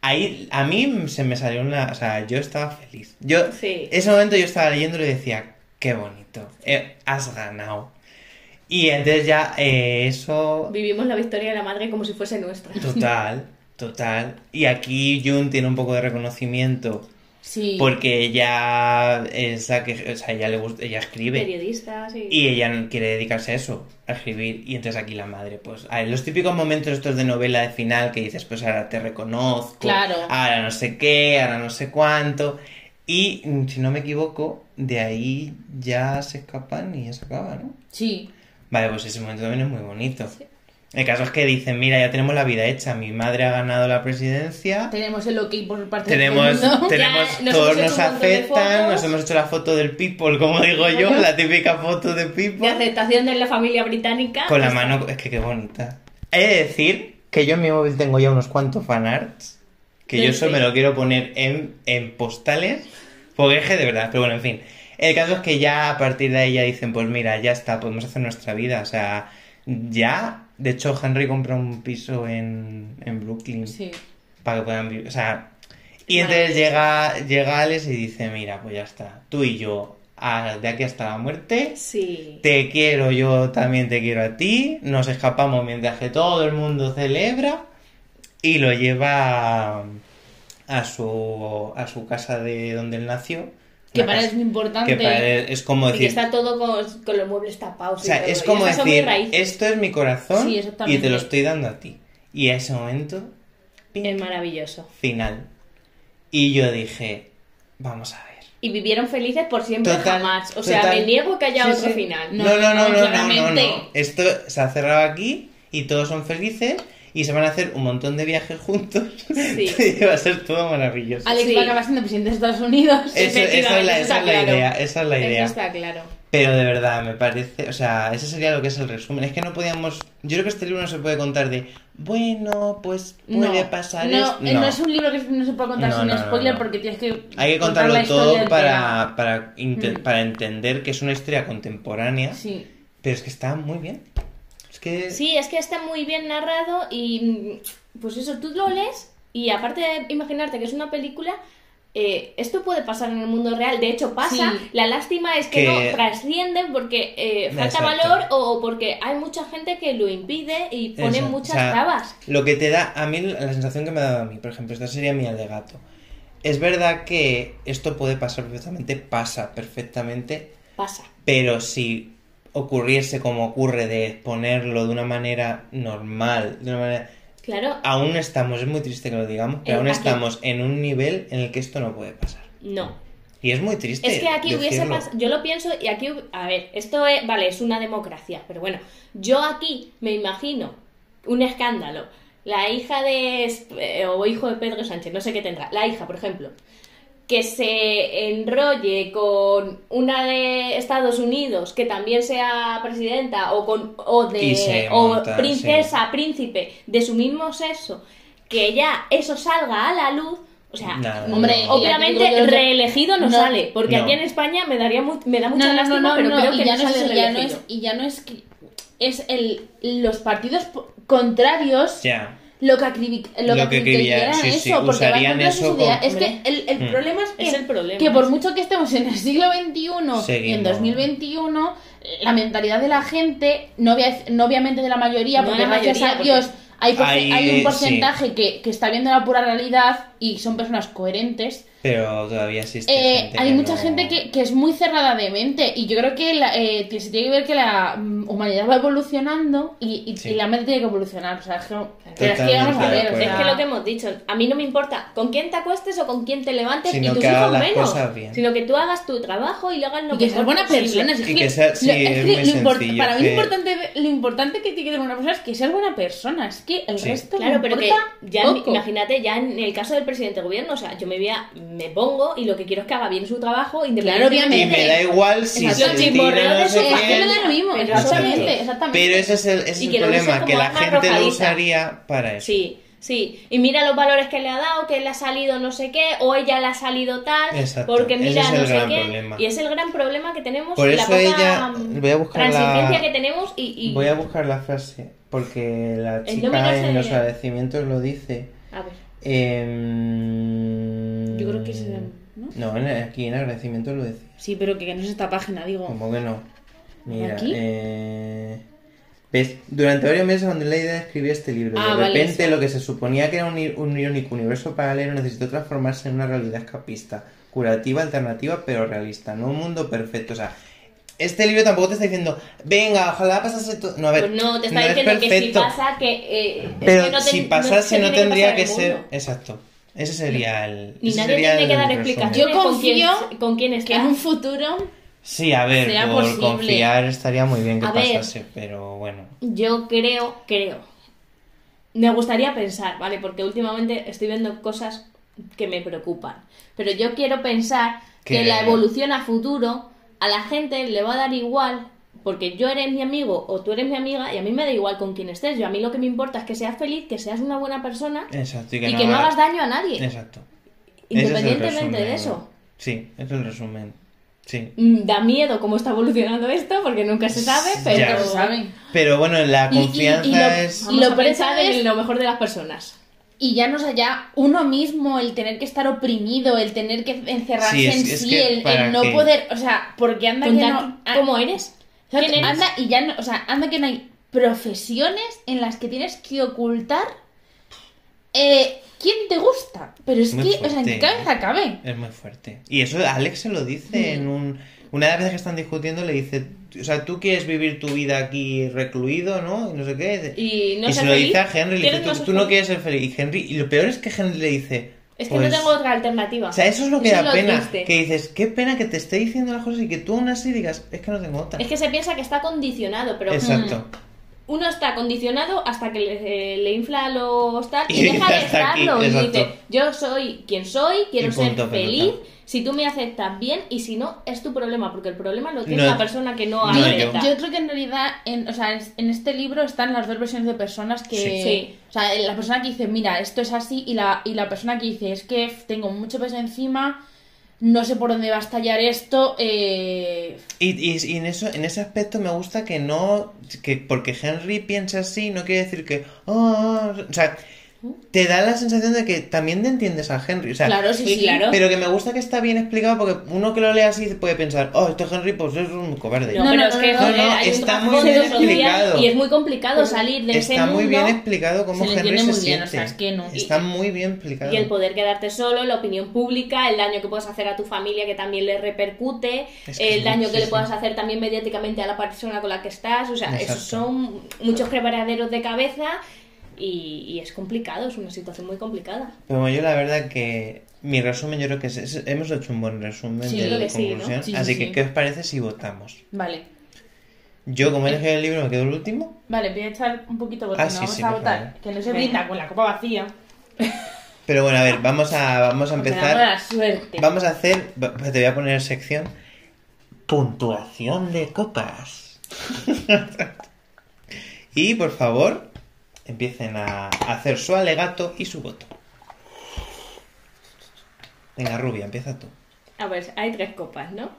[SPEAKER 1] ahí a mí se me salió una. O sea, yo estaba feliz. Yo,
[SPEAKER 2] Sí.
[SPEAKER 1] ese momento yo estaba leyéndolo y decía, qué bonito, eh, has ganado. Y entonces ya, eh, eso.
[SPEAKER 2] Vivimos la victoria de la madre como si fuese nuestra.
[SPEAKER 1] Total, total. Y aquí Jun tiene un poco de reconocimiento.
[SPEAKER 3] sí.
[SPEAKER 1] Porque ella es la que, o sea, ella le gusta, ella escribe
[SPEAKER 2] Periodistas y...
[SPEAKER 1] y ella quiere dedicarse a eso, a escribir. Y entonces aquí la madre, pues, a ver, los típicos momentos estos de novela de final que dices, pues ahora te reconozco,
[SPEAKER 3] Claro.
[SPEAKER 1] ahora no sé qué, ahora no sé cuánto. Y mm, si no me equivoco, de ahí ya se escapan y ya se acaba, ¿no?
[SPEAKER 3] Sí.
[SPEAKER 1] Vale, pues ese momento también es muy bonito. El caso es que dicen, mira, ya tenemos la vida hecha, mi madre ha ganado la presidencia.
[SPEAKER 3] Tenemos el ok por parte del
[SPEAKER 1] Tenemos,
[SPEAKER 3] mundo. *laughs*
[SPEAKER 1] tenemos
[SPEAKER 2] Ya, nos
[SPEAKER 1] todos
[SPEAKER 2] hemos hecho
[SPEAKER 1] nos
[SPEAKER 2] un montón de
[SPEAKER 1] afectan,
[SPEAKER 2] fotos.
[SPEAKER 1] nos hemos hecho la foto del people, como digo yo, la típica foto de
[SPEAKER 2] De
[SPEAKER 1] people.
[SPEAKER 2] aceptación de la familia británica.
[SPEAKER 1] Con la mano, es que qué bonita. He de decir que yo en mi móvil tengo ya unos cuantos fanarts, que yo
[SPEAKER 2] Sí,
[SPEAKER 1] eso
[SPEAKER 2] sí.
[SPEAKER 1] me lo quiero poner en, en postales, porque es que de verdad, pero bueno, en fin. El caso es que ya a partir de ahí ya dicen, pues mira, ya está, podemos hacer nuestra vida, o sea, ya... De hecho, Henry compra un piso en, en Brooklyn
[SPEAKER 3] Sí.
[SPEAKER 1] para que puedan vivir. O sea, y entonces llega, llega Alex y dice, mira, pues ya está, tú y yo, a- de aquí hasta la muerte,
[SPEAKER 2] Sí.
[SPEAKER 1] te quiero, yo también te quiero a ti, nos escapamos mientras que todo el mundo celebra y lo lleva a, a su, a su casa de donde él nació.
[SPEAKER 3] Que
[SPEAKER 1] Una
[SPEAKER 3] para él
[SPEAKER 1] casa-
[SPEAKER 3] es muy importante.
[SPEAKER 1] que para él es como
[SPEAKER 2] Y que
[SPEAKER 1] decir...
[SPEAKER 2] está todo con, con los muebles tapados.
[SPEAKER 1] O
[SPEAKER 2] y
[SPEAKER 1] sea,
[SPEAKER 2] todo,
[SPEAKER 1] es
[SPEAKER 2] y
[SPEAKER 1] como
[SPEAKER 2] esas son mis
[SPEAKER 1] decir,
[SPEAKER 2] raíces.
[SPEAKER 1] esto es mi corazón
[SPEAKER 3] Sí,
[SPEAKER 1] y
[SPEAKER 3] exactamente.
[SPEAKER 1] te lo estoy dando a ti. Y a ese momento pim,
[SPEAKER 2] Es maravilloso.
[SPEAKER 1] final. Y yo dije, vamos a ver.
[SPEAKER 2] Y vivieron felices por siempre
[SPEAKER 1] Total,
[SPEAKER 2] jamás. O sea,
[SPEAKER 1] total.
[SPEAKER 2] me niego que haya
[SPEAKER 1] Sí,
[SPEAKER 2] otro
[SPEAKER 1] sí.
[SPEAKER 2] final.
[SPEAKER 1] No, no, no, no, no, no, no,
[SPEAKER 3] claramente.
[SPEAKER 1] *laughs* Esto se ha cerrado aquí y todos son felices y se van a hacer un montón de viajes juntos.
[SPEAKER 2] Sí.
[SPEAKER 1] *laughs* y va a ser todo maravilloso.
[SPEAKER 3] Alex
[SPEAKER 2] Sí.
[SPEAKER 3] va a acabar siendo presidente de Estados Unidos.
[SPEAKER 1] Eso- esa es la,
[SPEAKER 2] efectivamente,
[SPEAKER 1] esa es la
[SPEAKER 2] está claro.
[SPEAKER 1] idea, esa es la idea.
[SPEAKER 2] Eso está claro.
[SPEAKER 1] Pero de verdad, me parece, o sea, ese sería lo que es el resumen. Es que no podíamos, yo creo que este libro no se puede contar de, bueno, pues puede pasar
[SPEAKER 3] no,
[SPEAKER 1] esto.
[SPEAKER 3] eh, no es un libro que no se puede contar
[SPEAKER 1] No,
[SPEAKER 3] sin
[SPEAKER 1] no, no,
[SPEAKER 3] spoiler
[SPEAKER 1] no.
[SPEAKER 3] porque tienes que
[SPEAKER 1] Hay que
[SPEAKER 3] contar la
[SPEAKER 1] contarlo
[SPEAKER 3] historia
[SPEAKER 1] todo
[SPEAKER 3] entera.
[SPEAKER 1] para, para, inte-
[SPEAKER 3] Mm.
[SPEAKER 1] para entender que es una historia contemporánea,
[SPEAKER 3] Sí.
[SPEAKER 1] pero es que está muy bien. Es que...
[SPEAKER 2] Sí, es que está muy bien narrado y mm, pues eso, tú lo lees y aparte de imaginarte que es una película, eh, esto puede pasar en el mundo real, de hecho pasa,
[SPEAKER 3] Sí.
[SPEAKER 2] la lástima es que,
[SPEAKER 1] Que-
[SPEAKER 2] no trascienden porque eh, falta
[SPEAKER 1] Exacto.
[SPEAKER 2] valor o, o porque hay mucha gente que lo impide y pone
[SPEAKER 1] Exacto,
[SPEAKER 2] muchas
[SPEAKER 1] o sea,
[SPEAKER 2] trabas.
[SPEAKER 1] Lo que te da, a mí la sensación que me ha dado a mí, por ejemplo, esta sería mi alegato. Es verdad que esto puede pasar perfectamente, pasa perfectamente,
[SPEAKER 2] Pasa.
[SPEAKER 1] pero si ocurriese como ocurre de exponerlo de una manera normal, de una manera...
[SPEAKER 2] Claro,
[SPEAKER 1] Aún estamos, es muy triste que lo digamos, pero
[SPEAKER 2] Eh,
[SPEAKER 1] aún
[SPEAKER 2] aquí-
[SPEAKER 1] estamos en un nivel en el que esto no puede pasar.
[SPEAKER 2] no.
[SPEAKER 1] Y es muy triste.
[SPEAKER 2] Es que aquí hubiese
[SPEAKER 1] decirlo.
[SPEAKER 2] pasado, yo lo pienso y aquí, hub- a ver, esto es, vale, es una democracia, pero bueno, yo aquí me imagino un escándalo. La hija de, Sp- eh, o hijo de Pedro Sánchez, no sé qué tendrá, la hija, por ejemplo, que se enrolle con una de Estados Unidos que también sea presidenta o con o
[SPEAKER 1] Y
[SPEAKER 2] de
[SPEAKER 1] se
[SPEAKER 2] o
[SPEAKER 1] monta,
[SPEAKER 2] princesa, príncipe de su mismo sexo, que ya eso salga a la luz, o sea,
[SPEAKER 1] Nada,
[SPEAKER 3] Hombre,
[SPEAKER 1] no.
[SPEAKER 2] Obviamente
[SPEAKER 3] Y la-
[SPEAKER 2] reelegido no,
[SPEAKER 3] No.
[SPEAKER 2] sale, porque
[SPEAKER 1] No.
[SPEAKER 2] aquí en España me daría mu- me da mucha
[SPEAKER 3] no, no,
[SPEAKER 2] lástima,
[SPEAKER 3] no, no,
[SPEAKER 2] pero
[SPEAKER 3] no,
[SPEAKER 2] creo
[SPEAKER 3] y
[SPEAKER 2] que
[SPEAKER 3] ya
[SPEAKER 2] no
[SPEAKER 3] no
[SPEAKER 2] sale
[SPEAKER 3] es, ya no
[SPEAKER 2] reelegido.
[SPEAKER 3] es, y ya no es que- es el los partidos po- contrarios
[SPEAKER 1] Ya.
[SPEAKER 3] lo que, acribi- lo que
[SPEAKER 1] Lo que
[SPEAKER 3] acribillaran
[SPEAKER 1] acribillaran, sí,
[SPEAKER 3] eso,
[SPEAKER 1] sí,
[SPEAKER 3] porque
[SPEAKER 1] usarían
[SPEAKER 3] van contra
[SPEAKER 1] eso
[SPEAKER 3] sus ideas.
[SPEAKER 1] como-
[SPEAKER 3] Es que el, el
[SPEAKER 1] Mm.
[SPEAKER 3] problema es que,
[SPEAKER 2] Es el problema,
[SPEAKER 3] que por
[SPEAKER 2] sí.
[SPEAKER 3] mucho que estemos en el siglo XXI y en
[SPEAKER 1] Seguimos.
[SPEAKER 3] 2021, la mentalidad de la gente, no, obvia- no obviamente de la mayoría,
[SPEAKER 2] No
[SPEAKER 3] porque
[SPEAKER 2] de la
[SPEAKER 3] gracias
[SPEAKER 2] mayoría,
[SPEAKER 3] a
[SPEAKER 2] porque-
[SPEAKER 3] Dios hay, porce-
[SPEAKER 1] Hay,
[SPEAKER 3] hay un
[SPEAKER 1] sí.
[SPEAKER 3] porcentaje que, que está viendo la pura realidad y son personas coherentes.
[SPEAKER 1] Pero todavía existe.
[SPEAKER 3] Eh,
[SPEAKER 1] gente
[SPEAKER 3] hay
[SPEAKER 1] que
[SPEAKER 3] mucha
[SPEAKER 1] no-
[SPEAKER 3] gente que, que es muy cerrada de mente y yo creo que, la- eh, que se tiene que ver que la mm, humanidad va evolucionando y, y-
[SPEAKER 1] Sí.
[SPEAKER 3] y la mente tiene que evolucionar. O sea, es que, pero es que
[SPEAKER 1] Totalmente
[SPEAKER 3] vamos a
[SPEAKER 1] de
[SPEAKER 3] ver.
[SPEAKER 1] acuerdo.
[SPEAKER 3] o
[SPEAKER 2] Es que
[SPEAKER 3] sea,
[SPEAKER 2] lo que hemos dicho, a mí no me importa con quién te acuestes o con quién te levantes
[SPEAKER 1] Sino
[SPEAKER 2] y tus
[SPEAKER 1] que hagas
[SPEAKER 2] hijos
[SPEAKER 1] las
[SPEAKER 2] menos,
[SPEAKER 1] cosas bien.
[SPEAKER 2] sino que tú hagas tu trabajo y lo hagas lo
[SPEAKER 3] y que
[SPEAKER 2] mejor
[SPEAKER 3] seas buena
[SPEAKER 2] posible.
[SPEAKER 3] persona. si es
[SPEAKER 1] Y
[SPEAKER 3] que
[SPEAKER 1] que sea- sí,
[SPEAKER 3] lo-
[SPEAKER 1] es
[SPEAKER 3] es que
[SPEAKER 1] muy
[SPEAKER 3] lo import-
[SPEAKER 1] sencillo,
[SPEAKER 3] para mí
[SPEAKER 1] que-
[SPEAKER 3] lo importante, lo importante que tiene que tener una persona es que seas buena persona. Es que el
[SPEAKER 1] Sí.
[SPEAKER 3] resto
[SPEAKER 2] Claro,
[SPEAKER 3] me
[SPEAKER 2] pero que
[SPEAKER 3] importa
[SPEAKER 2] ya en-
[SPEAKER 3] poco.
[SPEAKER 2] imagínate, ya en el caso del presidente de gobierno, o sea, yo me voy a- me pongo y lo que quiero es que haga bien su trabajo independientemente.
[SPEAKER 1] Y
[SPEAKER 3] obviamente.
[SPEAKER 1] me da igual si
[SPEAKER 3] Exacto.
[SPEAKER 1] se
[SPEAKER 3] Los
[SPEAKER 1] tira
[SPEAKER 2] chismorreos
[SPEAKER 1] no
[SPEAKER 2] de
[SPEAKER 1] sé
[SPEAKER 2] su
[SPEAKER 1] quién.
[SPEAKER 3] Es que me da lo mismo,
[SPEAKER 2] Pero
[SPEAKER 3] exactamente,
[SPEAKER 1] Exacto.
[SPEAKER 3] exactamente.
[SPEAKER 1] Pero ese es el, ese es
[SPEAKER 2] Y
[SPEAKER 1] el
[SPEAKER 2] que lo usen
[SPEAKER 1] problema,
[SPEAKER 2] como
[SPEAKER 1] que la
[SPEAKER 2] arma
[SPEAKER 1] gente lo
[SPEAKER 2] arrojadiza.
[SPEAKER 1] usaría para eso.
[SPEAKER 2] Sí, sí. Y mira los valores que le ha dado, que le ha salido no sé qué, o ella le ha salido tal,
[SPEAKER 1] Exacto,
[SPEAKER 2] porque
[SPEAKER 1] ese
[SPEAKER 2] mira
[SPEAKER 1] es
[SPEAKER 2] no
[SPEAKER 1] el
[SPEAKER 2] sé
[SPEAKER 1] gran
[SPEAKER 2] qué.
[SPEAKER 1] problema.
[SPEAKER 2] Y es el gran problema que tenemos
[SPEAKER 1] Por
[SPEAKER 2] y la
[SPEAKER 1] eso
[SPEAKER 2] poca
[SPEAKER 1] ella-
[SPEAKER 2] mm,
[SPEAKER 1] voy a buscar la-
[SPEAKER 2] transigencia que tenemos y, y-
[SPEAKER 1] Voy a buscar la frase, porque la
[SPEAKER 2] El
[SPEAKER 1] chica
[SPEAKER 2] nombre no
[SPEAKER 1] en
[SPEAKER 2] se-
[SPEAKER 1] los agradecimientos lo dice.
[SPEAKER 2] a ver.
[SPEAKER 1] em,
[SPEAKER 3] Yo creo que es, em, ¿no?
[SPEAKER 1] en- aquí en agradecimientos lo decía.
[SPEAKER 3] Sí, pero que, que no es esta página, digo.
[SPEAKER 1] Como que no. Mira,
[SPEAKER 3] ¿Aquí?
[SPEAKER 1] eh, ¿Ves? Durante varios meses abandoné la idea de escribir este libro.
[SPEAKER 3] Ah,
[SPEAKER 1] de
[SPEAKER 3] vale,
[SPEAKER 1] repente,
[SPEAKER 3] eso.
[SPEAKER 1] lo que se suponía que era un, i- un irónico universo paralelo necesitó transformarse en una realidad escapista, curativa, alternativa, pero realista. No un mundo perfecto. O sea, este libro tampoco te está diciendo, venga, ojalá pasase todo. No, a ver,
[SPEAKER 2] Pues no, te está
[SPEAKER 1] no es
[SPEAKER 2] diciendo que si
[SPEAKER 1] perfecto.
[SPEAKER 2] pasa, que. eh, es
[SPEAKER 1] Pero
[SPEAKER 2] que no ten-
[SPEAKER 1] si
[SPEAKER 2] no
[SPEAKER 1] pasase,
[SPEAKER 2] se
[SPEAKER 1] no,
[SPEAKER 2] tiene
[SPEAKER 1] tendría
[SPEAKER 2] pasar
[SPEAKER 1] que,
[SPEAKER 2] el
[SPEAKER 1] ser.
[SPEAKER 2] mundo.
[SPEAKER 1] Exacto. Ese sería el.
[SPEAKER 2] Ni
[SPEAKER 1] ese
[SPEAKER 2] nadie
[SPEAKER 1] sería
[SPEAKER 2] tiene que
[SPEAKER 1] el
[SPEAKER 2] dar
[SPEAKER 1] resumen.
[SPEAKER 2] explicaciones
[SPEAKER 3] Yo
[SPEAKER 2] con quién-
[SPEAKER 3] confío
[SPEAKER 2] con quién
[SPEAKER 3] Que
[SPEAKER 2] está.
[SPEAKER 3] en un futuro
[SPEAKER 1] Sí, a ver,
[SPEAKER 3] sea
[SPEAKER 1] por
[SPEAKER 3] posible.
[SPEAKER 1] confiar estaría muy bien que
[SPEAKER 2] A ver.
[SPEAKER 1] pasase, pero bueno.
[SPEAKER 2] Yo creo, creo. Me gustaría pensar, ¿vale? Porque últimamente estoy viendo cosas que me preocupan. Pero yo quiero pensar que
[SPEAKER 1] Que-
[SPEAKER 2] la evolución a futuro a la gente le va a dar igual. Porque yo eres mi amigo o tú eres mi amiga y a mí me da igual con quién estés. Yo a mí lo que me importa es que seas feliz, que seas una buena persona
[SPEAKER 1] Exacto.
[SPEAKER 2] y que no
[SPEAKER 1] haga-
[SPEAKER 2] hagas daño a nadie.
[SPEAKER 1] Exacto. Ese es el
[SPEAKER 2] independientemente de
[SPEAKER 1] resumen.
[SPEAKER 2] eso.
[SPEAKER 1] Sí, es el resumen. Sí.
[SPEAKER 2] Mm, Da miedo cómo está evolucionando esto porque nunca se sabe,
[SPEAKER 1] Ya.
[SPEAKER 2] pero...
[SPEAKER 1] Ya
[SPEAKER 3] lo saben.
[SPEAKER 1] Pero bueno, la
[SPEAKER 3] Y- y- y
[SPEAKER 1] confianza
[SPEAKER 3] lo-
[SPEAKER 1] es.
[SPEAKER 2] Vamos
[SPEAKER 3] Y lo
[SPEAKER 2] a pensar
[SPEAKER 3] peor es-
[SPEAKER 2] en lo mejor de las personas.
[SPEAKER 3] Y ya no es allá uno mismo, el tener que estar oprimido, el tener que encerrarse
[SPEAKER 1] Sí, es-
[SPEAKER 3] en
[SPEAKER 1] es
[SPEAKER 3] sí,
[SPEAKER 1] que
[SPEAKER 3] el,
[SPEAKER 1] ¿para
[SPEAKER 3] el no
[SPEAKER 1] qué?
[SPEAKER 3] poder, o sea, porque anda que
[SPEAKER 2] Contar
[SPEAKER 3] no... a-
[SPEAKER 2] cómo eres.
[SPEAKER 3] o sea,
[SPEAKER 2] quién eres.
[SPEAKER 3] Anda y ya no, o sea, anda que no hay profesiones en las que tienes que ocultar eh, quién te gusta. Pero es
[SPEAKER 1] Muy
[SPEAKER 3] que, o sea, en
[SPEAKER 1] fuerte, ¿eh?
[SPEAKER 3] qué cabeza cabe.
[SPEAKER 1] Es muy fuerte. Y eso Alex se lo dice en un. Una de las veces que están discutiendo le dice, o sea, tú quieres vivir tu vida aquí recluido, ¿no? Y no sé qué. dice-
[SPEAKER 2] Y no
[SPEAKER 1] y
[SPEAKER 2] ser
[SPEAKER 1] se lo
[SPEAKER 2] feliz,
[SPEAKER 1] dice a Henry, le dice,
[SPEAKER 2] ¿quieres no
[SPEAKER 1] tú,
[SPEAKER 2] ser
[SPEAKER 1] tú no
[SPEAKER 2] feliz?
[SPEAKER 1] quieres ser feliz. Y Henry, y lo peor es que Henry le dice...
[SPEAKER 2] Es que
[SPEAKER 1] "Pues,
[SPEAKER 2] no tengo otra alternativa.
[SPEAKER 1] O sea, eso es lo que
[SPEAKER 2] Eso es
[SPEAKER 1] da
[SPEAKER 2] lo
[SPEAKER 1] pena.
[SPEAKER 2] triste.
[SPEAKER 1] Que dices, qué pena que te esté diciendo las cosas y que tú aún así digas, es que no tengo otra.
[SPEAKER 2] Es que se piensa que está condicionado, pero mm,
[SPEAKER 1] Exacto.
[SPEAKER 2] uno está condicionado hasta que le, eh, le infla los tal
[SPEAKER 1] *laughs*
[SPEAKER 2] y,
[SPEAKER 1] Y
[SPEAKER 2] deja de
[SPEAKER 1] hasta aquí,
[SPEAKER 2] estarlo. y
[SPEAKER 1] exacto.
[SPEAKER 2] dice, yo soy quien soy, quiero
[SPEAKER 1] Y
[SPEAKER 2] ser
[SPEAKER 1] punto,
[SPEAKER 2] feliz.
[SPEAKER 1] pelota.
[SPEAKER 2] Si tú me aceptas bien y si no, es tu problema, porque el problema lo tiene
[SPEAKER 1] No es-
[SPEAKER 2] la persona que no,
[SPEAKER 1] no
[SPEAKER 3] yo,
[SPEAKER 1] es
[SPEAKER 2] acepta.
[SPEAKER 3] yo creo que en realidad, en, o sea, en- en este libro están las dos versiones de personas que...
[SPEAKER 1] Sí.
[SPEAKER 2] Sí.
[SPEAKER 3] O sea, la persona que dice, mira, esto es así, y la, y la persona que dice, es que tengo mucho peso encima, no sé por dónde va a estallar esto, eh,
[SPEAKER 1] Y, y- y en, eso, en ese aspecto me gusta que no. que Porque Henry piensa así, no quiere decir que. "Ah, ah", o sea, te da la sensación de que también te entiendes a Henry. O sea,
[SPEAKER 3] Claro, sí,
[SPEAKER 1] y-
[SPEAKER 3] sí, claro.
[SPEAKER 1] Pero que me gusta que está bien explicado porque uno que lo lea así puede pensar, oh, este Henry pues es un cobarde.
[SPEAKER 2] No,
[SPEAKER 3] No,
[SPEAKER 2] pero
[SPEAKER 3] no,
[SPEAKER 2] es
[SPEAKER 3] no,
[SPEAKER 2] que Pues
[SPEAKER 3] no,
[SPEAKER 2] joder,
[SPEAKER 1] no,
[SPEAKER 2] hay un
[SPEAKER 1] está
[SPEAKER 2] trabajo
[SPEAKER 1] muy
[SPEAKER 2] de
[SPEAKER 1] bien
[SPEAKER 2] social
[SPEAKER 1] explicado.
[SPEAKER 2] y es muy complicado salir de ese
[SPEAKER 1] Está
[SPEAKER 2] mundo
[SPEAKER 1] muy bien explicado cómo
[SPEAKER 3] se le
[SPEAKER 1] Henry
[SPEAKER 3] entiende
[SPEAKER 1] se
[SPEAKER 3] muy bien, o
[SPEAKER 1] siente.
[SPEAKER 3] sea, es que no.
[SPEAKER 1] Está muy bien explicado.
[SPEAKER 2] y el poder quedarte solo, la opinión pública, el daño que puedas hacer a tu familia que también le repercute,
[SPEAKER 1] Es que
[SPEAKER 2] el
[SPEAKER 1] sí,
[SPEAKER 2] daño
[SPEAKER 1] sí,
[SPEAKER 2] que le
[SPEAKER 1] sí.
[SPEAKER 2] puedas hacer también mediáticamente a la persona con la que estás, o sea,
[SPEAKER 1] Exacto.
[SPEAKER 2] esos son muchos preparaderos de cabeza y, y es complicado, es una situación muy complicada.
[SPEAKER 1] Pero bueno, yo la verdad que mi resumen yo creo que es, es- hemos hecho un buen resumen
[SPEAKER 3] Sí,
[SPEAKER 1] de
[SPEAKER 2] creo
[SPEAKER 1] la
[SPEAKER 2] que sí, ¿no?
[SPEAKER 1] conclusión.
[SPEAKER 3] Sí, sí,
[SPEAKER 1] Así
[SPEAKER 3] sí.
[SPEAKER 1] que, ¿qué os parece si votamos?
[SPEAKER 3] vale.
[SPEAKER 1] Yo, como he elegido el libro, me quedo el último.
[SPEAKER 3] Vale, voy a echar un poquito porque
[SPEAKER 1] Ah,
[SPEAKER 3] no
[SPEAKER 1] sí,
[SPEAKER 3] vamos
[SPEAKER 1] sí,
[SPEAKER 3] a
[SPEAKER 1] por
[SPEAKER 3] votar,
[SPEAKER 1] favor.
[SPEAKER 3] que no se
[SPEAKER 2] Venga.
[SPEAKER 3] brinda con la copa vacía.
[SPEAKER 1] Pero bueno, a ver, vamos a, vamos a
[SPEAKER 3] Me da mala
[SPEAKER 1] empezar.
[SPEAKER 3] suerte.
[SPEAKER 1] Vamos a hacer. va- pues Te voy a poner sección. Puntuación de copas. *laughs* y por favor, empiecen a hacer su alegato y su voto. Venga, Rubia, empieza tú.
[SPEAKER 2] A ver, hay tres copas, ¿no?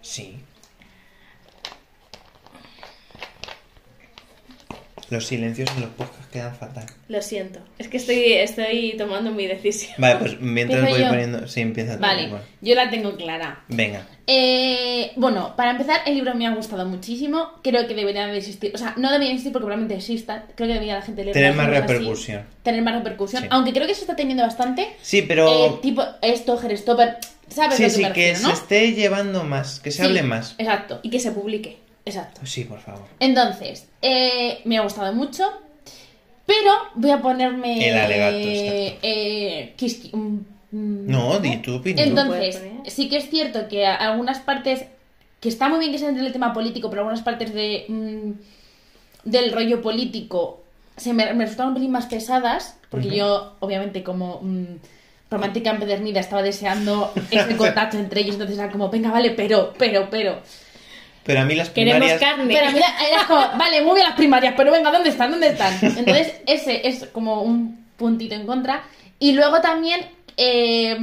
[SPEAKER 1] Sí. Los silencios en los podcasts quedan fatal.
[SPEAKER 2] Lo siento, es que estoy, estoy tomando mi decisión.
[SPEAKER 1] Vale, pues mientras
[SPEAKER 3] ¿Empiezo
[SPEAKER 1] voy
[SPEAKER 3] yo?
[SPEAKER 1] poniendo. Sí, empieza tú.
[SPEAKER 3] Vale,
[SPEAKER 1] igual.
[SPEAKER 3] yo la tengo clara.
[SPEAKER 1] Venga.
[SPEAKER 3] Eh, bueno, para empezar, el libro me ha gustado muchísimo. Creo que debería de existir. O sea, no debería existir porque probablemente exista. Creo que debería la gente leer.
[SPEAKER 1] Tener
[SPEAKER 3] las
[SPEAKER 1] más
[SPEAKER 3] cosas así.
[SPEAKER 1] repercusión.
[SPEAKER 3] Tener más repercusión.
[SPEAKER 1] Sí.
[SPEAKER 3] Aunque creo que se está teniendo bastante.
[SPEAKER 1] Sí, pero.
[SPEAKER 3] Eh, tipo esto, Gerstopper. ¿Sabes lo
[SPEAKER 1] sí,
[SPEAKER 3] que
[SPEAKER 1] sí, que
[SPEAKER 3] me refiero,
[SPEAKER 1] se
[SPEAKER 3] no?
[SPEAKER 1] esté llevando más, que se
[SPEAKER 3] Sí,
[SPEAKER 1] hable más.
[SPEAKER 3] Exacto,
[SPEAKER 2] Y que se publique.
[SPEAKER 3] exacto.
[SPEAKER 1] Sí, por favor.
[SPEAKER 3] Entonces, eh, me ha gustado mucho. Pero voy a ponerme.
[SPEAKER 1] El alegato,
[SPEAKER 3] Eh,
[SPEAKER 1] exacto.
[SPEAKER 3] eh, quisqui- mm, mm,
[SPEAKER 1] No, di tu opinión.
[SPEAKER 3] Entonces,
[SPEAKER 2] Puedes poner.
[SPEAKER 3] sí que es cierto que a- algunas partes, que está muy bien que se entre el tema político, pero algunas partes de mm, del rollo político se me, me resultaron un pelín más pesadas, porque
[SPEAKER 1] Ujú.
[SPEAKER 3] yo, obviamente, como mm, romántica empedernida, estaba deseando ese contacto entre ellos, entonces era como, venga, vale, pero, pero, pero.
[SPEAKER 1] Pero a mí las
[SPEAKER 2] Queremos
[SPEAKER 1] primarias.
[SPEAKER 2] carne.
[SPEAKER 3] Pero mira, era como, vale, muy bien las primarias, pero venga, ¿dónde están? ¿Dónde están? Entonces, ese es como un puntito en contra. Y luego también, eh,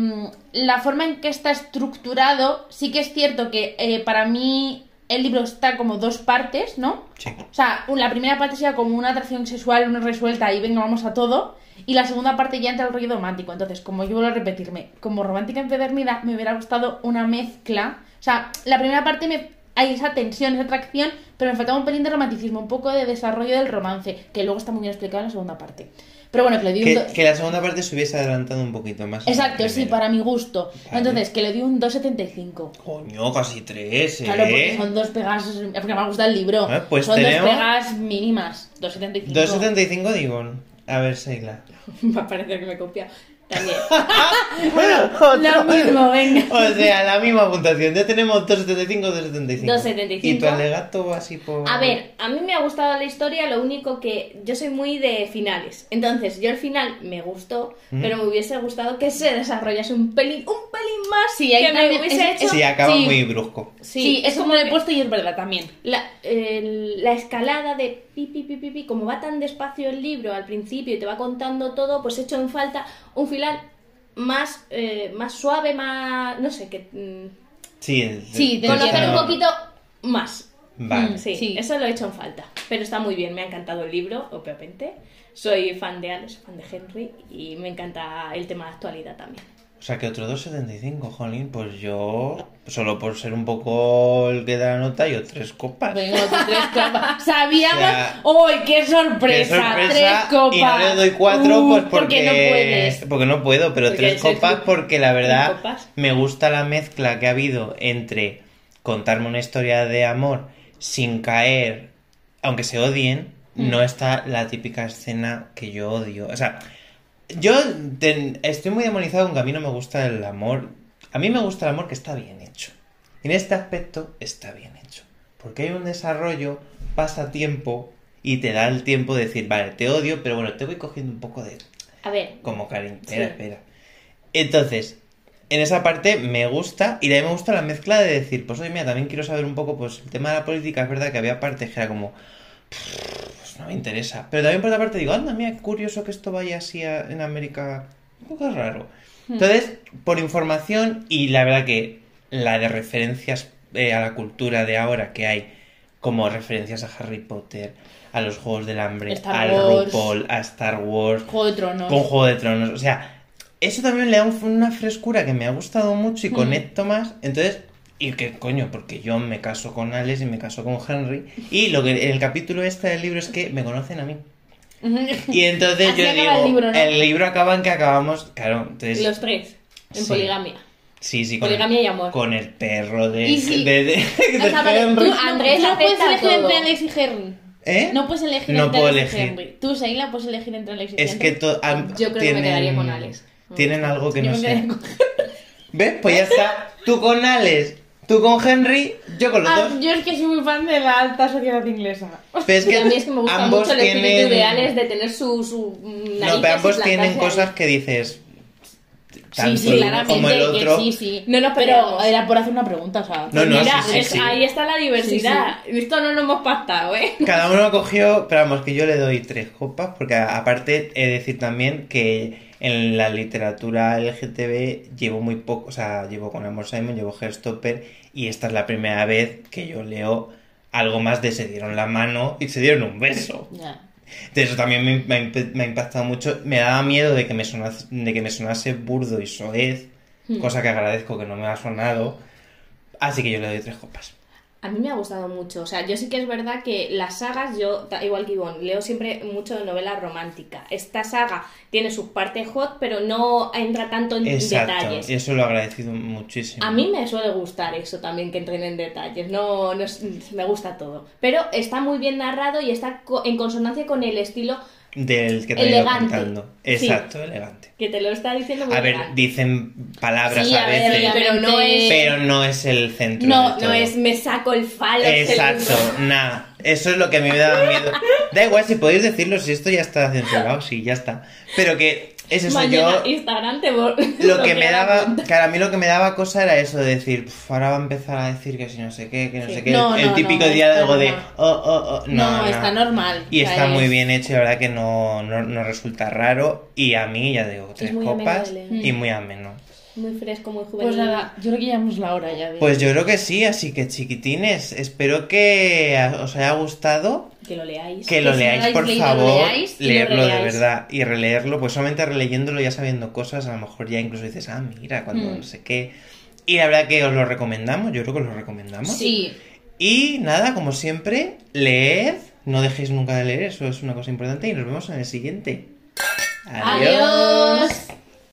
[SPEAKER 3] la forma en que está estructurado, sí que es cierto que eh, para mí el libro está como dos partes, ¿no?
[SPEAKER 1] Sí.
[SPEAKER 3] O sea, un- la primera parte sería como una atracción sexual no resuelta y venga, vamos a todo. Y la segunda parte ya entra el rollo romántico. Entonces, como yo vuelvo a repetirme, como romántica empedernida, me hubiera gustado una mezcla. O sea, la primera parte me, hay esa tensión, esa atracción, pero me faltaba un pelín de romanticismo, un poco de desarrollo del romance, que luego está muy bien explicado en la segunda parte. Pero bueno, que le di un...
[SPEAKER 1] Que,
[SPEAKER 3] do-
[SPEAKER 1] que la segunda parte se hubiese adelantado un poquito más. a la
[SPEAKER 3] Exacto, sí,
[SPEAKER 1] primera.
[SPEAKER 3] para mi gusto.
[SPEAKER 1] Vale.
[SPEAKER 3] Entonces, que le di un 2,75.
[SPEAKER 1] Coño, casi tres, ¿eh?
[SPEAKER 3] Claro, porque son dos pegas, porque me gusta el libro.
[SPEAKER 1] Ah, pues
[SPEAKER 3] son
[SPEAKER 1] tenemos-
[SPEAKER 3] dos pegas mínimas, 2,75.
[SPEAKER 1] 2.75 digo. A ver, Seila.
[SPEAKER 2] *laughs* Va a parecer que me copia.
[SPEAKER 1] *laughs*
[SPEAKER 2] También.
[SPEAKER 3] Lo mismo, venga.
[SPEAKER 1] O sea, la misma puntuación. Ya tenemos 275, 275.
[SPEAKER 2] 2,75.
[SPEAKER 1] Y tu alegato así por.
[SPEAKER 2] A ver, a mí me ha gustado la historia, lo único que yo soy muy de finales. Entonces, yo el final me gustó,
[SPEAKER 1] Ujú.
[SPEAKER 2] pero me hubiese gustado que se desarrollase un pelín, un pelín más
[SPEAKER 3] Sí, ahí
[SPEAKER 2] que me
[SPEAKER 3] también-
[SPEAKER 2] hubiese
[SPEAKER 3] es-
[SPEAKER 2] hecho.
[SPEAKER 1] Sí, acaba
[SPEAKER 3] Sí.
[SPEAKER 1] muy brusco.
[SPEAKER 3] Sí,
[SPEAKER 2] es
[SPEAKER 3] eso
[SPEAKER 2] como
[SPEAKER 3] me lo he
[SPEAKER 2] que
[SPEAKER 3] puesto y es verdad también.
[SPEAKER 2] La, el- la escalada de pi, pi, pi, pi, pi, como va tan despacio el libro al principio y te va contando todo, pues he hecho en falta un final más, eh, más suave, más. no sé, que. mm,
[SPEAKER 1] Sí, el-
[SPEAKER 3] Sí, te
[SPEAKER 1] el-
[SPEAKER 2] conocer
[SPEAKER 3] entiendo.
[SPEAKER 2] un
[SPEAKER 1] está-
[SPEAKER 2] poquito más.
[SPEAKER 1] Vale.
[SPEAKER 3] Mm.
[SPEAKER 2] Sí,
[SPEAKER 3] Sí.
[SPEAKER 2] eso lo he hecho en falta. Pero está muy bien, me ha encantado el libro, obviamente. Soy fan de Alex, fan de Henry y me encanta el tema de actualidad también.
[SPEAKER 1] O sea, que otro 275, jolín. Pues yo, solo por ser un poco el que da la nota, yo tres copas.
[SPEAKER 3] Venga, con
[SPEAKER 2] *laughs*
[SPEAKER 3] tres copas. Sabíamos.
[SPEAKER 1] O sea,
[SPEAKER 3] ¡Uy, qué sorpresa!
[SPEAKER 1] Qué sorpresa,
[SPEAKER 3] Tres copas.
[SPEAKER 1] Y no le doy cuatro,
[SPEAKER 3] Uh,
[SPEAKER 1] pues porque,
[SPEAKER 3] no puedes.
[SPEAKER 1] porque no puedo, pero
[SPEAKER 2] Porque
[SPEAKER 1] tres
[SPEAKER 2] eres el
[SPEAKER 1] copas
[SPEAKER 2] club.
[SPEAKER 1] porque la
[SPEAKER 2] Tres
[SPEAKER 1] verdad
[SPEAKER 2] copas.
[SPEAKER 1] me gusta la mezcla que ha habido entre contarme una historia de amor sin caer, aunque se odien, no está la típica escena que yo odio. O sea, yo ten- estoy muy demonizado, aunque a mí no me gusta el amor. A mí me gusta el amor que está bien hecho. Y en este aspecto está bien hecho. Porque hay un desarrollo, pasa tiempo y te da el tiempo de decir, vale, te odio, pero bueno, te voy cogiendo un poco de
[SPEAKER 2] A ver,
[SPEAKER 1] como cariño. Espera,
[SPEAKER 2] Sí.
[SPEAKER 1] espera. Entonces, en esa parte me gusta, y también me gusta la mezcla de decir, pues oye, mira, también quiero saber un poco, pues el tema de la política, es verdad que había partes que era como, pues no me interesa. Pero también por otra parte digo, anda, mira, qué curioso que esto vaya así a- en América, un poco raro.
[SPEAKER 3] Hmm.
[SPEAKER 1] Entonces, por información, y la verdad que la de referencias eh, a la cultura de ahora que hay, como referencias a Harry Potter, a los Juegos del Hambre,
[SPEAKER 3] Star
[SPEAKER 1] al
[SPEAKER 3] Wars.
[SPEAKER 1] RuPaul, a Star Wars,
[SPEAKER 3] Juego de Tronos.
[SPEAKER 1] con Juego de Tronos. O sea, eso también le da un- una frescura que me ha gustado mucho y
[SPEAKER 3] Mm.
[SPEAKER 1] conecto más. Entonces, y que coño, porque yo me caso con Alex y me caso con Henry. Y lo que el capítulo este del libro es que me conocen a mí. Y entonces
[SPEAKER 3] Así
[SPEAKER 1] yo
[SPEAKER 3] acaba
[SPEAKER 1] digo,
[SPEAKER 3] el libro, ¿no?
[SPEAKER 1] el libro acaba en que acabamos, claro, entonces
[SPEAKER 2] los tres, en
[SPEAKER 1] Sí.
[SPEAKER 2] poligamia.
[SPEAKER 1] sí, sí, con
[SPEAKER 2] poligamia
[SPEAKER 1] el,
[SPEAKER 2] y amor.
[SPEAKER 1] con el perro de,
[SPEAKER 3] Y si-
[SPEAKER 1] de- de- de
[SPEAKER 3] O sea, vale,
[SPEAKER 1] Henry.
[SPEAKER 3] tú,
[SPEAKER 2] Andrés
[SPEAKER 3] no puedes
[SPEAKER 2] acepta
[SPEAKER 3] elegir entre
[SPEAKER 2] todo.
[SPEAKER 3] Alex y Henry.
[SPEAKER 1] ¿Eh?
[SPEAKER 3] No puedes elegir
[SPEAKER 1] No
[SPEAKER 3] entre
[SPEAKER 1] puedo
[SPEAKER 3] Alex y
[SPEAKER 1] elegir.
[SPEAKER 3] Henry. Tú, Seila, puedes elegir entre Alex y
[SPEAKER 1] es
[SPEAKER 3] Henry.
[SPEAKER 1] que to- am-
[SPEAKER 2] Yo creo que me quedaría con Alex. Me
[SPEAKER 1] Tienen
[SPEAKER 2] gusta
[SPEAKER 1] algo que no
[SPEAKER 3] Yo me
[SPEAKER 1] sé.
[SPEAKER 3] quedaría con-
[SPEAKER 1] ¿Ves? Pues ya está. Tú con Alex, tú con Henry, yo con los
[SPEAKER 3] Ah,
[SPEAKER 1] dos.
[SPEAKER 3] yo es que soy muy fan de la alta sociedad inglesa.
[SPEAKER 1] Pero es
[SPEAKER 2] Y
[SPEAKER 1] que
[SPEAKER 2] *laughs* a mí es que me gusta
[SPEAKER 1] ambos
[SPEAKER 2] mucho el espíritu
[SPEAKER 1] tienen...
[SPEAKER 2] de Alex de tener su, su mm, narices
[SPEAKER 1] No, pero ambos
[SPEAKER 2] y
[SPEAKER 1] tienen
[SPEAKER 2] plantarse
[SPEAKER 1] cosas
[SPEAKER 2] ahí.
[SPEAKER 1] que dices.
[SPEAKER 3] Sí,
[SPEAKER 1] tanto
[SPEAKER 3] sí,
[SPEAKER 1] el uno
[SPEAKER 3] claramente.
[SPEAKER 1] como el
[SPEAKER 3] que
[SPEAKER 1] otro.
[SPEAKER 3] sí,
[SPEAKER 2] *laughs*
[SPEAKER 3] sí.
[SPEAKER 2] No nos
[SPEAKER 3] pero
[SPEAKER 2] peleamos.
[SPEAKER 3] era por hacer una pregunta, o sea.
[SPEAKER 1] No, no,
[SPEAKER 2] Mira,
[SPEAKER 1] sí, sí,
[SPEAKER 2] es-
[SPEAKER 1] sí.
[SPEAKER 2] ahí está la diversidad. Esto no lo hemos pactado, ¿eh?
[SPEAKER 1] Cada uno cogió, pero vamos, que yo le doy tres copas, porque a- aparte he de decir también que en la literatura LGTB llevo muy poco, o sea, llevo con Amor Simon, llevo Herstopper, y esta es la primera vez que yo leo algo más de se dieron la mano y se dieron un beso.
[SPEAKER 3] Ya.
[SPEAKER 1] De eso también me, me ha imp- me ha impactado mucho. Me daba miedo de que me sonase, de que me sonase burdo y soez,
[SPEAKER 2] Hmm.
[SPEAKER 1] cosa que agradezco que no me ha sonado. Así que yo le doy tres copas.
[SPEAKER 2] A mí me ha gustado mucho. O sea, yo sí que es verdad que las sagas, yo, ta- igual que Ivonne, leo siempre mucho de novela romántica. Esta saga tiene sus partes hot, pero no entra tanto en
[SPEAKER 1] Exacto,
[SPEAKER 2] detalles.
[SPEAKER 1] eso lo he agradecido muchísimo.
[SPEAKER 2] A mí me suele gustar eso también, que entren en detalles. No, no es- me gusta todo. Pero está muy bien narrado y está co- en consonancia con el estilo
[SPEAKER 1] Del que te he ido
[SPEAKER 2] Elegante.
[SPEAKER 1] contando.
[SPEAKER 2] Sí.
[SPEAKER 1] Exacto, elegante.
[SPEAKER 2] que te lo está diciendo muy
[SPEAKER 1] A ver,
[SPEAKER 2] elegante.
[SPEAKER 1] dicen palabras
[SPEAKER 3] Sí,
[SPEAKER 1] a
[SPEAKER 3] a ver,
[SPEAKER 1] veces,
[SPEAKER 3] obviamente.
[SPEAKER 2] pero no es-
[SPEAKER 1] pero no es el centro.
[SPEAKER 3] No,
[SPEAKER 1] de
[SPEAKER 2] No
[SPEAKER 1] todo.
[SPEAKER 2] es me saco el falo.
[SPEAKER 1] Exacto,
[SPEAKER 2] se lo-
[SPEAKER 1] nada. Eso es lo que a mí me daba miedo. Da igual si podéis decirlo, si esto ya está censurado, sí, ya está. Pero que es eso,
[SPEAKER 2] Mañana
[SPEAKER 1] yo.
[SPEAKER 2] Instagram te vol- *laughs*
[SPEAKER 1] lo que me
[SPEAKER 2] bloquea la
[SPEAKER 1] daba,
[SPEAKER 2] cuenta.
[SPEAKER 1] claro, a mí lo que me daba cosa era eso de decir, "Pf, ahora va a empezar a decir que si no sé qué, que no
[SPEAKER 2] Sí.
[SPEAKER 1] sé qué,
[SPEAKER 3] No,
[SPEAKER 1] el, el
[SPEAKER 3] no,
[SPEAKER 1] típico
[SPEAKER 3] no,
[SPEAKER 1] diálogo
[SPEAKER 3] está
[SPEAKER 1] de,
[SPEAKER 3] normal.
[SPEAKER 1] oh, oh, oh, no,
[SPEAKER 3] No, está normal.
[SPEAKER 1] Y
[SPEAKER 3] O sea,
[SPEAKER 1] está muy
[SPEAKER 3] es-
[SPEAKER 1] bien hecho, la verdad que no, no, no resulta raro, y a mí, ya digo, tres
[SPEAKER 2] muy ameno
[SPEAKER 1] copas,
[SPEAKER 2] de leer.
[SPEAKER 3] Mm.
[SPEAKER 1] y muy ameno.
[SPEAKER 2] Muy fresco, muy juvenil.
[SPEAKER 3] Pues nada, yo creo que ya hemos la hora ya. de-
[SPEAKER 1] Pues yo creo que sí, así que chiquitines, espero que a- os haya gustado,
[SPEAKER 2] Que lo leáis.
[SPEAKER 1] que lo
[SPEAKER 3] si no
[SPEAKER 1] leáis,
[SPEAKER 3] lo habéis
[SPEAKER 1] por
[SPEAKER 3] leído, lo
[SPEAKER 1] favor,
[SPEAKER 3] leáis y lo
[SPEAKER 1] leerlo de
[SPEAKER 3] releáis.
[SPEAKER 1] verdad, y releerlo, pues solamente releyéndolo, ya sabiendo cosas, a lo mejor ya incluso dices, ah, mira, cuando
[SPEAKER 3] Mm.
[SPEAKER 1] no sé qué... Y la verdad que os lo recomendamos, yo creo que os lo recomendamos.
[SPEAKER 3] Sí.
[SPEAKER 1] Y nada, como siempre, leed, no dejéis nunca de leer, eso es una cosa importante y nos vemos en el siguiente.
[SPEAKER 3] Adiós.